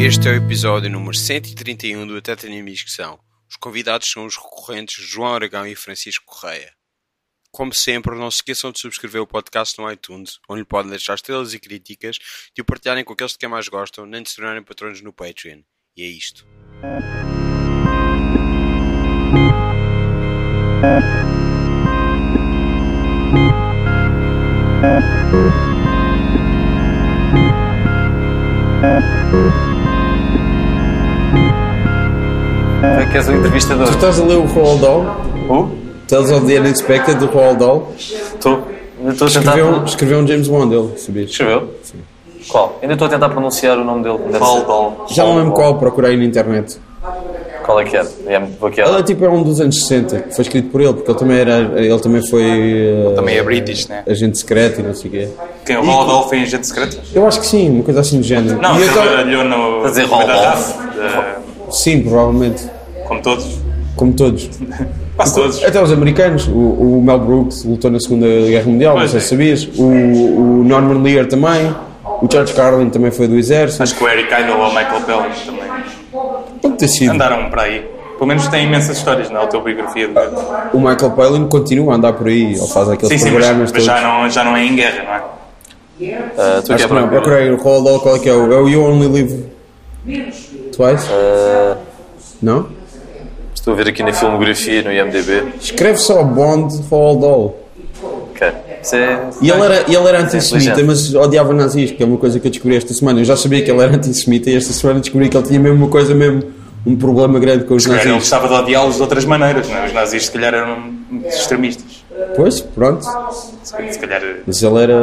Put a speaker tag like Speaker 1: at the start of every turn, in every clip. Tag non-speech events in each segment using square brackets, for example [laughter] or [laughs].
Speaker 1: Este é o episódio número 131 do Até Animes que são. Os convidados são os recorrentes João Aragão e Francisco Correia. Como sempre, não se esqueçam de subscrever o podcast no iTunes, onde lhe podem deixar estrelas e críticas, de o partilharem com aqueles de quem mais gostam, nem de se tornarem patronos no Patreon. E é isto.
Speaker 2: Tu é que és o entrevistador.
Speaker 3: Tu estás a ler o Roald Dahl?
Speaker 2: Oh,
Speaker 3: Tales of the Unexpected do Roald Dahl?
Speaker 2: tu? Ainda estou a tentar.
Speaker 3: Escreveu, escreveu um James Bond, ele, sabias?
Speaker 2: Escreveu? Qual? Ainda estou a tentar pronunciar o nome dele. Paul Dahl.
Speaker 3: Já não lembro qual, procurei na internet.
Speaker 2: Qual é que era? É
Speaker 3: Ela
Speaker 2: bloqueado.
Speaker 3: tipo é um dos anos 60, que foi escrito por ele, porque ele também era. Ele também foi. eh,
Speaker 4: Também é British, né?
Speaker 3: Agente secreto e não sei é o quê.
Speaker 4: Quem o Roald Dahl foi em Agente Secreto?
Speaker 3: Eu acho que sim, uma coisa assim do género.
Speaker 4: Não,
Speaker 3: E eu tava-
Speaker 4: trabalhou no.
Speaker 2: Fazer
Speaker 4: no Comida
Speaker 2: Roald
Speaker 4: Daf,
Speaker 3: Sim, provavelmente.
Speaker 4: eh, Como todos.
Speaker 3: Como todos.
Speaker 4: Quase todos.
Speaker 3: Até os americanos. O, o Mel Brooks lutou na Segunda Guerra Mundial, não
Speaker 4: Pois
Speaker 3: sei
Speaker 4: é.
Speaker 3: se sabias. O, o Norman Lear também. O George Carlin também foi do Exército.
Speaker 4: Acho que o Eric Idle ou o Michael Phelps também.
Speaker 3: Pode ter sido.
Speaker 4: Andaram para aí. Pelo menos tem imensas histórias na autobiografia do Goethe.
Speaker 3: O Michael Palin continua a andar por aí, ele faz aqueles
Speaker 4: Sim, sim, mas,
Speaker 3: programas
Speaker 4: mas
Speaker 3: todos.
Speaker 4: já, não, já não é em guerra, não é?
Speaker 2: Ah, tu é que
Speaker 3: Acho
Speaker 2: é
Speaker 3: que não,
Speaker 2: branco.
Speaker 3: procurei o Roald Dahl, qual é que é o, é o You Only Live Twice? Não?
Speaker 2: Estou a ver aqui na filmografia, no IMDB.
Speaker 3: Escreve só Bond Roald Dahl.
Speaker 2: Ok. Isso é-
Speaker 3: E ele era, ele era
Speaker 2: inteligente.
Speaker 3: antissemita, mas odiava nazis, que é uma coisa que eu descobri esta semana. Eu já sabia que ele era antissemita e esta semana descobri que ele tinha mesmo uma coisa mesmo, um problema grande com os
Speaker 4: Ele
Speaker 3: nazis.
Speaker 4: gostava de odiá-los de outras maneiras, não é? Os nazis, se calhar, eram extremistas.
Speaker 3: Pois, pronto.
Speaker 4: Se se calhar. eh,
Speaker 3: Mas ele era...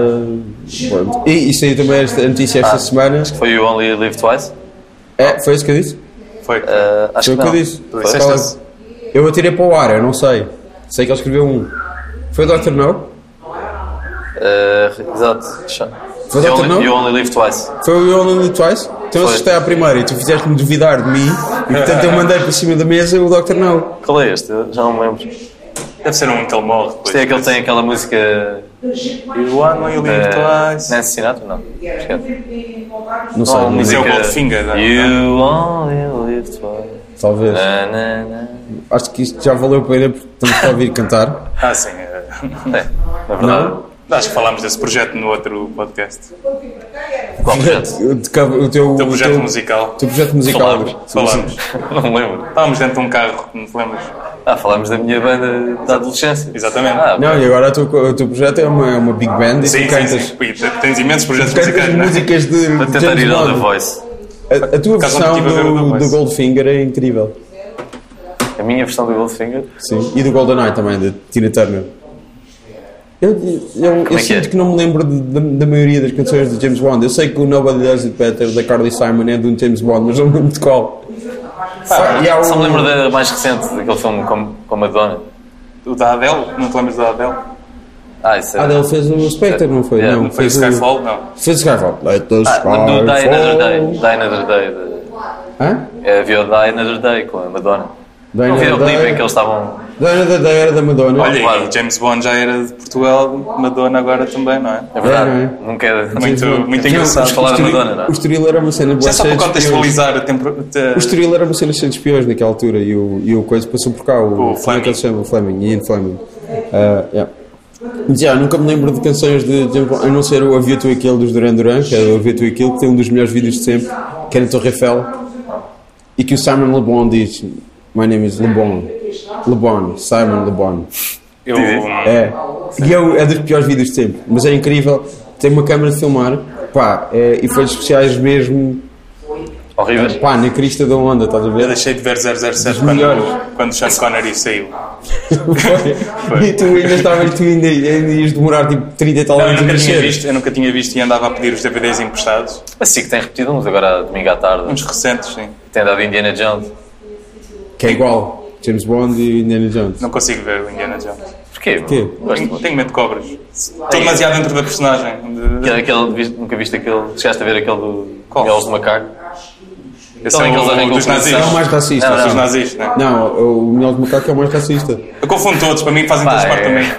Speaker 3: pronto. E isso aí também é esta- a notícia
Speaker 2: Ah.
Speaker 3: esta semana.
Speaker 2: Foi You Only Live Twice?
Speaker 3: É, foi isso que eu disse?
Speaker 4: Foi.
Speaker 2: Ah,
Speaker 3: Foi
Speaker 2: acho que
Speaker 3: o que
Speaker 2: não.
Speaker 3: eu disse.
Speaker 2: Foi.
Speaker 3: Qual é? Eu atirei para o ar, eu não sei. Sei que ele escreveu um. Foi o Dr. No?
Speaker 2: Ah, exato. Chá.
Speaker 3: Foi
Speaker 2: You
Speaker 3: Dr.
Speaker 2: only,
Speaker 3: No?
Speaker 2: you only Live Twice.
Speaker 3: Foi o You Only Live Twice? Então eu acertei à primeira e tu fizeste-me duvidar de mim e portanto eu mandei para cima da mesa o Dr. No.
Speaker 2: Qual é este? Eu já não me lembro. Isto
Speaker 4: Deve ser um telemóvel depois.
Speaker 2: é aquele que tem aquela música.
Speaker 4: You only live
Speaker 2: ah,
Speaker 4: twice.
Speaker 2: Nancy Sinatra? Não. é. Esquece.
Speaker 3: Não sei,
Speaker 2: Não,
Speaker 3: não-
Speaker 2: Oh, mas
Speaker 4: Isso é o
Speaker 2: música-
Speaker 4: Goldfinger, não é?
Speaker 2: You Only Live Twice.
Speaker 3: talvez.
Speaker 2: Na, na, na.
Speaker 3: Acho que isto já valeu a pena porque estamos só a ouvir cantar.
Speaker 4: Ah, sim. eh, [laughs]
Speaker 2: É, na verdade.
Speaker 3: Não?
Speaker 4: Acho que falámos desse projeto no outro podcast.
Speaker 2: Qual projeto?
Speaker 3: O [laughs] de cabo- O teu,
Speaker 4: Do
Speaker 3: o
Speaker 4: projeto
Speaker 3: teu-
Speaker 4: musical.
Speaker 3: O teu projeto musical.
Speaker 2: Falámos,
Speaker 3: Sim, sim.
Speaker 4: Falámos.
Speaker 2: [laughs] Não me lembro.
Speaker 4: Estávamos dentro de um carro, não te lembras?
Speaker 2: Ah, falámos da minha banda da adolescência.
Speaker 4: Exatamente.
Speaker 2: Ah,
Speaker 3: Não, e agora o teu, o teu projeto é uma, é uma big band e
Speaker 4: Sim,
Speaker 3: tu
Speaker 4: sim,
Speaker 3: cantas.
Speaker 4: sim. E te- Tens imensos projetos
Speaker 3: Cantas
Speaker 4: musicais, não é?
Speaker 3: músicas de.
Speaker 2: para
Speaker 3: de
Speaker 2: tentar
Speaker 3: James
Speaker 2: ir ao The
Speaker 3: Bond.
Speaker 2: Voice.
Speaker 3: A, a tua
Speaker 4: Caso não
Speaker 3: versão
Speaker 4: tive a ver o The
Speaker 3: do, do
Speaker 4: Voice.
Speaker 3: Goldfinger é incrível.
Speaker 2: A minha versão do Goldfinger.
Speaker 3: Sim, e do GoldenEye também, da Tina Turner. Eu, eu, eu
Speaker 2: é que
Speaker 3: sinto
Speaker 2: é?
Speaker 3: que não me lembro de- da- da maioria das canções de James Bond. Eu sei que o Nobody Does It Better da Carly Simon é de um James Bond, mas não me lembro de qual. Ah, e há
Speaker 2: Só
Speaker 3: um-
Speaker 2: me lembro da mais recente, daquele filme com, com Madonna.
Speaker 4: O da Adele? Não te lembras da Adele?
Speaker 2: Ah, isso é.
Speaker 3: Ah, ele fez o Spectre, não foi?
Speaker 2: Yeah,
Speaker 3: não,
Speaker 2: não
Speaker 4: Foi o
Speaker 3: fez
Speaker 4: Skyfall? Não.
Speaker 3: Fez o Skyfall. Let the
Speaker 2: Ah, lembro do Die
Speaker 3: Skyfall.
Speaker 2: Another Day. Die Another Day. de-
Speaker 3: Hã?
Speaker 2: É, havia o Die Another Day com a Madonna.
Speaker 3: Die
Speaker 2: O
Speaker 3: Another
Speaker 2: videoclipe em que
Speaker 3: Day. É,
Speaker 2: eles estavam.
Speaker 3: Die Another Day era da Madonna.
Speaker 4: Olha,
Speaker 2: claro.
Speaker 4: e James Bond já era de Portugal, Madonna agora também, não é?
Speaker 2: É verdade,
Speaker 3: É, não
Speaker 2: nunca era.
Speaker 4: Muito, muito
Speaker 2: Vamos
Speaker 4: engraçado.
Speaker 2: falar da
Speaker 3: O Estoril-
Speaker 2: Madonna, não é?
Speaker 3: O Estoril era uma cena boa.
Speaker 4: Já só para contextualizar a
Speaker 3: O
Speaker 4: temperatura.
Speaker 3: Estoril era uma cena cheia de espiões naquela altura e o, e o coisa passou por cá, o,
Speaker 4: O
Speaker 3: como é que ele se chama? O Fleming, Ian Fleming. Ah, yeah. Mas yeah, nunca me lembro de canções de James Bond, a não ser o Havia Tu Aquele dos Duran Duran, que é o Havia Tu Aquele, que tem um dos melhores vídeos de sempre, que é na Torre Eiffel, e que o Simon Le Bon diz: My name is Le Bon. Le Bon, Simon Le Bon.
Speaker 4: Eu,
Speaker 3: É. E é, o- é dos piores vídeos de sempre, mas é incrível. Tem uma câmera de filmar, pá, é, e foi especiais mesmo,
Speaker 2: Horrível.
Speaker 3: pá, na crista da onda, estás a
Speaker 4: eu
Speaker 3: ver?
Speaker 4: deixei de ver 007
Speaker 3: melhores.
Speaker 4: quando, quando Sean Connery saiu.
Speaker 3: E tu ainda estavas, tu ainda, ainda ias demorar tipo 30 e tal
Speaker 4: Não, eu
Speaker 3: anos a
Speaker 4: nunca tinha
Speaker 3: crescer.
Speaker 4: visto, eu nunca tinha visto e andava a pedir os DVDs emprestados.
Speaker 2: Assim que tem repetido uns agora domingo à tarde.
Speaker 4: Uns recentes, sim.
Speaker 2: Tem dado Indiana Jones.
Speaker 3: Que é igual. James Bond e Indiana Jones.
Speaker 4: Não consigo ver o Indiana Jones.
Speaker 2: Porquê?
Speaker 3: Porquê?
Speaker 2: Gosto muito.
Speaker 4: Tenho medo de cobras. Estou demasiado dentro da personagem. De-
Speaker 2: Aquele, aquele, viste- nunca viste aquele. Chegaste a ver aquele do.
Speaker 4: Qual?
Speaker 2: Miguel do Macaco?
Speaker 4: Esse
Speaker 2: Então,
Speaker 4: é
Speaker 2: aqueles
Speaker 4: o
Speaker 2: arrancam
Speaker 4: dos
Speaker 2: com
Speaker 4: nazis.
Speaker 2: o
Speaker 3: É o mais racista.
Speaker 2: Não,
Speaker 4: Dos
Speaker 3: sim.
Speaker 4: nazis, né?
Speaker 3: Não, o Miguel de Macaco é o mais racista.
Speaker 4: Eu confundo todos, para mim fazem todos
Speaker 2: Pá,
Speaker 4: parte
Speaker 2: é.
Speaker 4: também.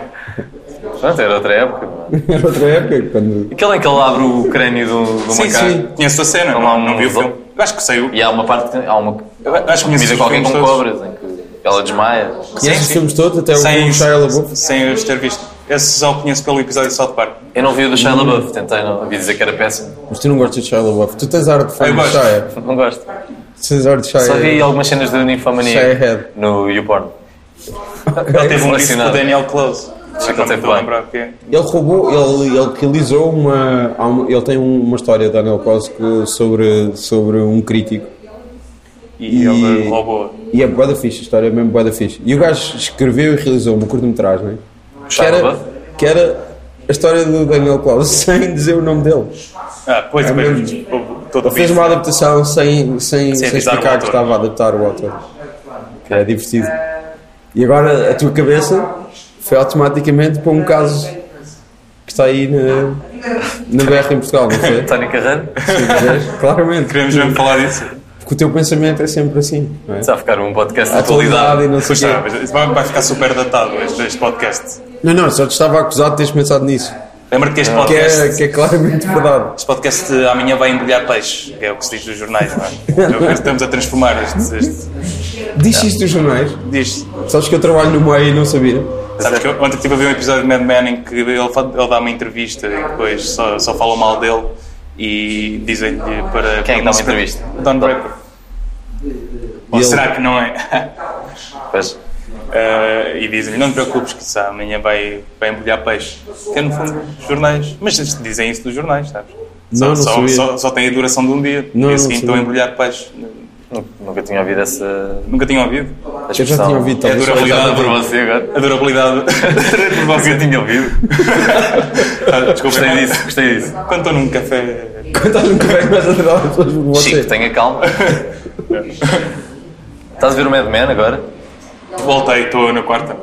Speaker 2: Pronto, era outra época. Mano.
Speaker 3: Era outra época, quando.
Speaker 2: Aquele em que ele abre o crânio do, do
Speaker 4: Sim,
Speaker 2: macaco.
Speaker 4: sim. é Conheço a cena,
Speaker 2: Estão lá
Speaker 4: não,
Speaker 2: uns
Speaker 4: não vi o filme. Eu acho que sei o.
Speaker 2: E há uma parte que. Há uma,
Speaker 4: Eu acho que conheço
Speaker 2: comida
Speaker 4: os
Speaker 2: qualquer com
Speaker 4: filmes todos.
Speaker 2: cobras em que ela desmaia.
Speaker 5: Conheces os filmes todos, até o
Speaker 4: Sem,
Speaker 5: do um Shia LaBeouf?
Speaker 4: sem os ter visto. Esse só o conheço pelo episódio de South Park.
Speaker 2: Eu não vi o do Shia LaBeouf, tentei, não. Ouvi dizer que era péssimo. [laughs]
Speaker 5: Mas tu não gostas de Shia LaBeouf. Tu tens arte de fã
Speaker 4: Eu
Speaker 5: de
Speaker 4: gosto.
Speaker 5: Shia.
Speaker 2: Não gosto.
Speaker 5: Tu tens arte de Shia.
Speaker 2: Só vi algumas cenas da Ninfomania
Speaker 5: Shirehead.
Speaker 2: no YouPorn. [laughs]
Speaker 4: Ele teve um bife com
Speaker 2: Fascinado.
Speaker 4: o Daniel Close. Acho
Speaker 2: ele
Speaker 4: que não
Speaker 2: teve
Speaker 4: estou a
Speaker 2: bem.
Speaker 4: lembrar o que é.
Speaker 5: Ele roubou, ele, ele realizou uma, há uma- Ele tem um- uma história, Daniel Close, que- sobre, sobre um crítico.
Speaker 4: E,
Speaker 5: E-
Speaker 4: ele roubou.
Speaker 5: E é bué da fixe, a história é mesmo bué da fixe. E o gajo escreveu e realizou uma curta-metragem é? que
Speaker 2: Shia
Speaker 5: era,
Speaker 2: LaBeouf?
Speaker 5: que era a história do Daniel Close, [laughs] sem dizer o nome dele.
Speaker 4: Ah, pois, pois.
Speaker 5: É mesmo.
Speaker 4: houve Todo o
Speaker 5: Ele fez
Speaker 4: bife.
Speaker 5: uma adaptação sem, sem, sem,
Speaker 4: avisar o
Speaker 5: explicar que
Speaker 4: autor.
Speaker 5: estava a adaptar o autor. Que é divertido. E agora a tua cabeça foi automaticamente para um caso que está aí na, na BR em Portugal, não foi?
Speaker 2: António Carreiro?
Speaker 5: [laughs] Claramente.
Speaker 4: Queremos mesmo falar disso.
Speaker 5: Porque o teu pensamento é sempre assim, não é?
Speaker 2: Está a ficar um podcast de
Speaker 5: A atualidade e
Speaker 2: atualidade.
Speaker 5: não sei
Speaker 4: Pois
Speaker 5: o quê.
Speaker 4: está, mas isso vai vai ficar super datado este, este podcast.
Speaker 5: Não, não, só te estava acusado de teres pensado nisso.
Speaker 4: Lembra que este
Speaker 5: Que
Speaker 4: podcast,
Speaker 5: é, que é claramente verdade.
Speaker 4: este podcast eh, amanhã vai embrulhar peixe, que é o que se diz nos jornais,
Speaker 5: [laughs]
Speaker 4: não é? Estamos a transformar este. este
Speaker 5: Diz isto dos jornais.
Speaker 4: diz
Speaker 5: Sabes que eu trabalho no meio e não sabia.
Speaker 4: Sabes que eu- ontem estive a ver um episódio de Mad Men em que ele, fa- ele dá uma entrevista e depois só, só falam mal dele e dizem-lhe para.
Speaker 2: Quem é que dá uma entrevista?
Speaker 4: Don Draper. Ou
Speaker 5: ele-
Speaker 4: será que não é?
Speaker 2: Pois.
Speaker 4: Eh, e dizem-lhe: não te preocupes, que isso amanhã vai, vai embrulhar peixe. Que é no fundo os jornais. Mas eles dizem isso dos jornais, sabes?
Speaker 5: Não, não
Speaker 4: só, só,
Speaker 5: sabia.
Speaker 4: só, só tem a duração de um dia. e
Speaker 5: Não, não
Speaker 4: a seguinte estão a
Speaker 5: sabia.
Speaker 4: embrulhar peixe.
Speaker 2: Nunca tinha ouvido essa
Speaker 4: Nunca tinha ouvido.
Speaker 2: expressão.
Speaker 5: Eu já tinha ouvido,
Speaker 4: É a
Speaker 5: talvez. só
Speaker 2: Obrigado
Speaker 4: durabilidade
Speaker 5: já-
Speaker 2: por você agora.
Speaker 4: A durabilidade.
Speaker 2: [laughs]
Speaker 4: por você tinha ouvido. [laughs] Desculpa,
Speaker 2: Gostei disso, gostei disso.
Speaker 4: Quando estou num café
Speaker 5: Quando eu nunca vejo mais a tratar as pessoas por [laughs] você.
Speaker 2: Chico, tenha
Speaker 5: [laughs]
Speaker 2: calma. Estás a ver o Mad Men agora?
Speaker 4: Voltei, estou na quarta.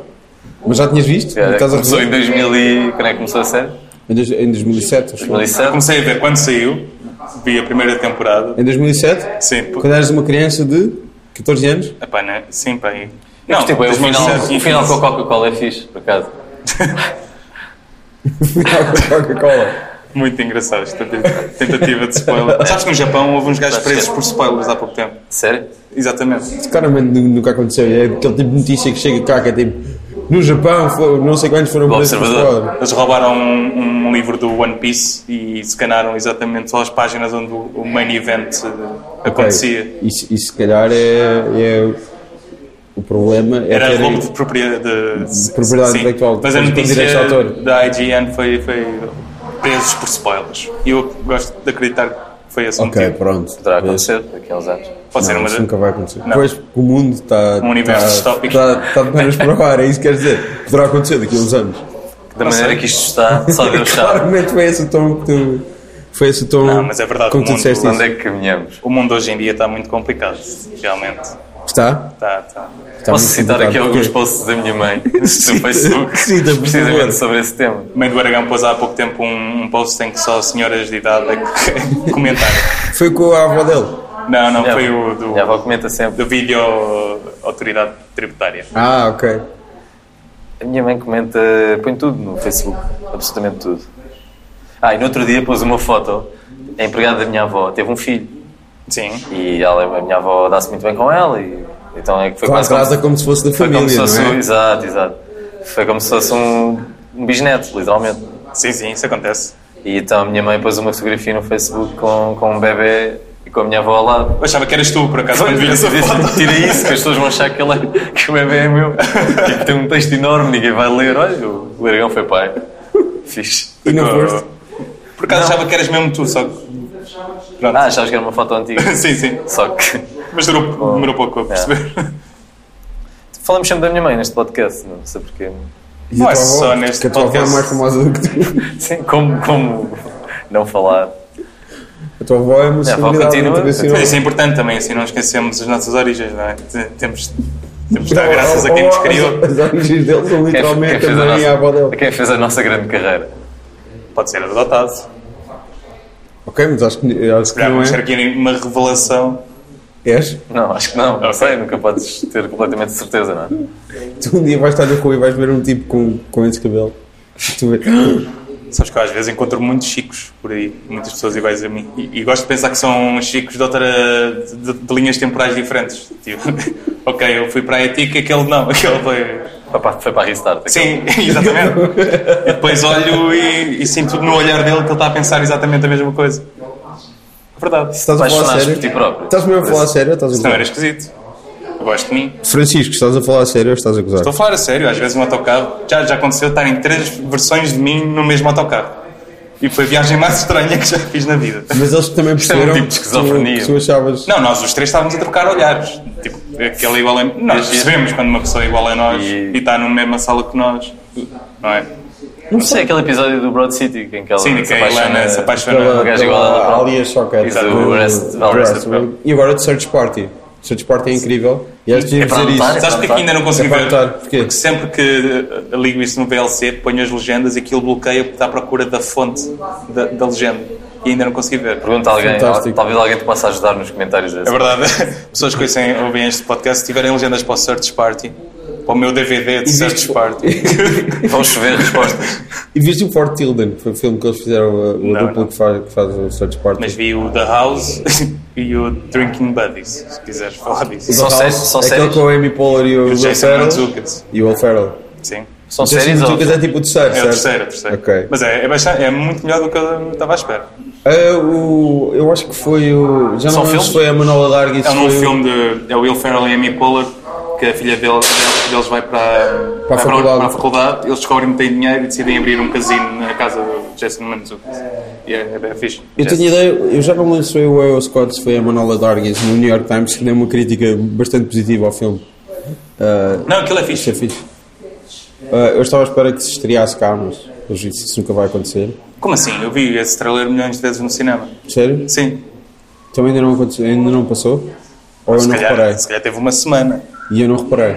Speaker 5: Mas já tinhas visto?
Speaker 2: É,
Speaker 5: Estás a
Speaker 2: começou em
Speaker 5: rever?
Speaker 2: 2000 e... Quando é que começou a série?
Speaker 5: Em dois- em 2007, acho que.
Speaker 2: 2007?
Speaker 4: Comecei a ver quando saiu, vi a primeira temporada.
Speaker 5: Em 2007?
Speaker 4: Sim, pô-
Speaker 5: Quando eras uma criança de
Speaker 4: [laughs]
Speaker 5: 14 anos? [laughs]
Speaker 4: epá, né? sim, pá. aí-
Speaker 2: Eu gostei, bué, Tipo, é o final,
Speaker 4: 2007.
Speaker 2: o final com a Coca-Cola é fixe, por acaso.
Speaker 5: Fui lá com a Coca-Cola.
Speaker 4: Muito engraçado esta tenta- tentativa
Speaker 2: [laughs]
Speaker 4: de spoiler. Sabes que no Japão houve uns gajos presos
Speaker 2: é
Speaker 4: por spoilers há pouco tempo.
Speaker 2: Sério?
Speaker 4: Exatamente.
Speaker 5: Claramente nu- nunca aconteceu. É aquele tipo de notícia que chega cá, que é tipo... No Japão, foram- não sei quantos foram
Speaker 2: Do
Speaker 5: presos por
Speaker 2: Observador.
Speaker 5: fora.
Speaker 4: Eles roubaram um, um livro do One Piece e escanaram exatamente só as páginas onde o o main event eh,
Speaker 5: Ok,
Speaker 4: acontecia.
Speaker 5: Isso, isso se calhar é, é o problema. É
Speaker 4: Era
Speaker 5: ter-
Speaker 4: roubo de propriedade, de,
Speaker 5: propriedade intelectual,
Speaker 4: Mas a
Speaker 5: depois de
Speaker 4: notícia
Speaker 5: direitos de autor.
Speaker 4: da IGN foi, foi presos por spoilers. E eu gosto de acreditar que foi esse o
Speaker 5: Ok,
Speaker 4: motivo.
Speaker 5: pronto.
Speaker 2: Poderá
Speaker 5: Vês?
Speaker 2: acontecer daqui a uns anos.
Speaker 4: Pode ser
Speaker 5: Não,
Speaker 4: uma
Speaker 5: isso nunca vai acontecer.
Speaker 4: Não.
Speaker 5: Pois, porque o mundo está.
Speaker 4: Um universo distópico.
Speaker 5: Está, está apenas para o ar, é isso que quer dizer. Poderá acontecer daqui a uns anos.
Speaker 2: Da maneira
Speaker 4: sei.
Speaker 2: que isto está, só
Speaker 5: [laughs]
Speaker 2: Deus sabe.
Speaker 5: Claramente foi esse o tom que tu. Foi esse o tom.
Speaker 4: Não, mas é verdade,
Speaker 5: Como
Speaker 4: o
Speaker 5: tu
Speaker 4: mundo-
Speaker 5: disseste isso.
Speaker 2: Onde é que caminhamos?
Speaker 4: O mundo hoje em dia está muito complicado, realmente.
Speaker 5: Está?
Speaker 4: Está, está.
Speaker 5: está
Speaker 2: Posso
Speaker 5: muito
Speaker 2: citar
Speaker 5: complicado.
Speaker 2: aqui alguns
Speaker 5: Ok.
Speaker 2: posts da minha
Speaker 5: [laughs]
Speaker 2: mãe no Facebook,
Speaker 5: cita, por favor.
Speaker 2: precisamente sobre esse tema.
Speaker 4: O meio do Aragão pôs há pouco tempo um, um post em que só senhoras de idade é que [laughs] comentaram.
Speaker 5: Foi com a avó dele.
Speaker 4: Não, não,
Speaker 2: Minha
Speaker 4: foi
Speaker 2: avó-
Speaker 4: o do,
Speaker 2: Minha avó comenta sempre.
Speaker 4: do vídeo Autoridade Tributária.
Speaker 5: Ah, ok.
Speaker 2: A minha mãe comenta, põe tudo no Facebook, absolutamente tudo. Ah, e no outro dia pôs uma foto, a empregada da minha avó teve um filho
Speaker 4: Sim.
Speaker 2: e ela, a minha avó dá-se muito bem com ela e então é que foi
Speaker 5: Claro,
Speaker 2: quase como,
Speaker 5: trata como se fosse da
Speaker 2: foi como
Speaker 5: família,
Speaker 2: se
Speaker 5: não
Speaker 2: fosse um-
Speaker 5: é?
Speaker 2: exato, exato. Foi como se fosse um, um bisneto, literalmente.
Speaker 4: Sim, sim, isso acontece.
Speaker 2: E então a minha mãe pôs uma fotografia no Facebook com, com um bebê e com a minha avó lá.
Speaker 4: Eu achava que eras tu, por acaso, quando vi essa foto.
Speaker 2: Tira é isso, que as pessoas vão achar que, ele é- que o bebê é meu. E que tem um texto enorme, ninguém vai ler. Olha, o o Aragão foi pai. Fixe.
Speaker 5: E não
Speaker 4: Uh,
Speaker 5: foste?
Speaker 4: Por acaso achava que eras mesmo tu, só que. [laughs] Pronto.
Speaker 2: Ah, achavas que era uma foto
Speaker 5: [laughs]
Speaker 2: antiga.
Speaker 4: sim, sim.
Speaker 2: Só que.
Speaker 4: Mas durou, demorou pouco a perceber.
Speaker 2: É. Falamos sempre da minha mãe neste podcast, não sei porquê.
Speaker 5: E
Speaker 4: Não
Speaker 5: a
Speaker 4: é
Speaker 5: tua avó?
Speaker 4: só neste
Speaker 5: Que a tua avó é
Speaker 4: podcast.
Speaker 5: mais famosa do que tu.
Speaker 2: Sim, como, como não falar.
Speaker 5: A tua avó é uma
Speaker 2: avó
Speaker 5: celebridade
Speaker 2: continua.
Speaker 5: internacional.
Speaker 4: Isso é importante também, assim não esquecemos as nossas origens, não é? T- Temos, temos de dar
Speaker 5: Ou-
Speaker 4: graças a
Speaker 2: é
Speaker 4: quem
Speaker 5: ou-
Speaker 4: nos criou.
Speaker 5: As origens dele são
Speaker 2: Quem,
Speaker 5: literalmente
Speaker 2: quem
Speaker 5: a
Speaker 2: fez a
Speaker 5: mãe e a avó
Speaker 2: nossa,
Speaker 5: dele.
Speaker 2: quem fez a nossa grande carreira.
Speaker 4: Pode ser adotado.
Speaker 5: Ok, mas acho que, acho que
Speaker 4: Já
Speaker 5: não
Speaker 4: vamos ter
Speaker 5: é.
Speaker 4: aqui uma revelação.
Speaker 5: És?
Speaker 2: Não, acho que não, não sei, nunca podes ter completamente certeza, não é?
Speaker 5: Tu um dia vais estar na rua e vais ver um tipo com, com esse cabelo. Tu vê-
Speaker 4: Sabes que eu às vezes encontro muitos chicos por aí, muitas pessoas iguais a mim. E, e gosto de pensar que são chicos de, outra, de, de linhas temporais diferentes. Tipo, [laughs] ok, eu fui para a Etica, aquele não, [laughs] aquele foi.
Speaker 2: Foi para, foi para a Restart.
Speaker 4: Sim, [laughs] exatamente. E depois olho e, e sinto no olhar dele que ele está a pensar exatamente a mesma coisa. É Verdade.
Speaker 5: Estás a falar a
Speaker 2: Apaixonaste
Speaker 5: sério?
Speaker 2: por ti é. próprio.
Speaker 5: Estás mesmo a falar a sério? Estás a
Speaker 4: Isso não
Speaker 5: gozar?
Speaker 4: era esquisito. Eu gosto de mim.
Speaker 5: Francisco, estás a falar a sério ou estás a gozar?
Speaker 4: Estou a falar a sério, às vezes um autocarro já, já aconteceu estarem três versões de mim no mesmo autocarro. E foi a viagem mais estranha que já fiz na vida.
Speaker 5: Mas eles também
Speaker 4: Isto é um tipo
Speaker 5: perceberam
Speaker 4: de
Speaker 5: que tu-
Speaker 2: esquizofrenia.
Speaker 5: que tu achavas.
Speaker 4: Não, nós os três estávamos a trocar olhares. Tipo, aquele igual a. Nós percebemos quando uma pessoa é igual a nós
Speaker 2: E-
Speaker 4: e está na mesma sala que nós. Não é?
Speaker 2: Não sei, aquele episódio do Broad City em que ela
Speaker 4: Sim, que é a Ilana se
Speaker 5: Pela,
Speaker 4: apaixona.
Speaker 2: gajo igual a
Speaker 5: pela
Speaker 2: Natal.
Speaker 5: Alias Shocker.
Speaker 2: Exato,
Speaker 5: do-
Speaker 2: o Arrested-
Speaker 5: do
Speaker 2: Arrested
Speaker 5: Arrested. E agora de Search Party. Search Party é incrível. E acho que
Speaker 2: É
Speaker 5: devíamos
Speaker 2: para
Speaker 5: dizer
Speaker 2: anotar,
Speaker 5: isso.
Speaker 4: Sabes porque é que ainda não consegui
Speaker 5: É para
Speaker 4: ver?
Speaker 5: anotar. Porquê?
Speaker 4: Porque sempre que eh, ligo isso no VLC, ponho as legendas e aquilo bloqueia porque está à procura da fonte da, da legenda. E ainda não consegui ver.
Speaker 2: Pergunta a alguém,
Speaker 5: Fantástico.
Speaker 2: talvez alguém te possa ajudar nos comentários
Speaker 4: É
Speaker 2: desse.
Speaker 4: verdade. [laughs] Pessoas que conhecem, ouvem este podcast, se tiverem legendas para o Search Party, para o meu DVD de Search Party.
Speaker 2: Vão chover respostas.
Speaker 5: E viste o Fort Tilden? Foi o filme que eles fizeram, uh, o
Speaker 4: Não,
Speaker 5: duplo
Speaker 4: não.
Speaker 5: que faz, que faz o Search Party.
Speaker 4: Mas vi o The House [laughs] e o Drinking Buddies, se quiseres falar disso.
Speaker 5: O
Speaker 2: Só
Speaker 5: House,
Speaker 2: séries- só
Speaker 5: Aquele
Speaker 2: séries?
Speaker 5: com a Amy Poehler e o,
Speaker 4: O
Speaker 5: Will
Speaker 4: Jason
Speaker 5: Ferrell.
Speaker 4: Mantzoukas.
Speaker 5: E o Will Ferrell.
Speaker 4: Sim.
Speaker 2: São
Speaker 5: O Jason
Speaker 2: séries ou
Speaker 5: Mantzoukas é tipo o terceiro,
Speaker 4: É o
Speaker 5: certo?
Speaker 4: terceiro, é o terceiro.
Speaker 5: Ok.
Speaker 4: Mas é, é, bastante, é muito melhor do que eu estava à espera.
Speaker 5: Ah, o, eu acho que foi o... Já
Speaker 2: São
Speaker 5: não lembro
Speaker 2: filmes?
Speaker 5: se foi a Manola Larga e se
Speaker 4: É um
Speaker 5: foi o-
Speaker 4: filme de é o Will Ferrell e Amy Poehler, que a filha dele- deles vai para, vai
Speaker 5: faculdade.
Speaker 4: para a faculdade, eles descobrem que têm dinheiro e decidem abrir um casino na casa do Jason Mantzoukas. E é, é bem fixe.
Speaker 5: Eu
Speaker 4: Jason.
Speaker 5: tenho ideia, eu já não me lembro se foi o Will Scott, se foi a Manola Dargis no New York Times, que deu uma crítica bastante positiva ao filme. Ah,
Speaker 4: Não, aquilo é
Speaker 5: isso
Speaker 4: fixe.
Speaker 5: é fixe. Ah, eu estava à espera que se estreasse cá, mas eu disse que isso nunca vai acontecer.
Speaker 4: Como assim? Eu vi esse trailer milhões de vezes no cinema.
Speaker 5: Sério?
Speaker 4: Sim.
Speaker 5: Também ainda não, aconteceu, ainda não passou? Ou eu
Speaker 4: se,
Speaker 5: não reparei?
Speaker 4: calhar, se calhar teve uma semana.
Speaker 5: E eu não reparei.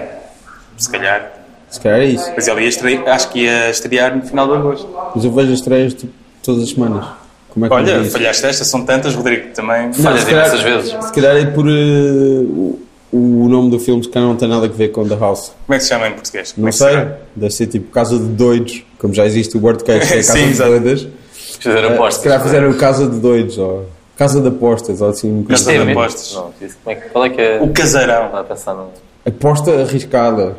Speaker 4: Se calhar.
Speaker 5: Se calhar é isso.
Speaker 4: Mas ele ia estrear, acho que ia estrear no final de agosto.
Speaker 5: Mas eu vejo as estreias tipo, todas as semanas. Como é que eu
Speaker 4: Olha,
Speaker 5: vi isso?
Speaker 4: falhaste esta, são tantas, Rodrigo, também.
Speaker 5: Não,
Speaker 2: falhas
Speaker 5: se calhar-
Speaker 2: imensas vezes.
Speaker 5: Se calhar é por eh, o, o nome do filme, se calhar não tem nada a ver com The House.
Speaker 4: Como é que se chama em português? Como
Speaker 5: Não
Speaker 4: é que se
Speaker 5: sei,
Speaker 4: chama?
Speaker 5: deve ser tipo Casa de Doidos, como já existe
Speaker 4: [laughs]
Speaker 5: o World Case, que é a Casa
Speaker 4: Sim,
Speaker 5: de
Speaker 4: exato.
Speaker 5: Doidas. Ah,
Speaker 2: Fizeram
Speaker 5: Se
Speaker 2: apostas.
Speaker 5: calhar
Speaker 4: é?
Speaker 5: fizeram Casa de Doidos, ou Casa de Apostas, ou assim, uma coisa
Speaker 4: Casa de
Speaker 5: assim.
Speaker 4: Apostas. apostas.
Speaker 2: Não, isso- como é que- qual é que é?
Speaker 4: O Casarão.
Speaker 2: Estava a pensar no
Speaker 5: Aposta arriscada,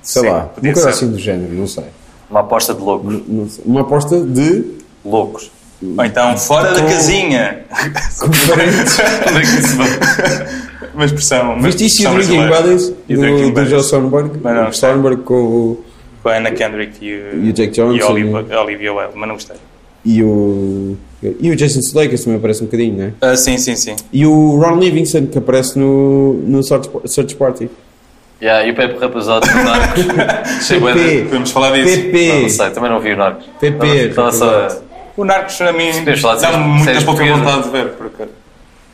Speaker 5: sei
Speaker 4: Sim,
Speaker 5: lá,
Speaker 4: podia
Speaker 5: uma coisa
Speaker 4: ser.
Speaker 5: assim do género, não sei.
Speaker 2: uma aposta de loucos.
Speaker 5: Não sei. Uma aposta de
Speaker 2: Loucos.
Speaker 4: Ou então, fora da
Speaker 5: [laughs]
Speaker 4: casinha. [laughs]
Speaker 5: concorrentes.
Speaker 4: Onde é que isso vai? Uma expressão. Uma
Speaker 5: Viste isso e o
Speaker 4: expressão
Speaker 5: Drinking
Speaker 4: brasileira.
Speaker 5: Buddies
Speaker 4: E o Drinking
Speaker 5: do, do
Speaker 4: Buddies.
Speaker 5: Joe Sonnenberg?
Speaker 4: Mas não
Speaker 5: O Sonnenberg com o,
Speaker 4: Com a Anna Kendrick e, o-
Speaker 5: E o Jake Johnson,
Speaker 4: E a Olivia, a Olivia Wilde, mas não gostei.
Speaker 5: e o. E o Jason Sudeikis também aparece um bocadinho, né?
Speaker 4: Ah, sim, sim, sim.
Speaker 5: E o Ron Livingston que aparece no, no Search Search Party.
Speaker 2: Yeah, e o Pepe Rapazote do
Speaker 5: [laughs]
Speaker 2: Narcos. Achei bué de-
Speaker 5: PP.
Speaker 4: Podemos falar disso.
Speaker 2: Não, não
Speaker 5: PP.
Speaker 2: sei, também não vi o Narcos.
Speaker 5: PP,
Speaker 2: Estava só.
Speaker 5: Rapazote.
Speaker 4: O Narcos, a mim,
Speaker 2: Podemos falar de
Speaker 4: dá-me
Speaker 2: séries-
Speaker 4: muita
Speaker 2: séries
Speaker 4: pouca
Speaker 2: portuguesas.
Speaker 4: vontade de ver, porque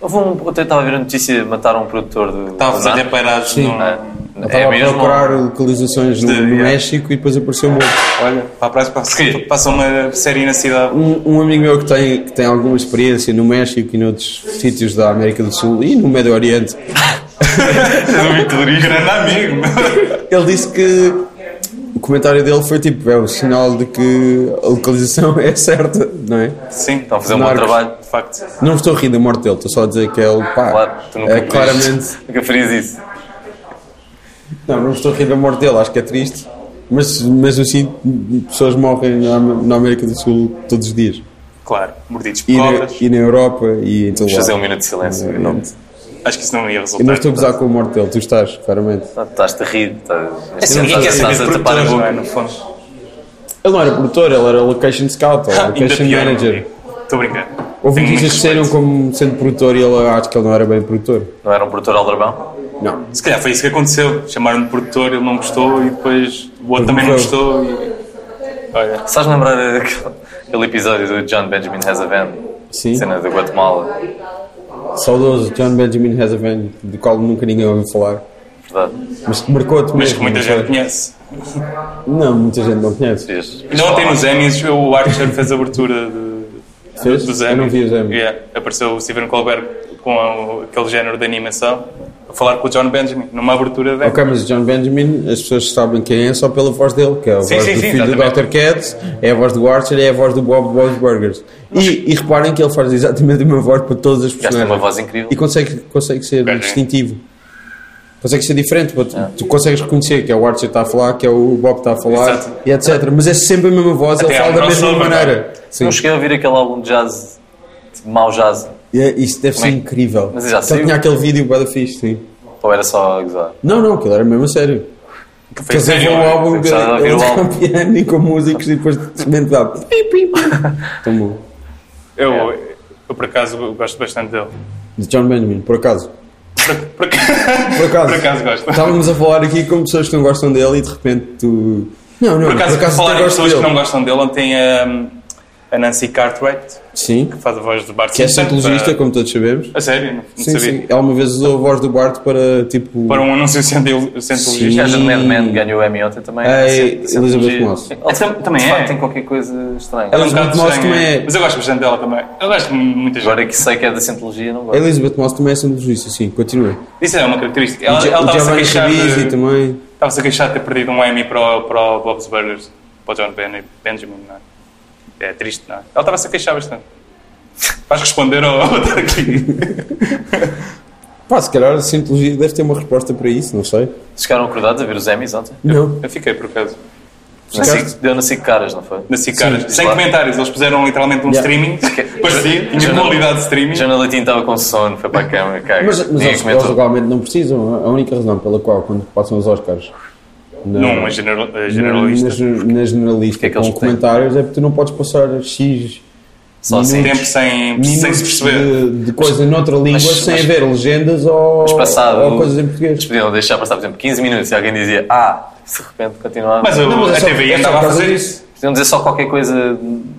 Speaker 2: Houve um, ontem estava a ver a notícia de matar um produtor do.
Speaker 4: estava a
Speaker 2: do
Speaker 4: fazer
Speaker 2: Narcos.
Speaker 4: pairados
Speaker 5: Sim.
Speaker 4: num...
Speaker 2: É,
Speaker 5: Eu
Speaker 2: é
Speaker 5: estava a
Speaker 2: mesmo.
Speaker 5: procurar localizações no,
Speaker 4: De-
Speaker 5: no
Speaker 4: yeah.
Speaker 5: México e depois apareceu um outro.
Speaker 4: Olha, para a próxima passa,
Speaker 2: Porquê?
Speaker 4: passa uma série
Speaker 2: [laughs]
Speaker 4: na cidade.
Speaker 5: Um, um amigo meu que tem, que tem alguma experiência no México e noutros sítios da América do Sul e no Médio Oriente,
Speaker 2: É
Speaker 4: Grande amigo, meu.
Speaker 5: ele disse que o comentário dele foi tipo: é o sinal de que a localização [laughs] é certa, não é?
Speaker 4: Sim,
Speaker 2: Estão a fazer um bom
Speaker 5: Narcos.
Speaker 2: trabalho.
Speaker 4: De facto.
Speaker 5: Não estou a rir da morte dele, estou só a dizer que é ele, pá,
Speaker 2: Claro, Ah, tu nunca
Speaker 5: é
Speaker 2: farias-
Speaker 5: claramente.
Speaker 2: [laughs] Nunca farias isso.
Speaker 5: Não, não estou a rir da morte dele, acho que é triste. Mas, mas assim, pessoas morrem na, na América do Sul todos os dias.
Speaker 4: Claro, mordidos por
Speaker 5: E na,
Speaker 4: cobras.
Speaker 5: e na Europa e em todo
Speaker 2: Vamos fazer um
Speaker 5: lado.
Speaker 2: minuto de silêncio.
Speaker 5: É,
Speaker 2: Não,
Speaker 4: Acho que isso não ia
Speaker 5: Eu
Speaker 4: resultar.
Speaker 5: não estou a gozar com a morte dele, tu estás, claramente.
Speaker 2: não, estás-te a rir. Estás,
Speaker 4: É assim, ninguém quer
Speaker 2: estás-
Speaker 4: saber
Speaker 2: estás
Speaker 4: de
Speaker 2: a tapar a
Speaker 4: produtores, não é?
Speaker 2: boca.
Speaker 4: No fundo.
Speaker 5: Ele não era produtor, ele era location scout ou
Speaker 4: Ah, ainda
Speaker 5: location
Speaker 4: pior.
Speaker 5: manager.
Speaker 4: amigo. Estou a brincar.
Speaker 5: Houve
Speaker 4: Tenho
Speaker 5: notícias
Speaker 4: muito
Speaker 5: que saíram
Speaker 4: respeito.
Speaker 5: como sendo produtor e ele acho que ele não era bem produtor.
Speaker 2: Não era um produtor aldrabão?
Speaker 5: Não.
Speaker 4: Se calhar foi isso que aconteceu. Chamaram-me produtor, ele não gostou e depois o outro também não gostou. E... Olha,
Speaker 2: Sabes lembrar aquele, aquele episódio do John Benjamin Has a Van?
Speaker 5: Sim.
Speaker 2: Cena da Guatemala.
Speaker 5: Saudoso John Benjamin has a van, do qual nunca ninguém ouviu falar.
Speaker 2: Verdade.
Speaker 5: Mas que marcou-te mesmo.
Speaker 4: mas que muita
Speaker 5: não foi?
Speaker 4: gente conhece.
Speaker 5: Não, muita gente não conhece.
Speaker 2: Diz.
Speaker 4: Ainda ontem nos Emmys o Archer fez a abertura de,
Speaker 5: Fez?
Speaker 4: dos Emmys.
Speaker 5: Eu não vi os Emmys.
Speaker 4: Yeah. Apareceu o Steven Colbert com a- aquele género de animação a falar com o John Benjamin, numa abertura dela.
Speaker 5: Ok, mas o John Benjamin, as pessoas sabem quem é só pela voz dele, que é a
Speaker 4: Sim,
Speaker 5: voz
Speaker 4: sim,
Speaker 5: do
Speaker 4: sim,
Speaker 5: filho do Dr.
Speaker 4: exatamente.
Speaker 5: Katz, é a voz do Archer, é a voz do Bob de Bob's Burgers. E, e reparem que ele faz exatamente a mesma voz para todas
Speaker 2: Já
Speaker 5: as
Speaker 2: tem
Speaker 5: personagens.
Speaker 2: uma voz incrível.
Speaker 5: é. E consegue, consegue ser
Speaker 4: Bem,
Speaker 5: distintivo. Consegue ser diferente, pô,
Speaker 2: Ah.
Speaker 5: tu, tu consegues reconhecer que é o Archer que está a falar, que é o Bob que está a falar,
Speaker 4: Exato.
Speaker 5: e etc. Mas é sempre a mesma voz,
Speaker 4: Até
Speaker 5: ele
Speaker 4: há
Speaker 5: fala
Speaker 4: um
Speaker 5: da mesma
Speaker 4: crossover,
Speaker 5: maneira. Sim.
Speaker 2: Não cheguei a ouvir aquele álbum de jazz, de mau jazz,
Speaker 5: E é- isso deve ser
Speaker 2: Bem,
Speaker 5: incrível.
Speaker 2: mas já
Speaker 5: Porque
Speaker 2: saiu.
Speaker 5: ele tinha aquele vídeo bué da fixe, sim.
Speaker 2: ou era só a gozar?
Speaker 5: Não, não, aquilo era mesmo a sério.
Speaker 4: Que foi
Speaker 5: Quer dizer,
Speaker 4: sério,
Speaker 5: vão
Speaker 4: não
Speaker 5: ao
Speaker 4: é?
Speaker 5: um álbum
Speaker 2: Tem que estar a ouvir
Speaker 5: dele,
Speaker 2: o
Speaker 5: eles
Speaker 2: álbum.
Speaker 5: com piano e com músicos e depois de repente dá. pi, pi, pi. Tão bom.
Speaker 4: Eu,
Speaker 5: É.
Speaker 4: eu, por acaso, gosto bastante dele.
Speaker 5: De John Benjamin, por acaso.
Speaker 4: Por acaso,
Speaker 5: Por
Speaker 4: [laughs]
Speaker 5: acaso.
Speaker 4: por acaso gosto.
Speaker 5: Estávamos a falar aqui com pessoas que não gostam dele e de repente tu. Não, não,
Speaker 4: Por acaso, por falar
Speaker 5: até
Speaker 4: em
Speaker 5: gosto
Speaker 4: pessoas que não
Speaker 5: dele.
Speaker 4: gostam dele, ontem hum, a Nancy Cartwright,
Speaker 5: Sim,
Speaker 4: que faz a voz do Bart
Speaker 5: que é
Speaker 4: Simpson,
Speaker 5: cientologista,
Speaker 4: para-
Speaker 5: como todos sabemos.
Speaker 4: A sério? Não, não
Speaker 5: Sim,
Speaker 4: sabia.
Speaker 5: sim. Ela uma vez usou a voz do Bart para tipo.
Speaker 4: Para um anúncio cientol-
Speaker 5: Sim.
Speaker 4: cientologista.
Speaker 2: gaja de Mad Men ganhou o Emmy ontem também.
Speaker 5: Ei,
Speaker 2: Sempre- sempre
Speaker 5: É, Elizabeth
Speaker 2: giro.
Speaker 5: Moss.
Speaker 2: Ele sempre- também
Speaker 4: De
Speaker 2: é.
Speaker 4: facto,
Speaker 2: tem
Speaker 4: tem
Speaker 2: qualquer coisa estranha.
Speaker 5: Ela-
Speaker 4: um bocado
Speaker 5: Elizabeth Moss
Speaker 4: estranha.
Speaker 5: também é-
Speaker 4: Mas eu gosto bastante dela também. Eu gosto de muita gente.
Speaker 2: Agora que sei que é da Scientologia, não
Speaker 5: A
Speaker 2: gosto.
Speaker 5: Elizabeth Moss também é cientologista, sim, continua.
Speaker 4: Isso é uma característica.
Speaker 5: O
Speaker 4: Ela
Speaker 5: Gi-
Speaker 4: ela
Speaker 5: o
Speaker 4: estava-se a
Speaker 5: Giovanni
Speaker 4: queixar
Speaker 5: Ribisi
Speaker 4: de-
Speaker 5: também.
Speaker 4: estava-se a queixar de ter perdido um Emmy para o, para o Bob's Burgers, para o John Ben- Benjamin, não é? É triste, não é? Ela estava-se a queixar bastante. Vais responder ao [laughs] outro aqui.
Speaker 5: Pá, se calhar a cientologia deve ter uma resposta para isso, não sei.
Speaker 2: Vocês ficaram acordados a ver os Emmys ontem?
Speaker 5: Não.
Speaker 4: Eu fiquei, por acaso.
Speaker 2: Na
Speaker 5: Ficaste?
Speaker 2: SIC- Deu na SIC caras, não foi?
Speaker 4: Na Cicaras.
Speaker 2: Sim,
Speaker 4: Sem
Speaker 2: claro.
Speaker 4: comentários, eles fizeram literalmente um
Speaker 5: Yeah. é-
Speaker 4: streaming. Parecia, tinha
Speaker 2: Jornal-
Speaker 4: qualidade de streaming.
Speaker 2: O jornalitinho estava com sono, foi para a cama, caga.
Speaker 5: Mas, mas
Speaker 2: Ninguém
Speaker 5: eles, eles
Speaker 2: comentou.
Speaker 5: realmente não precisam. A única razão pela qual, quando passam os Oscars na,
Speaker 4: Não, é general, é
Speaker 5: na,
Speaker 4: generalista.
Speaker 5: na, na generalista
Speaker 2: Porque é que
Speaker 5: com
Speaker 2: eles têm?
Speaker 5: comentários, é porque tu não podes passar X
Speaker 2: Só assim.
Speaker 5: minutos,
Speaker 4: Tempo sem, sem se
Speaker 5: minutos
Speaker 4: perceber.
Speaker 5: de, de coisa noutra língua sem
Speaker 2: mas-
Speaker 5: haver legendas ou,
Speaker 2: passado-
Speaker 5: ou coisas em
Speaker 2: Eles
Speaker 5: português.
Speaker 2: podiam deixar passar, por exemplo, 15 minutos e alguém dizia, ah, se de repente continuava.
Speaker 4: Mas, o-
Speaker 5: Não, mas é
Speaker 4: a
Speaker 5: só-
Speaker 4: TVI
Speaker 5: é só
Speaker 4: andava a
Speaker 5: por causa
Speaker 4: fazer
Speaker 5: disso.
Speaker 4: isso.
Speaker 2: Podiam dizer só qualquer coisa,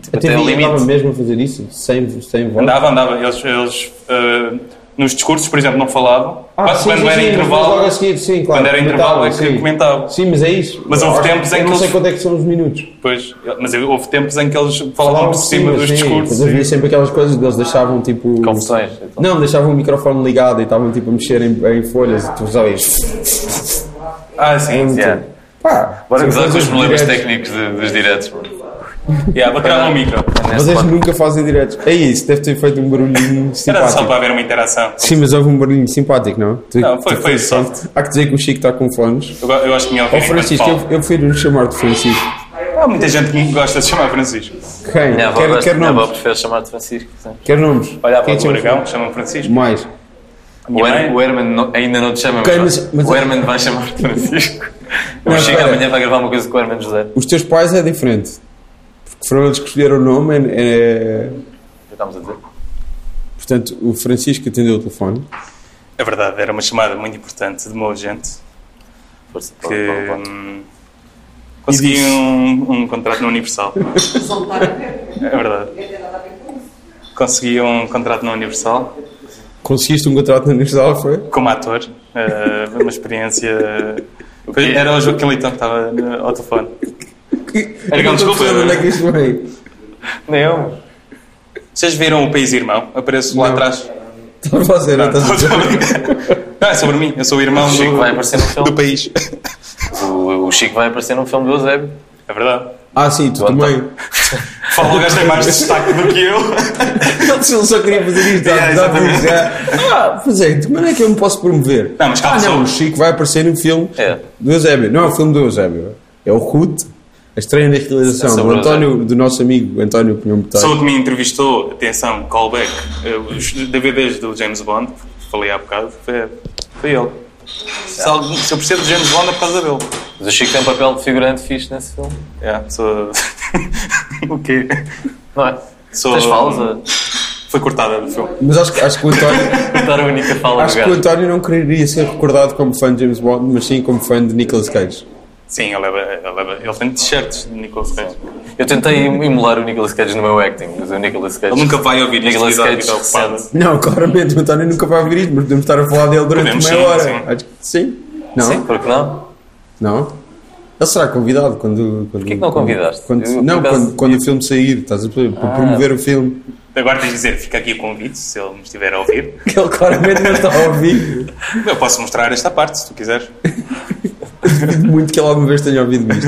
Speaker 2: tipo, até
Speaker 5: Até
Speaker 2: o
Speaker 5: ele
Speaker 2: limite.
Speaker 5: estava mesmo a fazer isso, sem, sem voz.
Speaker 4: Andava, andava. Eles, eles eh, nos discursos, por exemplo, não falavam.
Speaker 5: Ah,
Speaker 4: Quando-
Speaker 5: sim,
Speaker 4: quando
Speaker 5: sim,
Speaker 4: era
Speaker 5: sim, mas logo
Speaker 4: intervalo.
Speaker 5: a seguir, sim, claro,
Speaker 4: quando era intervalo é que
Speaker 5: comentavam, sim.
Speaker 4: comentavam.
Speaker 5: Sim, mas é isso.
Speaker 4: Mas houve
Speaker 5: Eu acho-
Speaker 4: tempos em
Speaker 5: eu
Speaker 4: que
Speaker 5: não sei
Speaker 4: eles-
Speaker 5: quanto é que são os minutos.
Speaker 4: Pois, mas houve tempos em que eles falavam por cima
Speaker 5: mas
Speaker 4: dos
Speaker 5: sim,
Speaker 4: discursos. Ah,
Speaker 5: Mas havia sempre aquelas coisas que eles deixavam tipo.
Speaker 2: Confusões, então.
Speaker 5: Não, deixavam o microfone ligado e estavam tipo a mexer em, em folhas e tu sabes.
Speaker 4: Ah, sim. sim.
Speaker 2: Yeah.
Speaker 5: Pá,
Speaker 2: Bora
Speaker 5: são
Speaker 2: gozar com
Speaker 5: coisas
Speaker 2: os problemas
Speaker 5: diretas.
Speaker 2: técnicos de- dos diretos, mano.
Speaker 4: Yeah, bateram no micro.
Speaker 2: Nesse
Speaker 5: Vocês
Speaker 2: ponto.
Speaker 5: nunca fazem diretos. É isso, deve ter feito um barulhinho
Speaker 4: Era só
Speaker 5: simpático.
Speaker 4: para haver uma interação.
Speaker 5: Sim, mas houve um barulhinho simpático, não? Tu-
Speaker 4: Não, foi,
Speaker 5: tu-
Speaker 4: foi soft.
Speaker 5: Há que dizer que o Chico está com fones.
Speaker 4: Eu, eu acho que tinha
Speaker 5: Ó
Speaker 4: alguém
Speaker 5: Francisco, eu, eu prefiro chamar-te Francisco.
Speaker 4: Há muita gente que me gosta de chamar Francisco.
Speaker 5: Quem?
Speaker 2: Minha avó
Speaker 5: Quer,
Speaker 2: gosta-
Speaker 5: quer
Speaker 2: minha avó
Speaker 5: nomes.
Speaker 2: prefere chamar-te Francisco. sim.
Speaker 5: Quer nomes.
Speaker 4: é Olha
Speaker 5: Quem é
Speaker 4: para o
Speaker 5: chama
Speaker 4: Aragão, chama Francisco. [laughs]
Speaker 5: Mais.
Speaker 4: A
Speaker 2: O,
Speaker 4: minha
Speaker 2: Her
Speaker 4: mãe-
Speaker 2: o Herman não- ainda não te chama,
Speaker 5: Ok,
Speaker 2: mas,
Speaker 5: mas- mas-
Speaker 2: o Herman vai chamar-te Francisco. Eu
Speaker 5: Não,
Speaker 2: chego
Speaker 5: espera.
Speaker 2: amanhã para gravar uma coisa com o Herman José.
Speaker 5: Os teus pais é diferente. Porque foram eles que escolheram o nome. É, é-
Speaker 2: Já estamos a dizer.
Speaker 5: Portanto, o Francisco atendeu o telefone.
Speaker 4: É verdade, era uma chamada muito importante de uma urgente
Speaker 2: Força,
Speaker 4: que
Speaker 2: pode, pode, pode.
Speaker 4: hum, consegui um, um contrato
Speaker 2: [laughs]
Speaker 4: na Universal. É verdade. Consegui um contrato na Universal
Speaker 5: Conseguiste um contrato na universidade, foi?
Speaker 4: como ator, eh, uma experiência. Foi- Era o Joaquim Leitão que estava no- ao telefone. Aragão,
Speaker 5: Eu não
Speaker 4: desculpa.
Speaker 5: sei de Onde é que isto vem?
Speaker 2: Nem eu.
Speaker 4: Vocês viram o País Irmão? Apareço lá
Speaker 5: Não.
Speaker 4: atrás.
Speaker 5: Estás a fazer,
Speaker 4: Ah,
Speaker 5: não estás a dizer?
Speaker 4: [laughs] Não, é sobre mim, eu sou o irmão
Speaker 2: Chico vai aparecer no
Speaker 4: do,
Speaker 2: filme.
Speaker 4: do país.
Speaker 2: O, o Chico vai aparecer num filme do Eusébio.
Speaker 4: É verdade.
Speaker 5: Ah, sim, tu
Speaker 2: António.
Speaker 5: também.
Speaker 4: Fala o gajo tem mais destaque do que eu.
Speaker 5: Se ele só queria fazer isto,
Speaker 4: É,
Speaker 5: dá dá para
Speaker 4: exatamente.
Speaker 5: dizer. Ah, pois é, de que maneira é que eu me posso promover?
Speaker 4: Não, mas calma,
Speaker 5: ah, não,
Speaker 4: sou-
Speaker 5: o Chico vai aparecer no filme
Speaker 2: É.
Speaker 5: do Eusébio. Não é o filme do Eusébio, é o Ruth, a estreia na
Speaker 2: É
Speaker 5: realização do,
Speaker 2: sobre o
Speaker 5: António, do nosso amigo António Pinhão Botelho.
Speaker 4: Sou que me entrevistou, atenção, callback, eh, os DVDs do James Bond, que falei há bocado, foi, foi ele. Se, algo- se eu percebo de James Bond é por causa dele.
Speaker 2: Mas o Chico tem um papel de figurante fixe nesse filme.
Speaker 4: É, sou. [laughs] o quê?
Speaker 2: Não é?
Speaker 4: Sou-
Speaker 2: Tens falas a
Speaker 4: Foi cortada do filme.
Speaker 5: Mas acho, que- acho que o António.
Speaker 2: dar a única fala
Speaker 5: Acho
Speaker 2: do
Speaker 5: que o
Speaker 2: gajo.
Speaker 5: António não quereria ser recordado como fã de James Bond, mas sim como fã de Nicolas Cage.
Speaker 4: Sim, ele, leva, ele, leva, ele tem t-shirts de Nicolas Cage.
Speaker 2: Eu tentei im- emular o Nicolas Cage no meu acting, mas o Nicolas Cage...
Speaker 4: Ele nunca vai ouvir isto,
Speaker 2: Nicolas
Speaker 4: vida-
Speaker 2: Cage
Speaker 4: vida ocupada.
Speaker 2: recente.
Speaker 5: Não, [laughs] claramente, o António nunca vai ouvir isto, mas podemos estar a falar dele durante
Speaker 4: Podemos,
Speaker 5: meia
Speaker 4: sim,
Speaker 5: hora.
Speaker 4: sim.
Speaker 5: Acho que sim. Não?
Speaker 2: Sim, porque não?
Speaker 5: Não? Ele será convidado quando. quando
Speaker 2: que não convidaste?
Speaker 5: Quando,
Speaker 2: Eu, por
Speaker 5: não,
Speaker 2: acaso,
Speaker 5: quando, quando o filme sair, estás a perceber?
Speaker 4: Ah.
Speaker 5: Para promover o filme. [laughs]
Speaker 4: Agora tens de dizer, fica aqui o convite, se ele me estiver a ouvir.
Speaker 5: Que ele claramente não está a ouvir.
Speaker 4: Eu posso mostrar esta parte, se tu quiseres.
Speaker 5: Duvido muito que ele alguma vez tenha ouvido isto.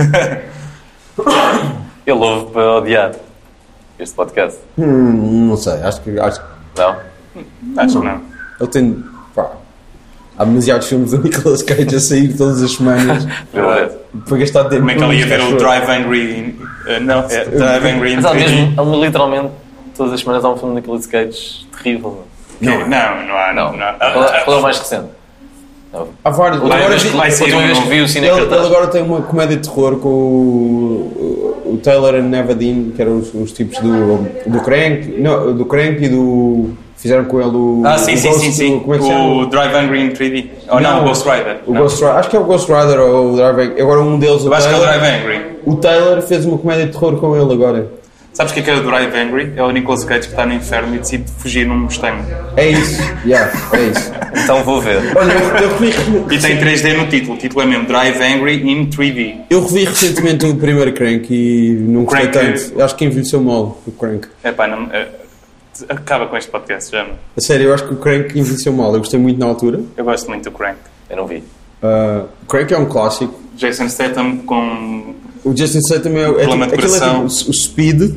Speaker 4: [laughs]
Speaker 2: Ele ouve para odiar este podcast.
Speaker 5: Hum, não sei, acho que, acho que
Speaker 2: Não?
Speaker 4: Acho que não.
Speaker 5: ele tem. Pá, há demasiados filmes do Nicolas Cage a sair todas as
Speaker 4: [laughs]
Speaker 5: semanas
Speaker 2: Verdade.
Speaker 5: para gastar tempo.
Speaker 4: Como é que
Speaker 5: com
Speaker 4: ele ia
Speaker 5: isto,
Speaker 4: ver
Speaker 5: acho
Speaker 4: o
Speaker 5: eu.
Speaker 4: Drive Angry... uh, não, é, Drive Angry...
Speaker 2: Mas há
Speaker 4: Infinity.
Speaker 2: mesmo, ele literalmente, todas as semanas há um filme de Nicolas Cage terrível.
Speaker 4: Que- Não, não há, Ah, não.
Speaker 5: Ah,
Speaker 4: não.
Speaker 2: Qual é, qual é o mais recente?
Speaker 5: Há vários.
Speaker 4: Vai,
Speaker 5: agora
Speaker 4: mas
Speaker 5: vi-
Speaker 4: vai
Speaker 2: A
Speaker 4: sair
Speaker 2: última
Speaker 4: um
Speaker 2: vez que
Speaker 4: novo.
Speaker 2: vi o
Speaker 5: ele,
Speaker 2: Cine
Speaker 5: ele
Speaker 2: Cartaz.
Speaker 5: agora tem uma comédia de terror com o, o Taylor and Nevadine, que eram os, os tipos do, do Crank. Não, do Crank e do. Fizeram com ele o.
Speaker 4: Ah, sim,
Speaker 5: o
Speaker 4: sim,
Speaker 5: Ghost-
Speaker 4: sim, sim.
Speaker 5: o- Como é que se chama?
Speaker 4: O Drive Angry in 3D. Ou não, o Ghost Rider.
Speaker 5: O
Speaker 4: Não.
Speaker 5: Ghost Rider. Acho que é o Ghost Rider ou o Drive Angry. Agora um deles.
Speaker 4: Eu acho que é o Drive Angry.
Speaker 5: O Taylor fez uma comédia de terror com ele agora.
Speaker 4: Sabes o que é que é o Drive Angry? É o Nicolas Cage que está no inferno e decide fugir num mosteiro.
Speaker 5: É isso. yeah, é isso.
Speaker 2: Então vou ver.
Speaker 5: Olha, eu, eu revi,
Speaker 4: E tem 3D no título. O título é mesmo Drive Angry in 3D.
Speaker 5: eu revi recentemente o primeiro Crank e não gostei
Speaker 4: Crank-
Speaker 5: tanto. Acho que envelheceu mal o Crank.
Speaker 4: Epá, não, eh, acaba com este podcast, já. não.
Speaker 5: A sério, eu acho que o Crank envelheceu mal. Eu gostei muito na altura.
Speaker 4: Eu gosto muito do Crank.
Speaker 2: Eu não vi.
Speaker 5: Ah, o Crank é um clássico.
Speaker 4: Jason Statham com...
Speaker 5: O Justin Statham é, é, tipo,
Speaker 4: Problema de
Speaker 5: aquilo é tipo
Speaker 4: coração.
Speaker 5: o s- o speed,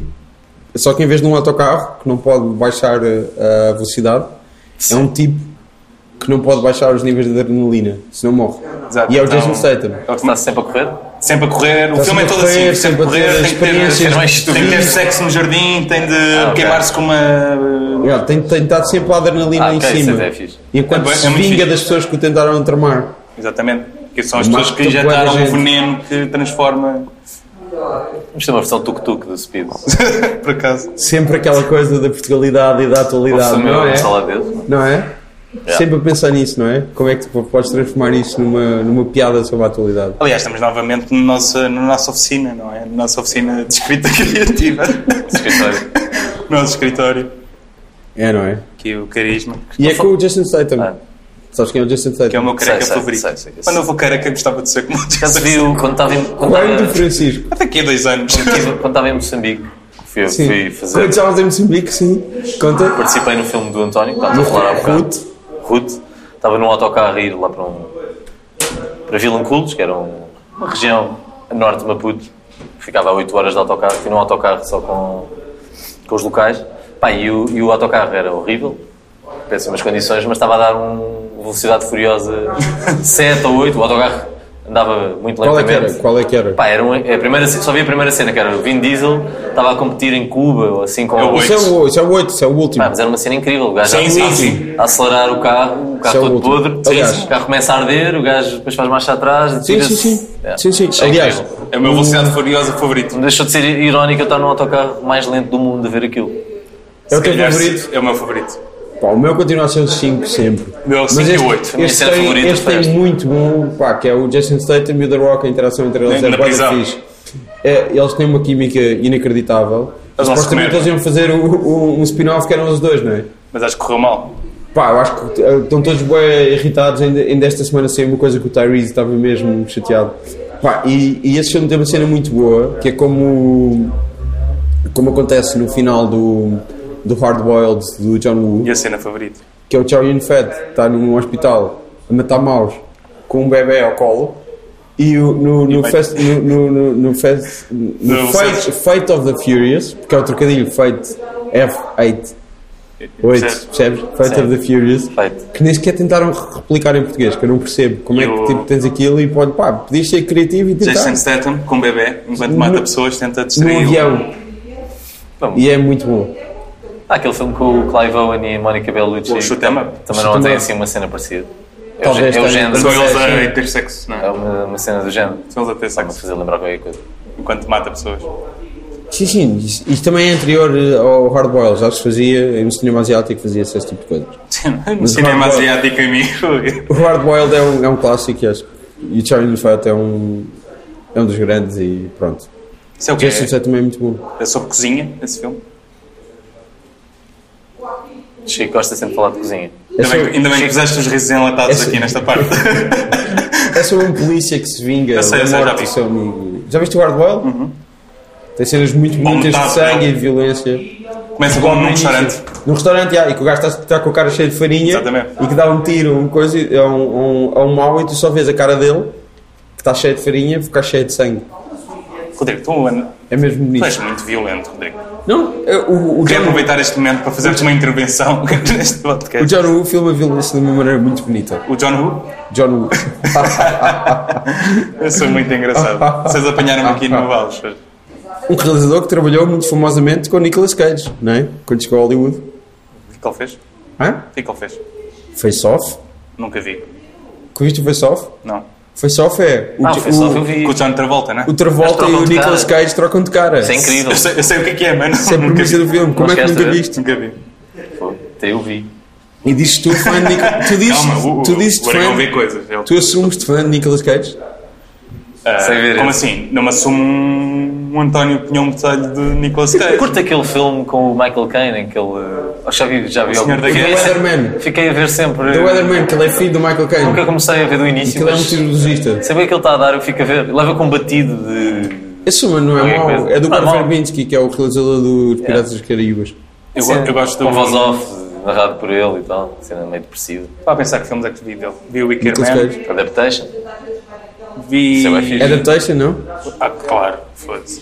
Speaker 5: só que em vez de um autocarro que não pode baixar eh, a velocidade, é um tipo que não pode baixar os níveis de adrenalina, senão morre.
Speaker 4: Exato,
Speaker 5: e é o
Speaker 4: então-
Speaker 5: Jason Statham.
Speaker 4: ele
Speaker 2: Está
Speaker 4: Está
Speaker 2: sempre a correr?
Speaker 4: sempre a correr. O
Speaker 5: Está
Speaker 4: filme é
Speaker 5: sempre
Speaker 4: todo
Speaker 5: a correr,
Speaker 4: assim. Sempre a correr. Tem que ter,
Speaker 5: experiências
Speaker 4: tem que ter
Speaker 5: mais Ah, terríveis.
Speaker 4: sexo no jardim. Tem de
Speaker 2: ok.
Speaker 4: queimar-se com uma...
Speaker 5: Yeah, tem, tem estado sempre a adrenalina
Speaker 2: Ah,
Speaker 5: em
Speaker 2: ok,
Speaker 5: cima.
Speaker 2: isso é fixe.
Speaker 5: Enquanto
Speaker 4: É bem- é
Speaker 5: se
Speaker 4: muito
Speaker 5: vinga
Speaker 4: fixe.
Speaker 5: das pessoas que o tentaram tramar.
Speaker 4: Exatamente. Que são as
Speaker 5: Mata
Speaker 4: pessoas que
Speaker 5: bué da
Speaker 4: injetaram um
Speaker 5: gente.
Speaker 4: veneno que transforma...
Speaker 5: [laughs]
Speaker 2: Isto é uma versão tuk-tuk do Speed.
Speaker 4: Por acaso.
Speaker 5: Sempre aquela coisa da Portugalidade e da atualidade, não é?
Speaker 2: sala dele.
Speaker 5: Não é? Sempre a pensar nisso, não é? Como é que tu podes transformar isso numa, numa piada sobre a atualidade?
Speaker 4: Aliás, estamos novamente no nosso- na nossa, oficina, não é? Na nossa oficina de escrita [laughs] criativa.
Speaker 5: [laughs]
Speaker 2: Escritório.
Speaker 4: no nosso escritório.
Speaker 5: É, não é?
Speaker 4: Que é o carisma.
Speaker 5: E é com o Justin Statham.
Speaker 2: Ah.
Speaker 5: Sabes quem é o Justin Statham?
Speaker 4: Que é o meu careca
Speaker 2: Sei, sei,
Speaker 4: favorito.
Speaker 2: sei, sei, sei.
Speaker 4: Quando eu vou careca, eu gostava de ser como o
Speaker 2: Já se viu quando estava em, quando
Speaker 5: Quarto
Speaker 2: estava-
Speaker 5: Francisco.
Speaker 4: Daqui a dois anos.
Speaker 2: quando estava em Moçambique, fui,
Speaker 5: Sim.
Speaker 2: fui
Speaker 5: Quando
Speaker 2: fazer.
Speaker 5: estavas em Moçambique, sim. Conta.
Speaker 2: Participei no filme do António, que estávamos a falar há bocado. Ruth. Estava num autocarro a ir lá para um. para Vilanculos, que era um- uma região a norte de Maputo, que ficava a 8 horas de autocarro. Fui num autocarro só com, com os locais. Pá, e, o, e o autocarro era horrível, péssimas condições, mas estava a dar uma velocidade
Speaker 5: [laughs]
Speaker 2: furiosa 7 ou 8. O autocarro andava muito
Speaker 5: Qual é que
Speaker 2: lentamente.
Speaker 5: era? Qual é que era?
Speaker 2: Pá, era um- é a primeira, ce- só vi a primeira cena, que era o Vin Diesel estava a competir em Cuba, ou assim com...
Speaker 4: É o
Speaker 5: Isso é o, isso é o 8, isso é o último.
Speaker 2: Pá, mas era uma cena incrível, o gajo
Speaker 4: Sim,
Speaker 2: a,
Speaker 4: sim,
Speaker 2: a-
Speaker 4: sim.
Speaker 2: a acelerar o carro, o
Speaker 5: Isso é o
Speaker 2: carro todo
Speaker 5: último.
Speaker 2: podre,
Speaker 5: Aliás.
Speaker 2: o carro começa a arder, o gajo depois faz marcha atrás,
Speaker 5: sim, sim,
Speaker 2: atira-se.
Speaker 5: sim.
Speaker 2: É.
Speaker 5: Sim, sim.
Speaker 2: Isso é
Speaker 5: Aliás,
Speaker 2: incrível.
Speaker 4: É o meu velocidade furiosa
Speaker 5: é
Speaker 4: favorito.
Speaker 2: Não deixou de ser irónico eu estar num autocarro mais lento do mundo a ver aquilo.
Speaker 5: é o
Speaker 4: Se
Speaker 5: teu
Speaker 4: calhar
Speaker 5: favorito.
Speaker 4: É o meu favorito.
Speaker 5: Pá, o meu continua a ser o 5 sempre.
Speaker 4: Meu,
Speaker 5: Mas
Speaker 4: cinco e
Speaker 5: este-
Speaker 4: oito.
Speaker 2: minha
Speaker 5: Este
Speaker 2: cena
Speaker 5: tem,
Speaker 2: favorita
Speaker 5: este
Speaker 2: foi
Speaker 5: tem
Speaker 2: esta.
Speaker 5: muito bom, pá, que é o Jason Statham e o The Rock, a interação entre eles
Speaker 4: Na-
Speaker 5: é
Speaker 4: na
Speaker 5: bem
Speaker 4: prisão.
Speaker 5: fixe. É, eles têm uma química inacreditável.
Speaker 4: Eles vão se comer.
Speaker 5: Supostamente eles iam fazer o- o- um spin-off que eram os dois, não é?
Speaker 4: Mas acho que correu mal.
Speaker 5: Pá, eu acho que eh, estão todos bem irritados. Ainda, ainda esta semana saiu uma coisa que o Tyrese estava mesmo chateado. Pá, e, e esse filme tem uma cena muito boa, que é como, como acontece no final do, do Hard Boiled do John Woo,
Speaker 4: E a cena favorita.
Speaker 5: que é o Chow Yun Fat, que está num hospital a matar maus com um bebê ao colo. E o- no, no,
Speaker 4: vai-
Speaker 5: fest, no, no, no, no, fest, no
Speaker 4: Não,
Speaker 5: Fate, Fate of the Furious, porque é o trocadilho Fate F8, 8,
Speaker 4: Percebes?
Speaker 5: percebes? Fate of the Furious,
Speaker 2: Fate.
Speaker 5: que nem sequer tentaram replicar em português, que eu não percebo como é que
Speaker 4: Eu-
Speaker 5: tipo, tens aquilo e pode, pá, podias ser criativo e tentar
Speaker 4: Jason Statham, com um bebê, enquanto
Speaker 5: Então? No-
Speaker 4: mata pessoas, tenta
Speaker 5: num
Speaker 4: distrair.
Speaker 5: avião.
Speaker 2: Bom.
Speaker 5: E é muito bom.
Speaker 2: Há aquele filme com o Clive Owen e a Mónica Bellucci,
Speaker 4: O é Shoot 'em Up.
Speaker 2: também
Speaker 5: Shoot 'em
Speaker 2: não tem
Speaker 5: Up.
Speaker 2: assim uma cena parecida. É o,
Speaker 5: é Talvez
Speaker 2: gê- é o
Speaker 5: tenha.
Speaker 2: género,
Speaker 4: São eles
Speaker 5: Sim.
Speaker 4: a ter sexo, não
Speaker 2: é
Speaker 4: é?
Speaker 2: uma, uma cena do género.
Speaker 4: São eles a ter
Speaker 2: Está-me a
Speaker 4: sexo
Speaker 2: fazer lembrar qualquer coisa.
Speaker 4: enquanto mata pessoas.
Speaker 5: Sim, sim, isto isto também é anterior eh, ao Hard Boil, já se fazia, no cinema asiático fazia-se esse tipo de coisas.
Speaker 4: No cinema
Speaker 5: agora-
Speaker 4: asiático, amigo.
Speaker 5: O Hard Boiled é um, é um clássico, acho. E o Charlie Fat é um, é um dos grandes e pronto.
Speaker 4: Isso é o
Speaker 5: O
Speaker 4: quê?
Speaker 5: Jason Statham é muito bom.
Speaker 4: É sobre cozinha, esse filme?
Speaker 2: Chico gosta sempre de falar de cozinha.
Speaker 4: Ainda
Speaker 5: É
Speaker 4: bem,
Speaker 5: sobre,
Speaker 4: ainda bem que puseste os risos enlatados
Speaker 5: é so-
Speaker 4: aqui nesta parte.
Speaker 5: é É sobre um polícia que se vinga
Speaker 4: Eu sei,
Speaker 5: da
Speaker 4: eu sei, já
Speaker 5: morte
Speaker 4: vi.
Speaker 5: do seu amigo. Já viste o Hardwell? Tem cenas muito bonitas
Speaker 4: tá,
Speaker 5: de sangue
Speaker 4: não.
Speaker 5: e violência.
Speaker 4: [laughs] Começa com um restaurante.
Speaker 5: Num restaurante, já, e que o gajo está, está com a cara cheia de farinha
Speaker 4: Exatamente.
Speaker 5: e que dá um tiro um coisa, e- a um, a um, a um mau e tu só vês a cara dele que está cheia de farinha ficar cheia de sangue.
Speaker 4: Rodrigo, tu, an-
Speaker 5: É mesmo
Speaker 4: tu
Speaker 5: bonito.
Speaker 4: és muito violento, Rodrigo.
Speaker 5: Não, é, o, o,
Speaker 4: Queria
Speaker 5: John,
Speaker 4: aproveitar este momento para fazer-te uma intervenção [laughs] neste podcast.
Speaker 5: o John Woo filma a violência de uma maneira muito bonita.
Speaker 4: O John Woo?
Speaker 5: John Woo.
Speaker 4: Eu sou muito engraçado. Vocês apanharam-me aqui
Speaker 5: [laughs]
Speaker 4: no Vales.
Speaker 5: um realizador que trabalhou muito famosamente com Nicolas Cage, não é? Quando chegou a Hollywood.
Speaker 4: O que é que ele fez? O
Speaker 5: Hã?
Speaker 4: que é que ele fez?
Speaker 5: Face Off.
Speaker 4: Nunca vi.
Speaker 5: Que viste o Face Off?
Speaker 4: Não.
Speaker 5: Face Off é. O,
Speaker 2: Ah,
Speaker 5: Jo-
Speaker 2: foi só
Speaker 5: o-
Speaker 2: eu vi.
Speaker 4: Com o John Travolta, né?
Speaker 5: o Travolta
Speaker 2: Eles
Speaker 5: e
Speaker 2: trocam
Speaker 5: o
Speaker 2: de
Speaker 5: Nicolas
Speaker 2: cara.
Speaker 5: Cage trocam de cara.
Speaker 2: Isso é incrível.
Speaker 4: Eu sei, eu sei o que é que é, mas
Speaker 5: Isso é a
Speaker 4: não, nunca
Speaker 5: premissa do
Speaker 4: vi.
Speaker 5: filme. Como
Speaker 2: Não
Speaker 5: é que
Speaker 2: esquece
Speaker 5: nunca
Speaker 2: de-
Speaker 5: viste?
Speaker 4: Nunca vi.
Speaker 2: Pô, Até eu vi.
Speaker 5: E dizes tu fã de Nicolas Tu dizes,
Speaker 4: Calma, o,
Speaker 5: tu dizes
Speaker 4: o Aragão vê
Speaker 5: fã.
Speaker 4: coisas. Ele-
Speaker 5: Tu assumes-te fã de Nicolas Cage?
Speaker 4: Ah,
Speaker 2: Sem ver
Speaker 4: como
Speaker 2: esse.
Speaker 4: assim? Não me assumo um, um António Pinhão Botelho de Nicolas Cage.
Speaker 2: Curto aquele filme com o Michael Caine, em que ele. Oh, já vi, já vi
Speaker 4: Senhor
Speaker 2: algum-
Speaker 4: da Guerra.
Speaker 2: Fiquei-
Speaker 5: É Weatherman.
Speaker 2: Fiquei a ver sempre.
Speaker 5: The Weatherman, que ele é filho do Michael
Speaker 2: Nunca
Speaker 5: Caine.
Speaker 2: comecei a ver do
Speaker 5: E que
Speaker 2: início,
Speaker 5: ele é um
Speaker 2: mas.
Speaker 5: meteorologista.
Speaker 2: Saber o que ele está a dar, eu fico a ver. Leva com um batido de.
Speaker 5: Esse filme não é
Speaker 2: Qualquer
Speaker 5: mau.
Speaker 2: coisa.
Speaker 5: É do
Speaker 2: Não é
Speaker 5: Gore
Speaker 2: mau.
Speaker 5: Verbinski, que é o realizador dos Piratas das Caraíbas.
Speaker 4: Eu, go- eu gosto
Speaker 2: Com
Speaker 4: do.
Speaker 2: voz off, narrado por ele e tal, cena meio depressiva.
Speaker 4: Estava a pensar que filmes é que vi dele. Vi o Wicker
Speaker 5: Nicolas
Speaker 4: Man,
Speaker 5: Cage.
Speaker 2: Adaptation.
Speaker 4: vi.
Speaker 2: Isso é bem fixe.
Speaker 5: Adaptation, não?
Speaker 4: Ah, claro, foda-se.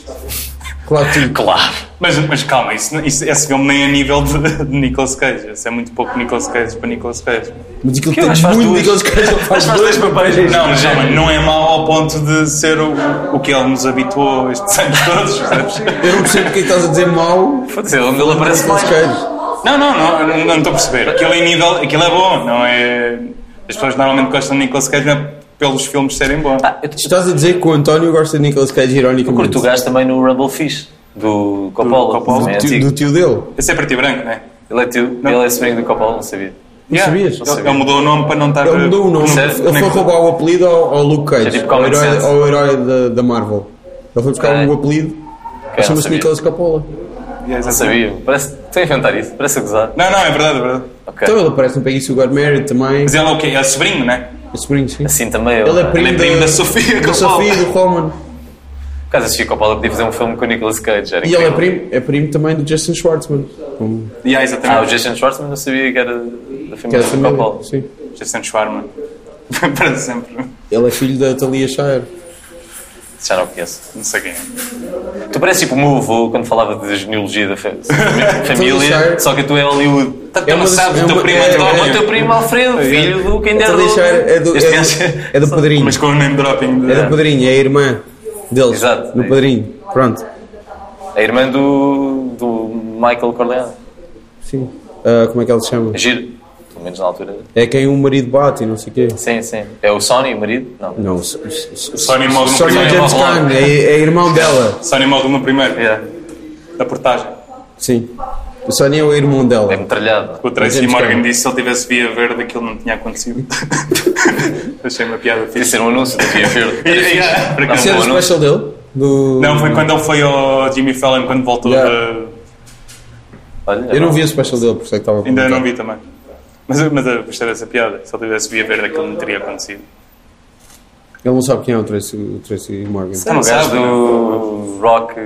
Speaker 5: Claro que
Speaker 2: Claro.
Speaker 4: Mas, mas calma, isso, não- isso- esse filme nem é nível de, [laughs] de Nicolas Cage. Isso é muito pouco Nicolas Cage para Nicolas Cage.
Speaker 5: Mas aquilo
Speaker 2: Que
Speaker 5: tem
Speaker 2: gajo faz
Speaker 5: muito
Speaker 2: duas.
Speaker 5: Nicolas Cage. Ele faz
Speaker 2: faz
Speaker 5: dois
Speaker 2: dois
Speaker 5: papéis.
Speaker 4: Não, mas calma, não é mau ao ponto de ser o, o que ele nos habituou estes anos
Speaker 2: [laughs]
Speaker 4: todos. percebes?
Speaker 5: Eu não percebo porque é que estás a dizer mau.
Speaker 2: Foda-se, é onde ele aparece mais.
Speaker 5: Nicolas Cage.
Speaker 4: Não, não, não, não, não estou a perceber. Aquilo é nível, aquilo é bom, não é. As pessoas normalmente gostam de Nicolas Cage não é pelos filmes serem bons.
Speaker 2: Ah, eu
Speaker 5: Tu estás a dizer que o António gosta de Nicolas Cage ironicamente.
Speaker 2: curto o gajo também no Rumble Fish, do Coppola.
Speaker 4: Do Coppola.
Speaker 2: também é
Speaker 5: Do tio-
Speaker 2: antigo.
Speaker 5: do tio dele.
Speaker 4: Esse é preto e branco, não é?
Speaker 2: Ele é tio, ele é sobrinho do Coppola, não sabia.
Speaker 5: Não sabias?
Speaker 4: Ele, ele mudou o nome para não estar. é
Speaker 5: Ele mudou o nome.
Speaker 2: Sério?
Speaker 5: Ele um foi roubar o apelido ao, ao Luke
Speaker 2: É
Speaker 5: Cage,
Speaker 2: tipo
Speaker 5: ao
Speaker 2: Common
Speaker 5: herói,
Speaker 2: Sense.
Speaker 5: ao herói da, da Marvel. Ele foi buscar
Speaker 2: Ok.
Speaker 5: o apelido.
Speaker 2: não
Speaker 5: Chama-se
Speaker 2: sabia.
Speaker 5: Nicolas Coppola.
Speaker 2: Não sabia, parece. Estou a inventar isso, parece a gozar.
Speaker 4: Não, não, é verdade, é verdade.
Speaker 2: Ok.
Speaker 5: Então ele aparece no Peggy Sue Got Married também.
Speaker 4: Mas ele é o quê? É sobrinho, não é?
Speaker 5: É sobrinho, sim.
Speaker 2: Assim também.
Speaker 5: Ele é
Speaker 4: Ele é
Speaker 5: primo
Speaker 4: primo da Sofia
Speaker 5: da
Speaker 4: Coppola.
Speaker 5: Sofia do Roman.
Speaker 2: Por causa de Coppola, podia fazer um filme com o Nicolas Cage. Era
Speaker 5: E ele é
Speaker 2: incrível.
Speaker 5: primo, é primo também do Justin Schwartzman. como-
Speaker 2: Ah,
Speaker 4: Yeah,
Speaker 2: o
Speaker 4: exatamente.
Speaker 2: Jason Schwartzman não sabia que era da
Speaker 5: Que
Speaker 2: família
Speaker 5: é da
Speaker 2: do Coppola.
Speaker 5: família. Sim.
Speaker 4: o Jason Schwarman. [laughs] para sempre.
Speaker 5: Ele é filho da Talia Shire.
Speaker 2: Já não conheço.
Speaker 4: Não sei quem é.
Speaker 2: Tu pareces tipo o meu avô quando falava de genealogia da
Speaker 5: [laughs]
Speaker 2: fa- família,
Speaker 5: Shire.
Speaker 2: só que tu é Hollywood.
Speaker 4: Tanto que não
Speaker 5: uma das-
Speaker 4: sabes,
Speaker 5: é
Speaker 4: o teu
Speaker 5: uma-
Speaker 4: primo
Speaker 5: é-
Speaker 2: Toma
Speaker 4: António.
Speaker 2: o teu primo Alfredo, filho do quem
Speaker 5: A
Speaker 2: dera
Speaker 5: Talia
Speaker 2: do-
Speaker 5: Shire é do,
Speaker 2: Este
Speaker 5: é,
Speaker 2: gajo-
Speaker 5: do- é do padrinho.
Speaker 4: Mas com o name dropping. De...
Speaker 5: É do padrinho, é a irmã deles.
Speaker 2: Exato.
Speaker 5: Do padrinho. Pronto.
Speaker 2: A é irmã do, do Michael Corleone.
Speaker 5: Sim. Ah, como é que ele se chama?
Speaker 2: Giro. Pelo menos na altura.
Speaker 5: É quem o marido bate e não sei o quê.
Speaker 2: Sim, sim. É o Sony, o marido? Não.
Speaker 5: Não, o S- o S- o
Speaker 4: Sónia morre no
Speaker 5: Sonia
Speaker 4: primeiro.
Speaker 5: James Caan, é, é irmão dela.
Speaker 4: Sónia morre no primeiro.
Speaker 2: Yeah.
Speaker 4: Na portagem.
Speaker 5: Sim. O Sónia é o irmão
Speaker 2: É
Speaker 5: dela.
Speaker 2: metralhado.
Speaker 4: O Tracy
Speaker 5: James
Speaker 4: Morgan
Speaker 5: Cameron.
Speaker 4: disse que se ele tivesse via verde aquilo não tinha acontecido. [laughs] Achei uma piada
Speaker 2: Podia
Speaker 4: fixe.
Speaker 2: ser um anúncio da
Speaker 5: [laughs]
Speaker 2: Via Verde. Era fixe.
Speaker 4: Yeah, por
Speaker 5: Isso era
Speaker 4: acaso.
Speaker 2: Não, não.
Speaker 5: special dele? Do...
Speaker 4: Não, foi quando ele foi ao Jimmy Fallon, quando voltou.
Speaker 5: Yeah.
Speaker 4: uh,
Speaker 2: Olha,
Speaker 5: Eu não vi o special dele, por isso é que estava a
Speaker 4: Ainda não
Speaker 5: comentar.
Speaker 4: vi também. Mas, eu- mas eu gostei dessa piada. Se ele tivesse via verde aquilo não teria acontecido.
Speaker 5: Ele não sabe quem é o Tracy, o Tracy Morgan.
Speaker 2: É um gajo
Speaker 4: Sabe,
Speaker 2: do rock.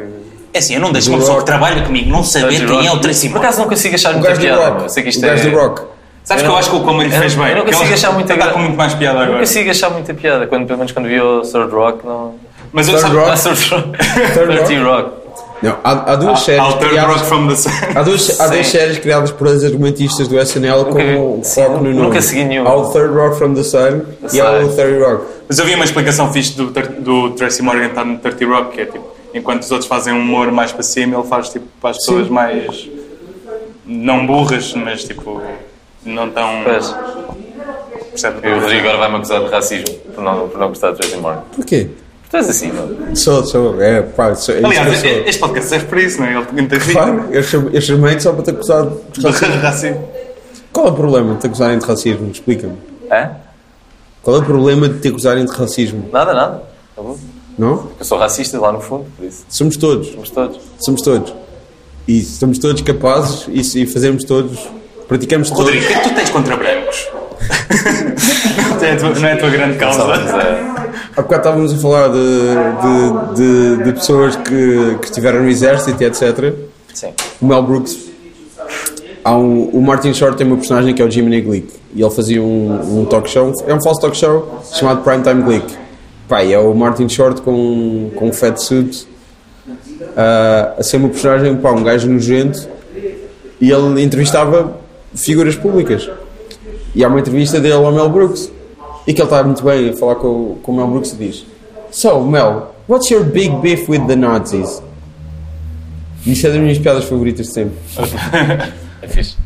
Speaker 4: É assim, eu não deixo
Speaker 5: Do uma pessoa Rock. que
Speaker 4: trabalha comigo não
Speaker 2: do rock. Por acaso não consigo achar
Speaker 5: O
Speaker 2: muita
Speaker 5: gajo do
Speaker 2: piada. meu.
Speaker 5: rock.
Speaker 2: Sei que
Speaker 5: O
Speaker 2: isto
Speaker 5: gajo
Speaker 2: é.
Speaker 5: do rock.
Speaker 4: Sabes
Speaker 2: Eu
Speaker 4: que eu
Speaker 2: não-
Speaker 4: acho que o Como lhe
Speaker 2: eu
Speaker 4: fez
Speaker 2: não-
Speaker 4: bem.
Speaker 2: eu não
Speaker 4: Porque
Speaker 2: consigo
Speaker 4: ele
Speaker 2: achar muita
Speaker 4: Está
Speaker 2: gra-
Speaker 4: com muito mais piada
Speaker 2: Não
Speaker 4: agora.
Speaker 2: consigo achar muita piada. Quando, pelo menos quando vi o Third Rock, não.
Speaker 4: Mas eu
Speaker 5: Third
Speaker 4: sabe...
Speaker 5: Rock.
Speaker 2: Ah, Third Rock.
Speaker 5: Third
Speaker 2: Thirty Rock.
Speaker 5: Não, há, há duas séries
Speaker 4: I'll turn
Speaker 5: criadas...
Speaker 4: rock from the sun.
Speaker 5: Há duas, há duas
Speaker 2: Sim.
Speaker 5: séries criadas por ex-argumentistas do SNL com
Speaker 2: vi. Sim,
Speaker 5: foco no nome.
Speaker 2: nunca segui nenhuma.
Speaker 5: Há o Third Rock from the Sun e há o
Speaker 2: Sun.
Speaker 5: Third Rock.
Speaker 4: Mas eu vi uma explicação fixe do, Tur- do Tracy Morgan estar no 30 Rock, que é tipo, enquanto os outros fazem um humor mais para cima, ele faz tipo para as pessoas mais. não burras, mas tipo. não tão.
Speaker 2: Pois.
Speaker 4: percebe?
Speaker 2: E o Rodrigo agora vai-me acusar de racismo por não, por não gostar de Tracy Morgan.
Speaker 5: Porquê?
Speaker 2: Tu és assim, mano.
Speaker 5: Sou, sou, é, pá, sou, é isso que eu
Speaker 4: Aliás,
Speaker 5: sou.
Speaker 4: este podcast serve para isso, não é? Ele pergunta
Speaker 5: Claro, eu chamo- eu chamei-te só para te acusar de racismo.
Speaker 4: racismo.
Speaker 5: Qual é o problema de te acusarem de racismo? Explica-me.
Speaker 2: Hã?
Speaker 5: Qual é o problema de te acusarem de racismo?
Speaker 2: Nada, nada. Tá bom.
Speaker 5: Não?
Speaker 2: Eu sou racista lá no fundo, por isso.
Speaker 5: Somos todos.
Speaker 2: Somos todos.
Speaker 5: Somos todos. E somos todos capazes e, e fazemos todos. Praticamos todos.
Speaker 4: Rodrigo, o que é que tu tens contra brancos? não, é a tua- não é a tua grande
Speaker 2: Só para
Speaker 4: causa.
Speaker 2: dizer.
Speaker 5: Há bocado estávamos a falar de, de, de, de pessoas que, que estiveram no exército e etc.
Speaker 2: Sim.
Speaker 5: O Mel Brooks. Há um, o Martin Short tem uma personagem que é o Jiminy Glick. E ele fazia um, um talk show. É um falso talk show chamado Primetime Glick. Pai, é o Martin Short com, com um fatsuit. ah, a ser uma personagem, pá, um gajo nojento. E ele entrevistava figuras públicas. E há uma entrevista dele ao Mel Brooks. E que ele está muito bem a falar com, o- com o Mel Brooks e diz: So, Mel, what's your big beef with the Nazis? E Isso é das minhas piadas favoritas de sempre.
Speaker 2: É fixe.